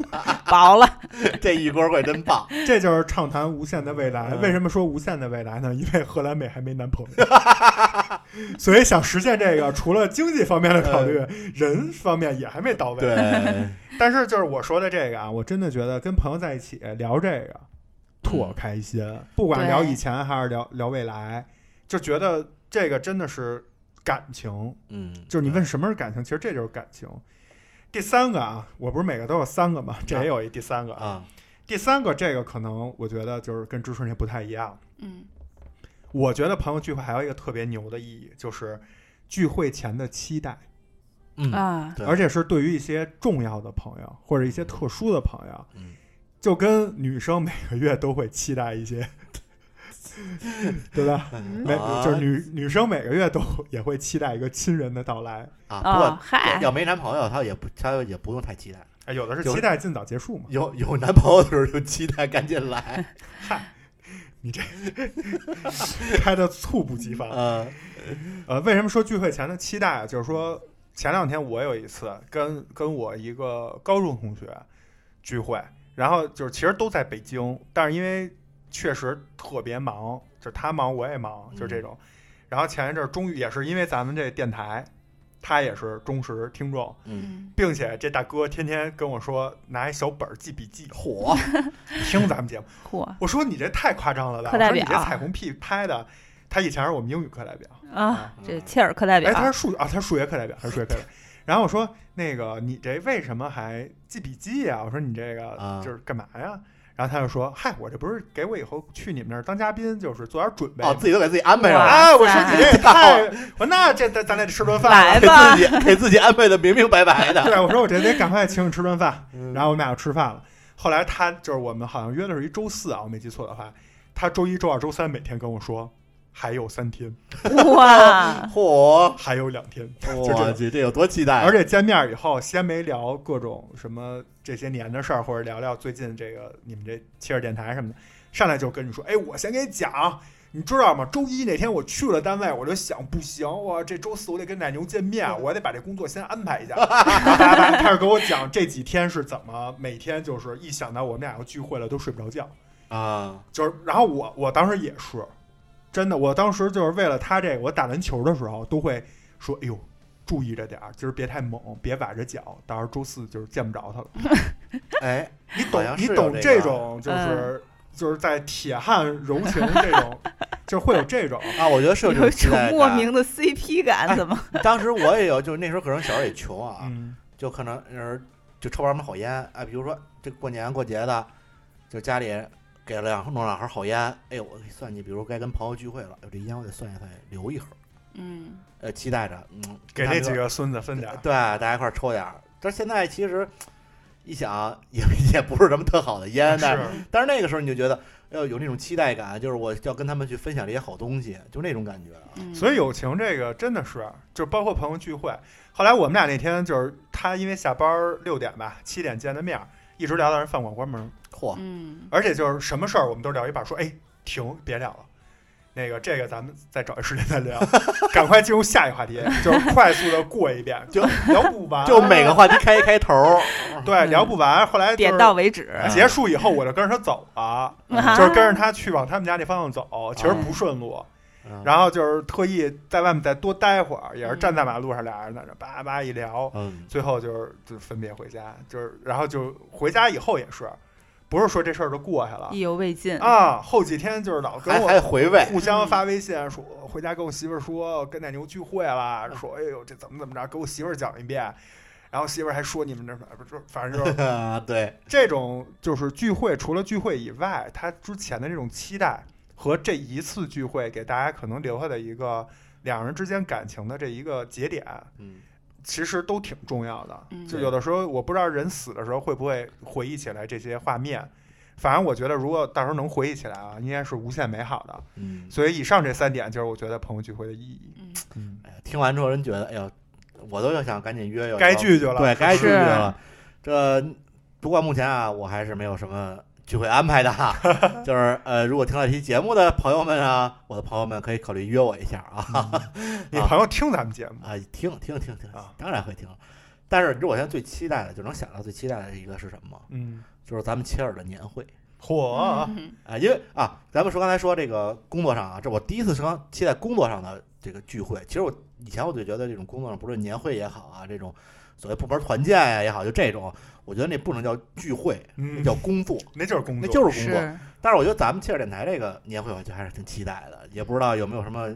S3: 薄了，
S4: 这一锅烩真棒。
S2: 这就是畅谈无限的未来。
S4: 嗯
S2: 为什么说无限的未来呢？因为荷兰妹还没男朋友， 所以想实现这个，除了经济方面的考虑，人方面也还没到位。
S4: 嗯对，嗯
S2: 但是就是我说的这个啊，我真的觉得跟朋友在一起聊这个
S4: 嗯
S2: 特开心，不管聊以前还是聊聊未来，就觉得这个真的是感情。
S4: 嗯，
S2: 就是你问什么是感情，其实这就是感情。第三个啊，我不是每个都有三个嘛，这也有一第三个。
S4: 啊，
S2: 第三个这个可能我觉得就是跟知识那不太一样。
S3: 嗯，
S2: 我觉得朋友聚会还有一个特别牛的意义，就是聚会前的期待。
S4: 嗯，
S3: 啊，
S4: 对
S2: 而且是对于嗯一些重要的朋友或者一些特殊的朋友
S4: 嗯，
S2: 就跟女生每个月都会期待一 些，对吧？每
S4: 啊
S2: 就是女女生每个月都也会期待一个亲人的到来，
S4: 啊，不
S3: 哦
S4: 过，
S3: 嗨，
S4: 要没男朋友，他也不他也不用太期待。
S2: 哎，有的是
S4: 有
S2: 期待尽早结束嘛。
S4: 有有男朋友的时候就期待赶 紧来，
S2: 开的猝不及
S3: 嗯
S2: 防。
S4: 呃，
S2: 呃，为什么说聚会前的期待啊？就是说，前两天我有一次跟跟我一个高中同学聚会，然后就是其实都在北京，但是因为确实特别忙，就是他忙我也忙，就是
S3: 嗯
S2: 这种。然后前一阵儿终于也是因为咱们这电台，他也是忠实听众，
S4: 嗯，
S3: 嗯，
S2: 并且这大哥天天跟我说拿一小本儿记笔记，
S4: 火，
S2: 听咱们节目。
S3: 嚯
S2: 我说你这太夸张了吧？
S3: 课代表
S2: 我说你这彩虹屁拍的，他以前是我们英语课代表。
S3: 啊，这切尔克代表
S2: 哎，，他是数啊，他是数学课代表，他是数学课代表。然后我说那个你这为什么还记笔记啊？我说你这个
S4: 啊
S2: 就是干嘛呀？然后他就说：“嗨，我这不是给我以后去你们那儿当嘉宾，就是做点准备。”
S4: 哦，自己都给自己安排上了，
S2: 哎，我
S3: 哇
S2: 说
S3: 塞
S2: 你这也太……我说那这咱咱得吃顿饭
S3: 来
S2: 了。
S4: 给
S3: 吧
S4: 自己给自己安排的明明白白 的。
S2: 对，我说我这得赶快请你吃顿饭。
S4: 嗯
S2: 然后我们俩就吃饭了。后来他就是我们好像约的是一周四啊，我没记错的话，他周一周二周三每天跟我说还有三天，
S3: 哇，
S4: 嚯，
S2: 还有两天。 这种
S4: 我去，这有多期待？
S2: 而且见面以后，先没聊各种什么这些年的事儿，或者聊聊最近这个你们这切尔电台什么的，上来就跟你说，哎，我先给你讲，你知道吗？周一那天我去了单位，我就想，不行，我这周四我得跟奶牛见面，我得把这工作先安排一下。 然后大家开始给我讲这几天是怎么，每天就是一想到我们俩要聚会了，都睡不着觉。
S4: 啊，
S2: 就是，然后我我当时也是，真的，我当时就是为了他这个，我打篮球的时候都会说，哎呦，注意着点儿，今儿别太猛，别崴着脚，到时候周四就是见不着他了。
S4: 哎，
S2: 你
S4: 好
S2: 懂
S4: 像
S2: 你
S4: 是有
S2: 懂
S4: 这
S2: 这啊
S4: 个
S2: 种就是、就是在铁汉柔情这种，就会有 这种，
S4: 啊，我觉得是有这
S3: 有
S4: 种
S3: 一
S4: 期
S3: 种
S4: 待
S3: 莫
S4: 感。
S3: 名的 CP
S2: 哎
S3: 感，怎么？
S4: 当时我也有，就是那时候可能小时候也穷啊，
S2: 嗯，
S4: 就可能呃就抽不着什么好烟。哎，比如说这过年过节的，就家里给了两弄两盒好烟。哎，我算计，比如该跟朋友聚会了，哎这烟我得算一算，留一盒。
S3: 嗯，
S4: 呃，期待着，嗯，
S2: 给
S4: 他
S2: 那
S4: 们
S2: 几个孙子分点儿。
S4: 对，大家一块儿抽点儿。但是现在其实一想也 也不是什么特好的烟，但
S2: 是
S4: 但是那个时候你就觉得要有那种期待感，就是我要跟他们去分享这些好东西，就那种感觉。
S3: 嗯
S2: 所以友情这个真的是，就包括朋友聚会。后来我们俩那天就是他因为下班六点吧，七点见的面儿，一直聊到人饭馆关门。
S4: 嚯，
S3: 嗯，
S2: 而且就是什么事儿我们都聊一半，说哎停，别聊了。那个，这个咱们再找一时间再聊， 赶快进入下一话题，就是快速的过一遍，就聊不完，
S4: 就每个话题开一开 头儿，
S2: 对聊不完。后来就是
S3: 点到为止，
S4: 啊
S2: 结束以后，我就跟着他走 了，
S3: 啊
S2: 就是跟着他去往他们家那方向走，其实
S4: 哦
S2: 不顺路。
S4: 嗯
S2: 然后就是特意在外面再多待会儿，也是
S3: 嗯
S2: 站在马路上，俩人在那叭叭一聊，
S4: 嗯，
S2: 最后就是就分别回家，就是然后就回家以后也是，不是说这事儿就过去了，
S3: 意犹未 尽，
S2: 啊，后几天就是老跟
S4: 还
S2: 我
S4: 还回味，
S2: 互相发微信说，
S4: 嗯
S2: 回家跟我媳妇儿说跟奶牛聚会了，说哎呦这怎么怎么着，给我媳妇儿讲一遍。然后媳妇儿还说你们这不是，反正就是
S4: 啊， 对，
S2: 这种 就是聚会，除了聚会以外，他之前的这种期待和这一次聚会给大家可能留下的一个两人之间感情的这一个节点，
S4: 嗯，
S2: 其实都挺重要的。
S3: 嗯
S2: 就有的时候我不知道人死的时候会不会回忆起来这些画面，反正我觉得如果到时候能回忆起来啊，应该是无限美好的。
S4: 嗯，
S2: 所以以上这三点就是我觉得朋友聚会的意义。
S3: 嗯
S2: 嗯，
S4: 哎呀听完之后人觉得，哎呦，我都要想赶紧约约，
S2: 该聚就了，
S4: 对，该
S2: 是
S4: 聚
S2: 不
S4: 聚
S2: 是
S4: 了。这不过目前啊，我还是没有什么聚会安排 的哈。就是呃，如果听到这期节目的朋友们啊，我的朋友们可以考虑约我一下啊。
S2: 嗯你朋友听咱们节目，
S4: 啊，听听听听
S2: 啊，
S4: 当然会听。但是你知道我现在最期待的，就能想到最期待的一个是什么吗？
S2: 嗯，
S4: 就是咱们切尔的年会
S2: 嚯，
S3: 嗯
S4: 啊、因为啊，咱们说刚才说这个工作上啊，这我第一次说期待工作上的这个聚会。其实我以前我就觉得这种工作上，不论年会也好啊，这种所谓部门团建呀、也好，就这种，我觉得那不能叫聚会，那
S2: 嗯，
S4: 叫工作，
S2: 那就是嗯工
S4: 那
S2: 作，
S4: 就是工作。
S3: 是，
S4: 但是我觉得咱们切尔电台这个年会，我就还是挺期待的，也不知道有没有什么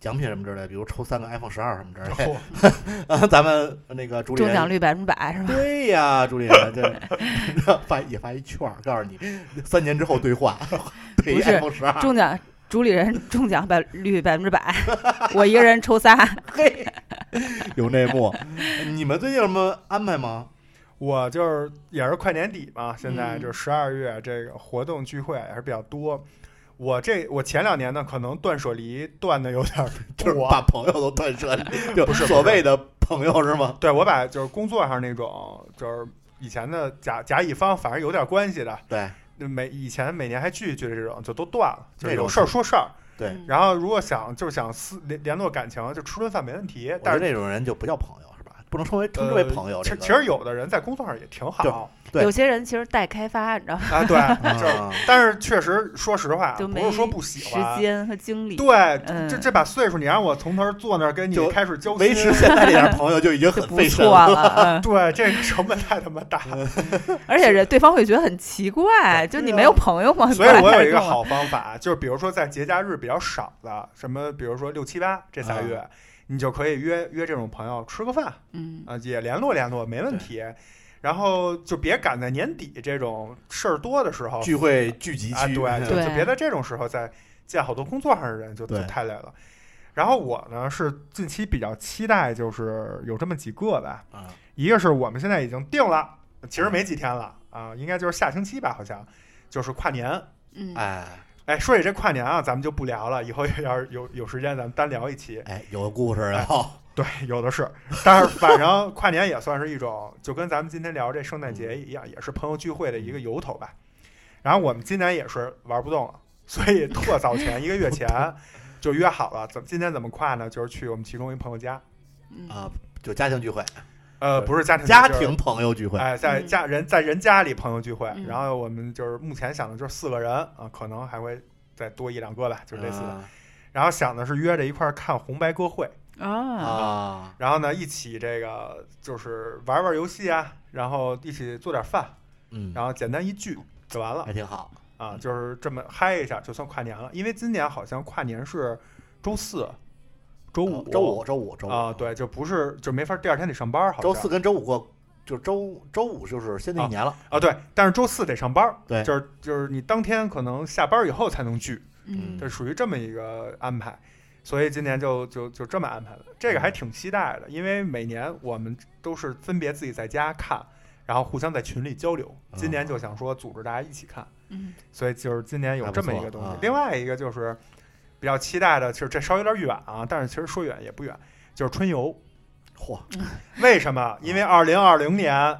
S4: 奖品什么之类的，比如抽三个 iPhone 十二什么之类的。
S2: 嚯，
S4: 啊，咱们那个主理
S3: 中奖
S4: 人，
S3: 率百分之百是吧？
S4: 对呀，主理人 这发也发一券儿，告诉你三年之后兑换，对
S3: 不是
S4: iPhone
S2: 啊
S4: 十二。
S3: 中奖主理人中奖百率百分之百，我一个人抽仨，
S4: 嘿，有内幕。 你们最近有什么安排吗？
S2: 我就是也是快年底嘛，现在
S3: 嗯
S2: 就是十二月这个活动聚会也是比较多。我这我前两年呢，可能断舍离断的有点儿
S4: 就是
S2: 多
S4: 把朋友都断 舍离，就所谓的朋友是吗？
S2: 对我把就是工作上那种就是以前的甲甲乙方，反正有点关系的，
S4: 对
S2: 每以前每年还聚一聚的这种，就都断了，就是
S4: 那
S2: 有
S4: 种
S2: 事儿说事儿。
S4: 对，
S3: 嗯
S2: 然后如果想就是想私联联络感情，就吃顿饭没问题。
S4: 我觉
S2: 但是
S4: 得这种人就不叫朋友是吧？不能称为称之为朋友。
S2: 其
S4: 这
S2: 实
S4: 个
S2: 其实有的人在工作上也挺
S4: 对
S2: 好
S4: 对
S3: 有些人其实待开发，你知道吗？
S2: 啊，对，就是
S4: 啊
S2: 但是确实说实话，啊
S3: 都
S2: 不
S3: 没
S2: 是说不喜
S3: 时
S2: 欢。
S3: 间和精力，
S2: 对，
S3: 嗯
S2: 这这把岁数，你让我从头坐那儿跟你
S4: 就
S2: 开始交心
S4: 维持现在这样朋友就已经很
S3: 就不
S4: 费神
S3: 错。 了。嗯
S2: 对，这成本太他妈 大。
S3: 而且人对方会觉得很奇怪，就你没有朋友 吗？
S2: 啊所以我有 一个
S3: 过来跟我，
S2: 好方法，就是比如说在节假日比较少的，什么比如说六七八这仨月，
S4: 嗯
S2: 你就可以约约这种朋友吃个饭
S3: 嗯，
S2: 啊，也联络联络，没问题。然后就别赶在年底这种事儿多的时候
S4: 聚会聚嗯集
S2: 啊，
S4: 区，
S2: 对，就
S3: 对
S2: 就别在这种时候再见好多工作上的人，就就
S4: 对
S2: 太累了。然后我呢是近期比较期待，就是有这么几个吧，
S4: 啊
S2: 一个是我们现在已经定了，其实没几天了啊，应该就是下星期吧，好像就是跨年。
S3: 嗯，
S4: 哎
S2: 哎，说起这跨年啊，咱们就不聊了，以后要是有有时间，咱们单聊一期。
S4: 哎，有故事啊，
S2: 对，有的是，但是反正跨年也算是一种，就跟咱们今天聊这圣诞节一样，也是朋友聚会的一个由头吧。然后我们今年也是玩不动了，所以特早前一个月前 就约好了，怎么今天怎么跨呢？就是去我们其中一朋友家，
S3: 嗯
S4: 啊，就家庭聚会，
S2: 呃，不是家庭
S4: 家，
S2: 就是
S4: 庭朋友聚会，
S2: 哎，在
S3: 嗯
S2: 家人在人家里朋友聚会，
S3: 嗯
S2: 然后我们就是目前想的就是四个人啊，可能还会再多一两个吧，就是类似的。
S4: 啊
S2: 然后想的是约着一块儿看红白歌会，
S3: 啊，
S4: 啊，
S2: 然后呢一起这个就是玩玩游戏啊，然后一起做点饭，
S4: 嗯，哎
S2: 然后简单一聚就完了
S4: 还挺好。
S2: 啊，就是这么嗨一下就算跨年了。因为今年好像跨年是周四、周五、
S4: 哦周五、周五、周五
S2: 啊，，对，啊就不是就没法第二天得上班，好像
S4: 周四跟周五过，就是周周五就是新的一年了，
S2: 啊，对，但是周四得上班，
S4: 对
S2: 就是就是你当天可能下班以后才能聚，
S3: 嗯
S2: 这属于这么一个安排，所以今年就就就这么安排的，这个还挺期待的，因为每年我们都是分别自己在家看，然后互相在群里交流，
S4: 嗯
S2: 今年就想说组织大家一起看，
S3: 嗯
S2: 所以就是今年有这么一个东西
S4: 还不错啊。
S2: 另外一个就是比较期待的，其实这稍微有点远啊，但是其实说远也不远，就是春游。
S4: 嚯，
S2: 为什么？因为
S4: 嗯
S2: 二零二零年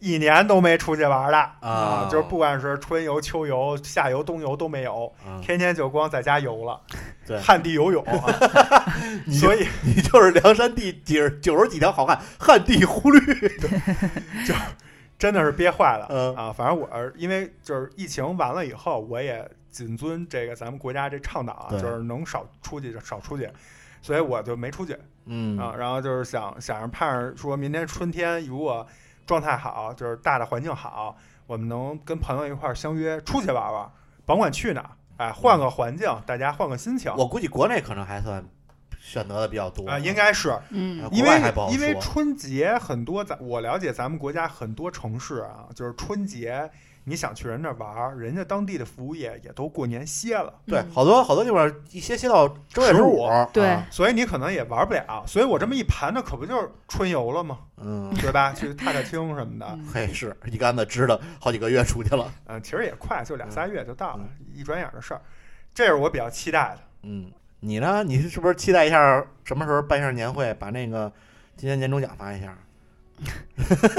S2: 一年都没出去玩了
S4: 啊
S2: 就是不管是春游、秋游、夏游、冬游都没有。
S4: 啊
S2: 天天就光在家游了，
S4: 对哎
S2: 旱地游泳 啊，
S4: 你就
S2: 所以
S4: 你就是梁山第几十九十几条好汉，旱地忽略。
S2: 真的是憋坏了、
S4: 嗯
S2: 啊！反正我是因为就是疫情完了以后，我也谨遵这个咱们国家这倡导啊，
S4: 对
S2: 就是能少出去就少出去，所以我就没出去
S4: 嗯
S2: 啊。然后就是想想着盼着说明年春天如果状态好，就是大的环境好，我们能跟朋友一块儿相约出去玩玩，甭管去哪儿，哎，换个环境，大家换个心情
S4: 我估计国内可能还算选择的比较多
S2: 啊，应该是
S3: 嗯
S4: 国
S2: 因为
S4: 外还不好
S2: 因为
S4: 说
S2: 春节很多咱我了解咱们国家很多城市啊，就是春节你想去人那玩儿，人家当地的服务业也都过年歇了，
S4: 对，
S3: 嗯
S4: 好多好多地方一歇歇到正月十
S2: 15
S4: 五，
S3: 对
S4: 啊，
S2: 所以你可能也玩不了。所以我这么一盘，那可不就是春游了吗？
S4: 嗯，
S2: 对吧？去踏踏青什么的，
S3: 嗯
S4: 嘿，是一竿子支了好几个月出去了，
S2: 嗯，其实也快，就俩仨月就到了，一转眼的事儿。这是我比较期待的。
S4: 嗯，你呢？你是不是期待一下什么时候办一下年会，把那个今年年终奖发一下？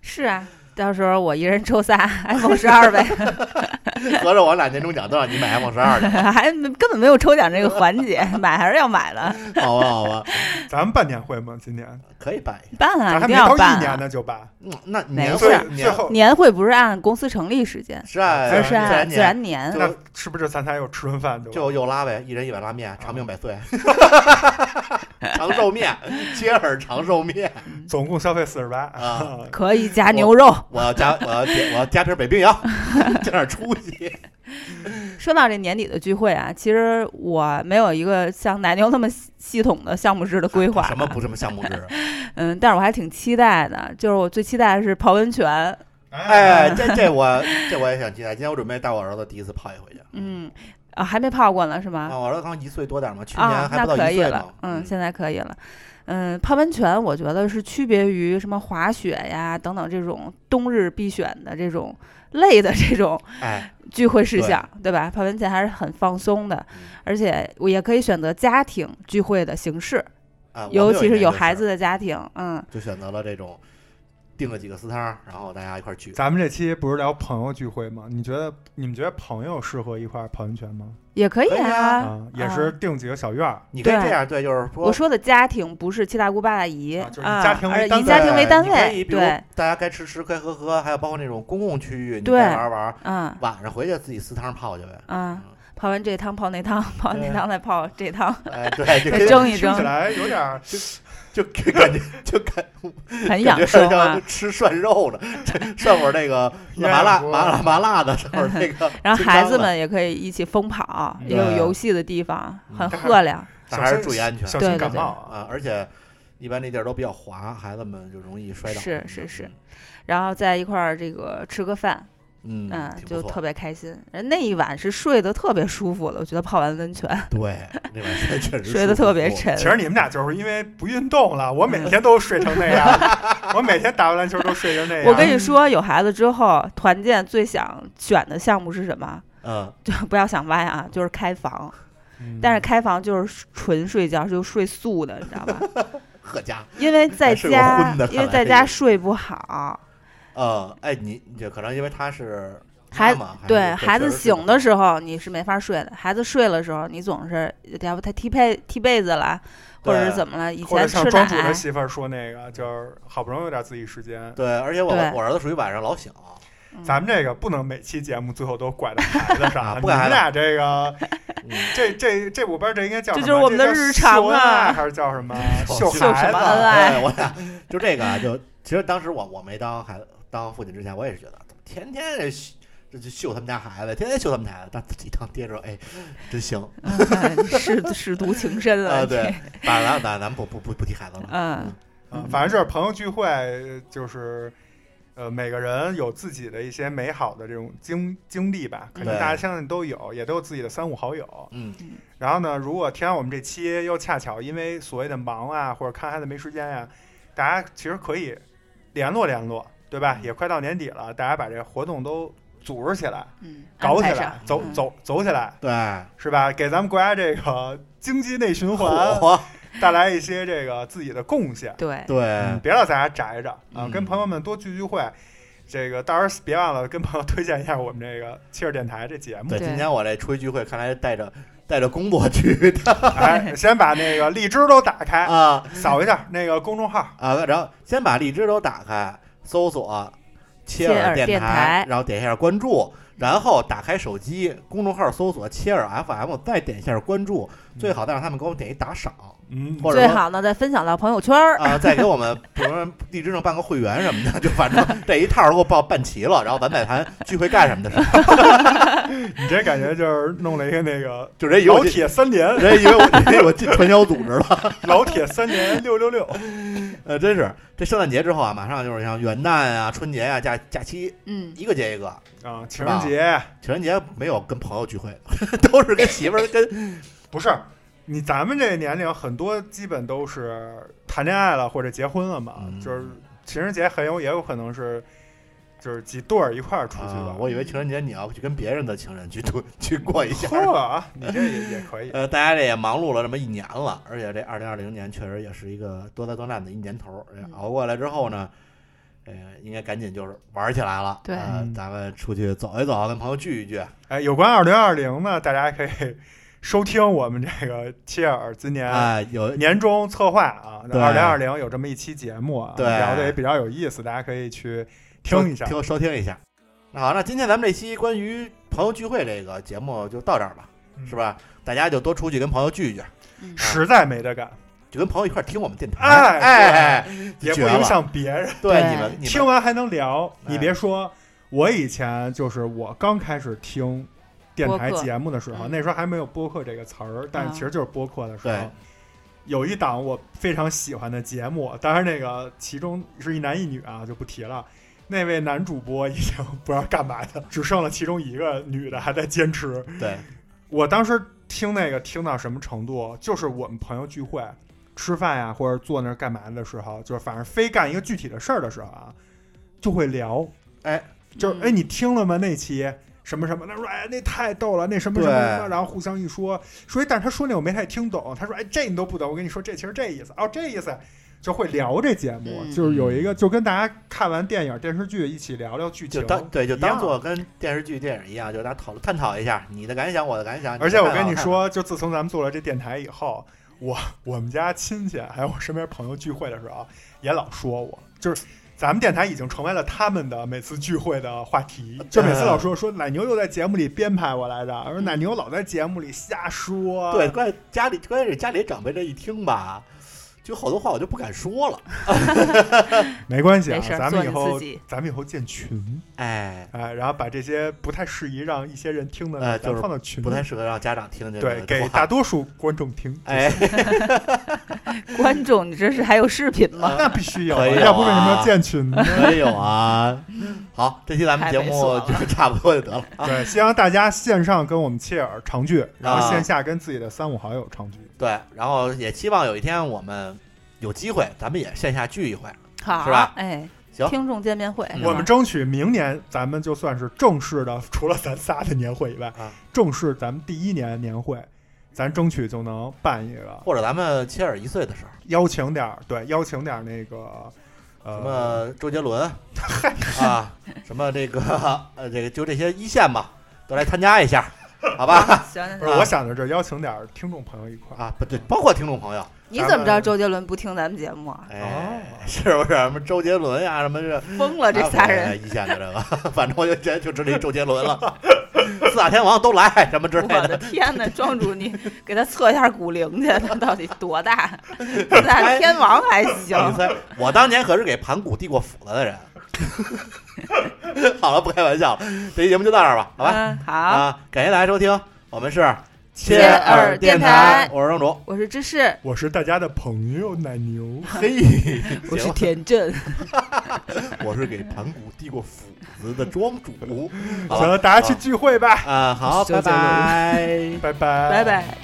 S3: 是啊，到时候我一人抽仨 iPhone 十二呗，
S4: 合着我俩年终奖都让你买 iPhone 十二去，
S3: 还根本没有抽奖这个环节，买还是要买 的，
S4: 好吧，好吧，
S2: 咱们办年会吗？今年
S4: 可以办一下。
S3: 办
S2: 咱
S3: 啊，
S2: 还
S3: 一定
S2: 没
S3: 要
S2: 到
S3: 办
S2: 一
S3: 啊、
S2: 年呢就办，
S4: 嗯，那
S3: 哪
S4: 年
S3: 个
S4: 会
S2: 所以
S3: 啊
S2: 最
S4: 年
S2: 后
S3: 年会不是按公司成立时间，
S4: 是啊，
S2: 而
S3: 而
S2: 是
S3: 是按
S4: 哦自
S3: 自
S4: 然
S3: 然年。
S2: 那是不是咱俩又吃顿饭就
S4: 就
S2: 完
S4: 又拉呗，一人一碗拉面，长命百岁， 长寿面，切耳长寿面
S2: 总共消费四十八？
S4: 啊！
S3: 可以加牛肉。
S4: 我要加，我要点，我要加瓶北冰洋，加点出息。
S3: 说到这年底的聚会啊，其实我没有一个像奶牛那么系系统的项目制的 规划，
S4: 啊什么不这么项目制？
S3: 嗯，但是我还挺期待的，就是我最期待的是泡温泉，
S4: 哎哎，这这我这我也想期待。今天我准备带我儿子第一次泡一回去。
S3: 嗯，啊，还没泡过呢是吗？
S4: 啊，我儿子刚一岁多点儿嘛，去
S3: 啊
S4: 年，还
S3: 那
S4: 不到
S3: 可
S4: 一
S3: 以
S4: 岁
S3: 了
S4: 呢，。
S3: 嗯，现在可以了。嗯，泡温泉我觉得是区别于什么滑雪呀等等这种冬日必选的这种类的这种
S4: 哎，
S3: 聚会事
S4: 对
S3: 项，对吧？泡温泉还是很放松的
S4: 嗯，
S3: 而且我也可以选择家庭聚会的形式，
S4: 啊，我
S3: 尤
S4: 们
S3: 其
S4: 一
S3: 是
S4: 年
S3: 有
S4: 就
S3: 孩子，的家庭，嗯，
S4: 就选择了这种订了几个私摊儿，然后大家一块儿聚。
S2: 咱们这期不是聊朋友聚会吗？你觉得你们觉得朋友适合一块儿泡温泉吗？
S3: 也可以
S4: 可以啊
S3: 啊
S2: 啊，，也是定几个小院儿，
S4: 你可以
S3: 对
S4: 这样，对，就是说
S3: 我说的家庭不是七大姑八大姨
S2: 啊就是以家庭为
S3: 而
S2: 单
S3: 呃以家
S2: 位
S3: 庭为单
S4: 你可以
S3: 位，
S4: 比如
S3: 对，
S4: 大家该吃吃，该喝喝，还有包括那种公共区域，你
S3: 对
S4: 该玩儿玩儿，
S3: 嗯
S4: 晚上回去自己私摊儿泡去呗。
S3: 嗯，泡完这汤泡那汤，泡完那
S4: 对
S3: 汤再泡这汤，
S4: 哎，对，就
S3: 再
S4: 跟
S3: 蒸一
S2: 听
S3: 蒸
S2: 起，来有点 儿
S4: 就就感觉就感
S3: 很
S4: 感
S3: 养
S4: 觉
S3: 生啊
S4: 像。吃涮肉呢，涮会儿那 个麻辣麻辣麻辣 的，涮会儿那个
S3: 然后
S4: 清
S3: 孩
S4: 汤
S3: 子
S4: 的，
S3: 们也可以一起疯跑，也有
S4: 对
S3: 游戏的地方，很
S2: 嗯
S3: 豁亮。
S4: 但
S2: 小
S4: 还是
S2: 心
S4: 注意安全
S2: 小
S3: 对
S2: 心
S3: 对
S2: 感
S3: 对
S2: 冒啊。
S4: 啊，而且一般那地儿都比较滑，孩子们就容易摔倒。
S3: 是是是，然后在一块儿这个吃个饭，
S4: 嗯，
S3: 嗯，
S4: 挺
S3: 就
S4: 不
S3: 特
S4: 错。
S3: 别开心。人那一晚是睡得特别舒服的，我觉得泡完温泉
S4: 对，那晚上确实
S3: 睡得
S4: 舒
S3: 特别
S4: 服嗯
S3: 沉。
S2: 其实你们俩就是因为不运动了，我
S3: 嗯
S2: 每天都睡成那样， 我每天打完篮球都睡成那样。
S3: 我跟你说，有孩子之后，团建最想选的项目是什么？
S4: 嗯，
S3: 就不要想歪啊，就是开房。
S2: 嗯，
S3: 但是开房就是纯睡觉，就睡素的，你知道吧？
S4: 贺家，
S3: 因为在
S4: 还是个
S3: 家
S4: 荤的，
S3: 因为
S4: 看来
S3: 在
S4: 这
S3: 家
S4: 个
S3: 睡不好，
S4: 呃，哎，你你可能因为他是
S3: 孩
S4: 妈妈还是
S3: 对孩子醒的
S4: 时
S3: 时候你是没法睡的，孩子睡了时候你总是要不他踢被踢被子了，或者是
S4: 对
S3: 怎么了？以
S2: 或者
S3: 前
S2: 像
S3: 吃
S2: 庄主的
S3: 奶，
S2: 媳妇儿说那个，就是好不容易有点自己时间
S4: 候，对，而且我
S3: 对
S4: 我儿子属于晚上老醒，
S3: 嗯
S2: 咱们这个不能每期节目最后都拐到孩子 上
S4: 啊
S2: 啊，
S4: 不敢
S2: 你
S4: 了
S2: 们俩这个
S4: 嗯
S2: 这这这，我不知道这应该叫
S3: 这
S2: 什么
S3: 就是我们的
S2: 叫
S3: 日常啊
S2: 秀恩爱还是叫什么秀
S4: 秀
S2: 孩
S3: 什
S2: 子
S3: 么哎恩
S2: 啊？
S3: 爱
S4: 对，哎我俩就这个啊，就其实当时我我没当孩子当父亲之前，我也是觉得怎么天天这秀这就秀他们家孩子，天天秀他们家孩子，但自己当爹之后，哎，真行
S3: 嗯哎 舐舐犊情深
S4: 啊！
S3: 了，
S4: 对
S3: 这，
S4: 当然咱咱不不不不提孩子了，
S3: 嗯，
S2: 反正就是朋友聚会，就是呃，每个人有自己的一些美好的这种经经历吧，肯定
S4: 对
S2: 大家相信都有，也都有自己的三五好友。
S4: 嗯，
S2: 然后呢，如果听完我们这期又恰巧因为所谓的忙啊，或者看孩子没时间呀、大家其实可以联络联络，对吧？
S3: 嗯
S2: 也快到年底了，大家把这活动都组织起来，
S3: 嗯，安
S2: 搞起
S3: 排
S2: 来
S3: 上，
S2: 走
S3: 嗯
S2: 走走起来，
S4: 对，
S2: 是吧？给咱们国家这个经济内循环
S4: 我
S2: 带来一些这个自己的贡献。
S3: 对，
S2: 嗯
S4: 对，
S2: 别老在家宅着啊，
S4: 嗯
S2: 跟朋友们多聚聚会。这个到时候别忘了跟朋友推荐一下我们这个切尔电台这节目
S4: 对，，
S3: 对
S4: 今天我这出去聚会，看来带着带着工作去的
S2: 哎，先把那个荔枝都打 开，
S4: 啊。
S3: 嗯
S2: 扫一下那个公众号，
S4: 啊，然后先把荔枝都打开，搜索切
S3: 切尔
S4: 电
S3: 电台
S4: 然后点一下关注，然后打开手机公众号搜索切尔 FM，再点一下关注，最好再让他们给我们点一打赏，
S2: 嗯，
S4: 或者
S3: 最
S4: 说
S3: 好呢再分享到朋友圈儿，
S4: 啊、再给我们比如说荔枝上办个会员什么的，就反正这一套都给我办办齐了，然后咱再谈聚会干什么的事儿，
S2: 你这感觉就是弄了一个那个
S4: 就人以为
S2: 老
S4: 我进。
S2: 铁三连，
S4: 人以为我人以为我进传销组织了，
S2: 老铁三连六六六，
S4: 呃，真是这圣诞节之后啊，马上就是像元旦啊、春节啊假假期
S3: 嗯，
S4: 一个接一个，
S2: 啊，情人节
S4: 情人节没有跟朋友聚会， 都是跟媳妇儿 跟
S2: 不是你咱们这年龄很多基本都是谈恋爱了或者结婚了嘛，
S4: 嗯
S2: 就是情人节很有也有可能是就是几对儿一块儿出去的，
S4: 啊。我以为情人节你要去跟别人的情人去度去过一下。
S2: 呵啊，你这也也可以。
S4: 呃，大家这也忙碌了这么一年了，而且这二零二零年确实也是一个多灾多难的一年头儿。呃
S3: 嗯
S4: 熬过来之后呢，呃，应该赶紧就是玩儿起来了。
S3: 对
S4: 呃
S2: 嗯
S4: 咱们出去走一走，跟朋友聚一聚。
S2: 哎，有关二零二零呢，大家可以收听我们这个切尔今年
S4: 啊、有
S2: 呃年终策划啊，
S4: 对
S2: 二零二零有这么一期节目啊，
S4: 对
S2: 聊的也比较有意思，大家可以去
S4: 收
S2: 听一下。
S4: 听收听一下。那好，那今天咱们这期关于朋友聚会这个节目就到这儿吧，
S2: 嗯
S4: 是吧？大家就多出去跟朋友聚一聚，
S2: 实在没得干，
S4: 就跟朋友一块儿听我们电台，
S2: 哎
S4: 哎，
S2: 也不
S4: 绝了
S2: 影响别人，
S3: 对
S4: 对你们你们
S2: 听完还能聊。
S4: 哎
S2: 你别说，我以前就是我刚开始听电台
S3: 播客
S2: 节目的时候，
S3: 嗯
S2: 那时候还没有“播客”这个词儿，但
S3: 啊
S2: 其实就是播客的时候
S4: 嗯对。
S2: 有一档我非常喜欢的节目，当然那个其中是一男一女啊，就不提了。那位 男主播已经不知道干嘛去了，只剩了其中一个女的还在坚持。
S4: 对
S2: 我当时听那个听到什么程度，就是我们朋友聚会、吃饭呀、或者坐那儿干嘛的时候，就是反正非干一个具体的事儿的时候啊，就会聊，
S4: 哎，
S2: 就是
S3: 嗯
S2: 哎，你听了吗？那期什么什么的，说哎那太逗了，那什么什么什么，然后互相一说，说哎但是他说那我没太听懂，他说哎这你都不懂，我跟你说这其实这意思哦这意思，就会聊这节目，
S3: 嗯
S2: 就是有一个就跟大家看完电影电视剧一起聊聊剧
S4: 就
S2: 情，
S4: 当对就
S2: 一样
S4: 当做跟电视剧、电影一样，就大家讨论探讨一下你的感想，我的感想。
S2: 而且我跟
S4: 啊你
S2: 你
S4: 的看法，
S2: 说，就自从咱们做了这电台以后，我我们家亲戚啊还有我身边朋友聚会的时候，啊也老说我，就是咱们电台已经成为了他们的每次聚会的话
S4: 呃
S2: 题，就每次老说说奶牛又在节目里编排我来着，说奶牛老在节目里瞎说，
S4: 嗯对，，关键家里关键是家里长辈这一听吧，就好多话我就不敢说了。
S2: 没关系啊，
S3: 没事儿
S2: 咱们以
S3: 做你
S2: 后
S3: 自己
S2: 咱们以后建群，
S4: 哎，
S2: 哎，然后把这些不太适宜让一些人听的呢，
S4: 哎
S2: 咱
S4: 就是
S2: 放到群里，
S4: 不太适合让家长听见。
S2: 对，给大多数观众听，
S4: 哎，
S3: 观众，你这是还有视频吗？
S2: 那必须有啊，
S4: 可以有
S2: 要不为什么要
S4: 啊
S2: 建群呢？
S4: 没有啊。好，这期咱们节
S3: 太猥
S4: 目
S3: 琐
S4: 就差不多就得了啊。
S2: 对，希望大家线上跟我们切耳长聚，然后
S4: 啊
S2: 线下跟自己的三五好友长聚。
S4: 对，然后也期望有一天我们有机会，咱们也线下聚一会。
S3: 好，
S4: 嗯是吧
S3: 哎，
S4: 行
S3: 听众见面会，是吧
S2: 我们争取明年咱们就算是正式的，除了咱仨的年会以外，
S4: 啊
S2: 正式咱们第一年年会，咱争取就能办一个，
S4: 或者咱们切尔一岁的时候，
S2: 邀请点儿，对，邀请点儿那个，
S4: 什
S2: 呃，
S4: 么周杰 伦啊，什么这个 呃，这个就这些一线吧，都来参加 一下，好吧？
S3: 行行
S2: 不
S3: 行，
S2: 是，我想的是邀请点儿听众朋友一块儿。
S4: 啊，不对，包括听众朋友，
S3: 你怎么知道周杰伦不听咱们节目啊？
S4: 哎，
S2: 哦
S4: 是不是什么周杰伦呀、什么这
S3: 疯了，啊这仨
S4: 哎
S3: 人，
S4: 一线的这个， 反正我就这就知道一周杰伦了， 四大天王都来什么之类
S3: 我
S4: 的，
S3: 的天哪！庄主，你给他测一下骨龄去，他到底多 大？那天王还行，
S4: 你猜，我当年可是给盘古递过斧子的人。 好了，不开玩笑了，这期节目就到这儿吧，好吧？
S3: 嗯，好，
S4: 啊，感谢大家收听，我们是
S3: 切耳
S4: 电
S3: 电台
S4: 我是庄主，
S3: 我是芝士，
S2: 我是大家的朋友奶 牛，
S4: 嘿，
S3: 我是
S4: 行
S3: 田震，
S4: 我是给盘古递过斧子的庄主，好
S2: 行，
S4: 吧
S2: 大家去聚会吧，
S4: 啊，好，拜拜。
S2: 拜拜，
S3: 拜。拜。